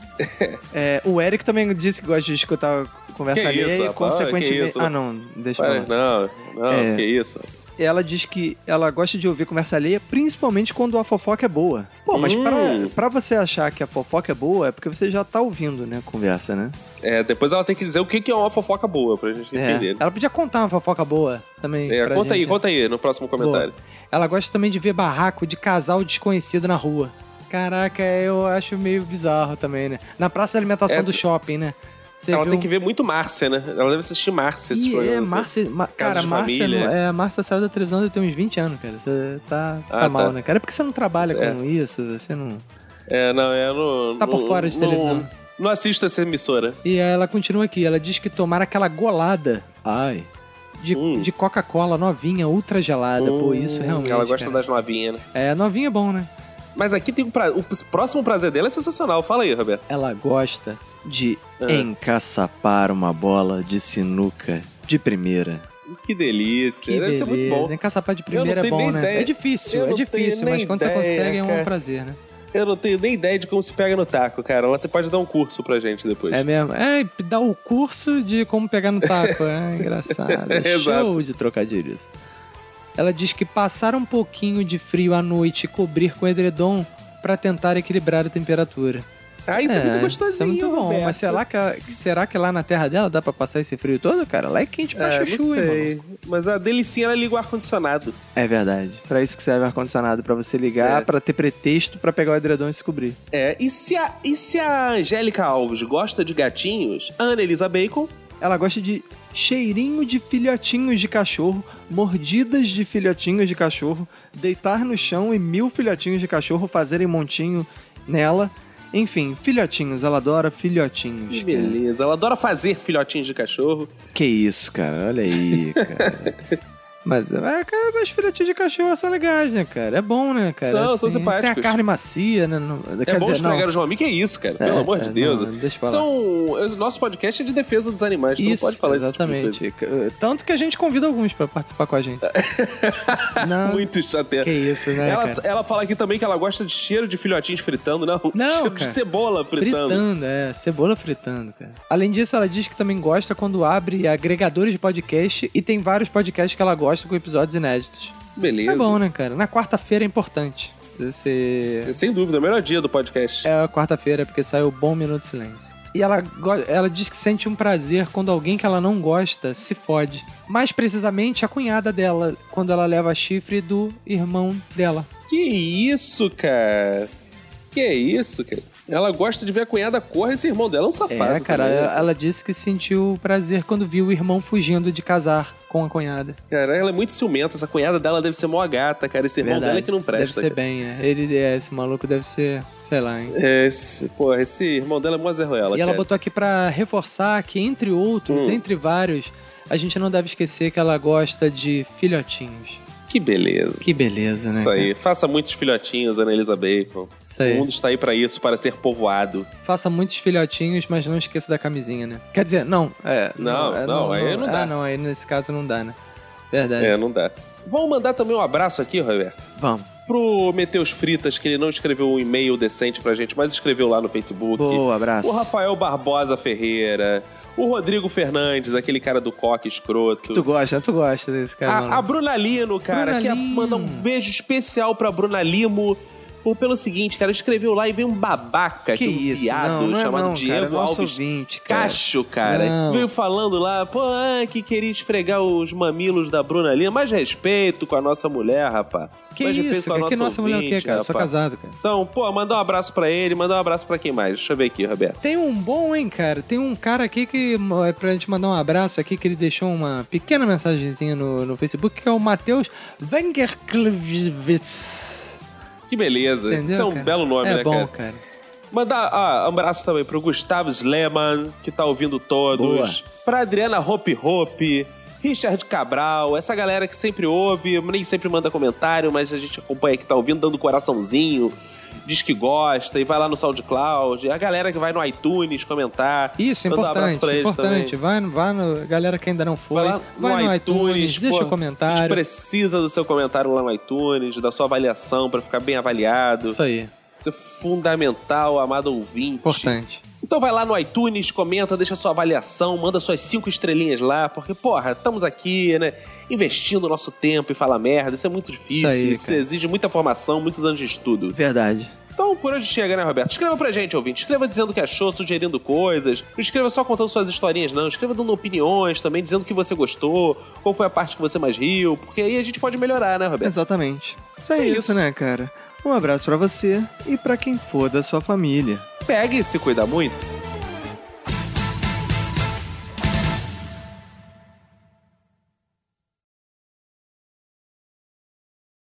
[SPEAKER 2] É, o Eric também disse que gosta de escutar a conversa
[SPEAKER 7] Que
[SPEAKER 2] alheia
[SPEAKER 7] isso,
[SPEAKER 2] e
[SPEAKER 7] rapaz, que
[SPEAKER 2] consequentemente.
[SPEAKER 7] isso.
[SPEAKER 2] Ah, não, deixa eu
[SPEAKER 7] Mas
[SPEAKER 2] falar.
[SPEAKER 7] não, não,
[SPEAKER 2] É.
[SPEAKER 7] que isso.
[SPEAKER 2] Ela diz que ela gosta de ouvir conversa alheia, principalmente quando a fofoca é boa. Pô, mas
[SPEAKER 7] Hum.
[SPEAKER 2] pra, pra você achar que a fofoca é boa, é porque você já tá ouvindo, né, a conversa, né?
[SPEAKER 7] É, depois ela tem que dizer o que que é uma fofoca boa pra gente
[SPEAKER 2] É.
[SPEAKER 7] entender.
[SPEAKER 2] Ela podia contar uma fofoca boa também.
[SPEAKER 7] É,
[SPEAKER 2] pra
[SPEAKER 7] conta aí,
[SPEAKER 2] gente.
[SPEAKER 7] conta aí no próximo comentário.
[SPEAKER 2] Ela gosta também de ver barraco de casal desconhecido na rua. Caraca, eu acho meio bizarro também, né? Na praça de alimentação
[SPEAKER 7] É,
[SPEAKER 2] do shopping, né? Você
[SPEAKER 7] ela
[SPEAKER 2] vê
[SPEAKER 7] tem
[SPEAKER 2] um-
[SPEAKER 7] que ver muito Márcia, né? Ela deve assistir Márcia esses
[SPEAKER 2] Ih,
[SPEAKER 7] programas.
[SPEAKER 2] é,
[SPEAKER 7] assim.
[SPEAKER 2] Márcia, Ma-
[SPEAKER 7] Casa
[SPEAKER 2] cara,
[SPEAKER 7] de
[SPEAKER 2] Márcia,
[SPEAKER 7] família.
[SPEAKER 2] não- é, a Márcia saiu da televisão deve ter uns 20 anos, cara. Você tá, tá
[SPEAKER 7] Ah, tá.
[SPEAKER 2] mal, né? Cara, é porque você não trabalha
[SPEAKER 7] É.
[SPEAKER 2] com isso, você não...
[SPEAKER 7] É, não, é no.
[SPEAKER 2] Tá por
[SPEAKER 7] no-
[SPEAKER 2] fora de
[SPEAKER 7] no-
[SPEAKER 2] televisão.
[SPEAKER 7] Não assista essa emissora.
[SPEAKER 2] E aí ela continua aqui, ela diz que tomar aquela golada... Ai... De,
[SPEAKER 7] Hum.
[SPEAKER 2] de Coca-Cola novinha, ultra gelada. É, Pô, isso
[SPEAKER 7] Hum,
[SPEAKER 2] realmente,
[SPEAKER 7] Ela gosta
[SPEAKER 2] cara.
[SPEAKER 7] das novinhas, né?
[SPEAKER 2] É, novinha é bom, né?
[SPEAKER 7] Mas aqui tem um pra... o próximo prazer dela é sensacional. Fala aí, Roberto.
[SPEAKER 2] Ela gosta de
[SPEAKER 7] Ah.
[SPEAKER 2] encaçapar uma bola de sinuca de primeira.
[SPEAKER 7] Que delícia.
[SPEAKER 2] Que
[SPEAKER 7] Deve
[SPEAKER 2] beleza.
[SPEAKER 7] ser muito bom.
[SPEAKER 2] Encaçapar de
[SPEAKER 7] Eu não
[SPEAKER 2] primeira é
[SPEAKER 7] tenho
[SPEAKER 2] bom,
[SPEAKER 7] nem
[SPEAKER 2] né?
[SPEAKER 7] ideia.
[SPEAKER 2] É difícil,
[SPEAKER 7] Eu
[SPEAKER 2] é
[SPEAKER 7] não
[SPEAKER 2] difícil,
[SPEAKER 7] tenho
[SPEAKER 2] mas
[SPEAKER 7] nem
[SPEAKER 2] quando você
[SPEAKER 7] ideia,
[SPEAKER 2] consegue é um
[SPEAKER 7] cara.
[SPEAKER 2] prazer, né?
[SPEAKER 7] Eu não tenho nem ideia de como se pega no taco, cara. Ela até pode dar um curso pra gente depois.
[SPEAKER 2] É mesmo. É, dá o curso de como pegar no taco. É engraçado. É
[SPEAKER 7] Exato.
[SPEAKER 2] Show de trocadilhos. Ela diz que passar um pouquinho de frio à noite e cobrir com edredom pra tentar equilibrar a temperatura.
[SPEAKER 7] Ah, isso é, muito gostosinho,
[SPEAKER 2] Isso é muito bom,
[SPEAKER 7] Roberto.
[SPEAKER 2] mas será que, a- será que lá na terra dela dá pra passar esse frio todo, cara? Lá é quente pra
[SPEAKER 7] É, não
[SPEAKER 2] chuchu, hein, mano?
[SPEAKER 7] sei. Mas a delicinha, ela liga o ar-condicionado.
[SPEAKER 2] É verdade. Pra isso que serve o ar-condicionado, pra você ligar,
[SPEAKER 7] É.
[SPEAKER 2] pra ter pretexto pra pegar o edredom e se cobrir.
[SPEAKER 7] É, e se a, e se a Angélica Alves gosta de gatinhos, a Ana Elisa Bacon
[SPEAKER 2] Ela gosta de cheirinho de filhotinhos de cachorro, mordidas de filhotinhos de cachorro, deitar no chão e mil filhotinhos de cachorro fazerem montinho nela. Enfim, filhotinhos, ela adora filhotinhos.
[SPEAKER 7] Que
[SPEAKER 2] cara.
[SPEAKER 7] beleza. Ela adora fazer filhotinhos de cachorro.
[SPEAKER 2] Que isso, cara, olha aí, cara. Mas, é, cara, mas filhotinhos de cachorro são legais, né, cara? É bom, né, cara?
[SPEAKER 7] São, são
[SPEAKER 2] Tem a
[SPEAKER 7] simpáticos.
[SPEAKER 2] carne macia, né? Não-
[SPEAKER 7] é
[SPEAKER 2] quer
[SPEAKER 7] bom
[SPEAKER 2] dizer,
[SPEAKER 7] estragar
[SPEAKER 2] não.
[SPEAKER 7] os homens. Que é isso, cara? Pelo
[SPEAKER 2] É,
[SPEAKER 7] amor de
[SPEAKER 2] é,
[SPEAKER 7] Deus.
[SPEAKER 2] não, deixa eu falar.
[SPEAKER 7] São, o nosso podcast é de defesa dos animais. tu
[SPEAKER 2] Isso,
[SPEAKER 7] não pode falar esse
[SPEAKER 2] exatamente.
[SPEAKER 7] tipo de
[SPEAKER 2] Tanto que a gente convida alguns pra participar com a gente.
[SPEAKER 7] coisa.
[SPEAKER 2] não,
[SPEAKER 7] Muito chateado.
[SPEAKER 2] que isso, né,
[SPEAKER 7] Ela, é
[SPEAKER 2] cara?
[SPEAKER 7] ela fala aqui também que ela gosta de cheiro de filhotinhos fritando, não?
[SPEAKER 2] Não,
[SPEAKER 7] cheiro
[SPEAKER 2] cara.
[SPEAKER 7] de cebola fritando.
[SPEAKER 2] é. Cebola fritando, cara. Além disso, ela diz que também gosta quando abre agregadores de podcast e tem vários podcasts que ela gosta com episódios inéditos.
[SPEAKER 7] Beleza.
[SPEAKER 2] É bom, né, cara? Na quarta-feira é importante. Esse...
[SPEAKER 7] Sem dúvida, é o melhor dia do podcast.
[SPEAKER 2] É a quarta-feira, porque saiu o Bom Minuto de Silêncio. E ela, go- ela diz que sente um prazer quando alguém que ela não gosta se fode. Mais precisamente, a cunhada dela, quando ela leva chifre do irmão dela.
[SPEAKER 7] Que isso, cara? Que isso, cara? Ela gosta de ver a cunhada correr esse irmão dela é um safado.
[SPEAKER 2] É, cara,
[SPEAKER 7] também, né?
[SPEAKER 2] ela, ela disse que sentiu prazer quando viu o irmão fugindo de casar com a cunhada.
[SPEAKER 7] Cara, ela é muito ciumenta. Essa cunhada dela deve ser mó gata, cara. Esse irmão dela é que não
[SPEAKER 2] Deve
[SPEAKER 7] presta.
[SPEAKER 2] ser
[SPEAKER 7] cara.
[SPEAKER 2] bem, é. Ele, é, esse maluco deve ser, sei lá, hein.
[SPEAKER 7] É, Esse, porra, esse irmão dela é mó Zé Ruela,
[SPEAKER 2] E ela
[SPEAKER 7] cara.
[SPEAKER 2] botou aqui pra reforçar que, entre outros,
[SPEAKER 7] Hum.
[SPEAKER 2] entre vários, a gente não deve esquecer que ela gosta de filhotinhos.
[SPEAKER 7] Que beleza.
[SPEAKER 2] Que beleza, né?
[SPEAKER 7] Isso aí. Faça muitos filhotinhos, Ana Elisa Bacon.
[SPEAKER 2] cara? Isso
[SPEAKER 7] O
[SPEAKER 2] aí.
[SPEAKER 7] mundo está aí pra isso, para ser povoado.
[SPEAKER 2] Faça muitos filhotinhos, mas não esqueça da camisinha, né? Quer dizer, não. É,
[SPEAKER 7] Não,
[SPEAKER 2] é,
[SPEAKER 7] não, aí não dá.
[SPEAKER 2] Ah, não, aí nesse caso não dá, né? Verdade.
[SPEAKER 7] É, não dá. Vamos mandar também um abraço aqui, Roberto.
[SPEAKER 2] Vamos.
[SPEAKER 7] Pro Meteus Fritas, que ele não escreveu um e-mail decente pra gente, mas escreveu lá no Facebook.
[SPEAKER 2] Boa, abraço.
[SPEAKER 7] O Rafael Barbosa Ferreira. O Rodrigo Fernandes, aquele cara do coque escroto.
[SPEAKER 2] Tu gosta, tu gosta desse cara.
[SPEAKER 7] A,
[SPEAKER 2] maluco.
[SPEAKER 7] a Bruna Lino, cara,
[SPEAKER 2] Bruna
[SPEAKER 7] quer
[SPEAKER 2] Lino.
[SPEAKER 7] mandar um beijo especial pra Bruna Limo. Por, pelo seguinte, cara, escreveu lá e veio um babaca,
[SPEAKER 2] que
[SPEAKER 7] aqui, um
[SPEAKER 2] isso,
[SPEAKER 7] viado
[SPEAKER 2] não, não é
[SPEAKER 7] chamado
[SPEAKER 2] não, cara, é
[SPEAKER 7] Diego
[SPEAKER 2] nosso
[SPEAKER 7] Alves
[SPEAKER 2] ouvinte, cara.
[SPEAKER 7] Cacho, cara.
[SPEAKER 2] Não.
[SPEAKER 7] Veio falando lá, pô, ah, que queria esfregar os mamilos da Bruna Lino. Mais respeito com a nossa mulher, rapá.
[SPEAKER 2] Que
[SPEAKER 7] Mais respeito
[SPEAKER 2] isso,
[SPEAKER 7] com a
[SPEAKER 2] cara? Que nossa mulher o quê,
[SPEAKER 7] ouvinte,
[SPEAKER 2] cara? Eu Sou
[SPEAKER 7] rapá.
[SPEAKER 2] casado, cara.
[SPEAKER 7] Então, pô, mandar um abraço pra ele, mandar um abraço pra quem mais? Deixa eu ver aqui, Roberto.
[SPEAKER 2] Tem um bom, hein, cara? Tem um cara aqui que é pra gente mandar um abraço aqui, que ele deixou uma pequena mensagenzinha no, no Facebook, que é o Matheus Wengerklivitz.
[SPEAKER 7] Que beleza.
[SPEAKER 2] Entendeu?
[SPEAKER 7] Isso é um
[SPEAKER 2] cara?
[SPEAKER 7] belo nome,
[SPEAKER 2] é
[SPEAKER 7] né,
[SPEAKER 2] bom,
[SPEAKER 7] cara?
[SPEAKER 2] cara?
[SPEAKER 7] Mandar ah, um abraço também pro Gustavo Sleman, que tá ouvindo todos.
[SPEAKER 2] Boa.
[SPEAKER 7] Pra Adriana Hope Hope, Richard Cabral, essa galera que sempre ouve, nem sempre manda comentário, mas a gente acompanha que tá ouvindo, dando coraçãozinho.
[SPEAKER 6] diz que gosta e vai lá no SoundCloud. A galera que vai no iTunes comentar.
[SPEAKER 2] Isso,
[SPEAKER 6] Mandar um abraço
[SPEAKER 2] importante,
[SPEAKER 6] pra eles
[SPEAKER 2] importante.
[SPEAKER 6] também.
[SPEAKER 2] Vai, no- vai no. Galera que ainda não foi,
[SPEAKER 6] Vai
[SPEAKER 2] vai,
[SPEAKER 6] lá
[SPEAKER 2] no iTunes, deixa
[SPEAKER 6] pô,
[SPEAKER 2] o
[SPEAKER 6] A gente
[SPEAKER 2] comentário.
[SPEAKER 6] precisa do seu comentário lá no iTunes, da sua avaliação pra ficar bem avaliado.
[SPEAKER 2] Isso aí,
[SPEAKER 6] Isso é fundamental, amado ouvinte.
[SPEAKER 2] importante.
[SPEAKER 6] Então vai lá no iTunes, comenta, deixa sua avaliação, manda suas cinco estrelinhas lá, porque, porra, estamos aqui, né? Investindo o nosso tempo e falar merda, isso é muito difícil.
[SPEAKER 2] Isso aí, cara.
[SPEAKER 6] exige muita formação, muitos anos de estudo.
[SPEAKER 2] Verdade.
[SPEAKER 6] Então, por onde chega, né, Roberto? Escreva pra gente, ouvinte. Escreva dizendo o que achou, sugerindo coisas. Não escreva só contando suas historinhas, não. Escreva dando opiniões também, dizendo o que você gostou, qual foi a parte que você mais riu, porque aí a gente pode melhorar, né, Roberto?
[SPEAKER 2] Exatamente. Isso é,
[SPEAKER 6] É
[SPEAKER 2] isso,
[SPEAKER 6] isso.
[SPEAKER 2] né, cara? Um abraço pra você e pra quem for da sua família.
[SPEAKER 6] Pegue e se cuida muito.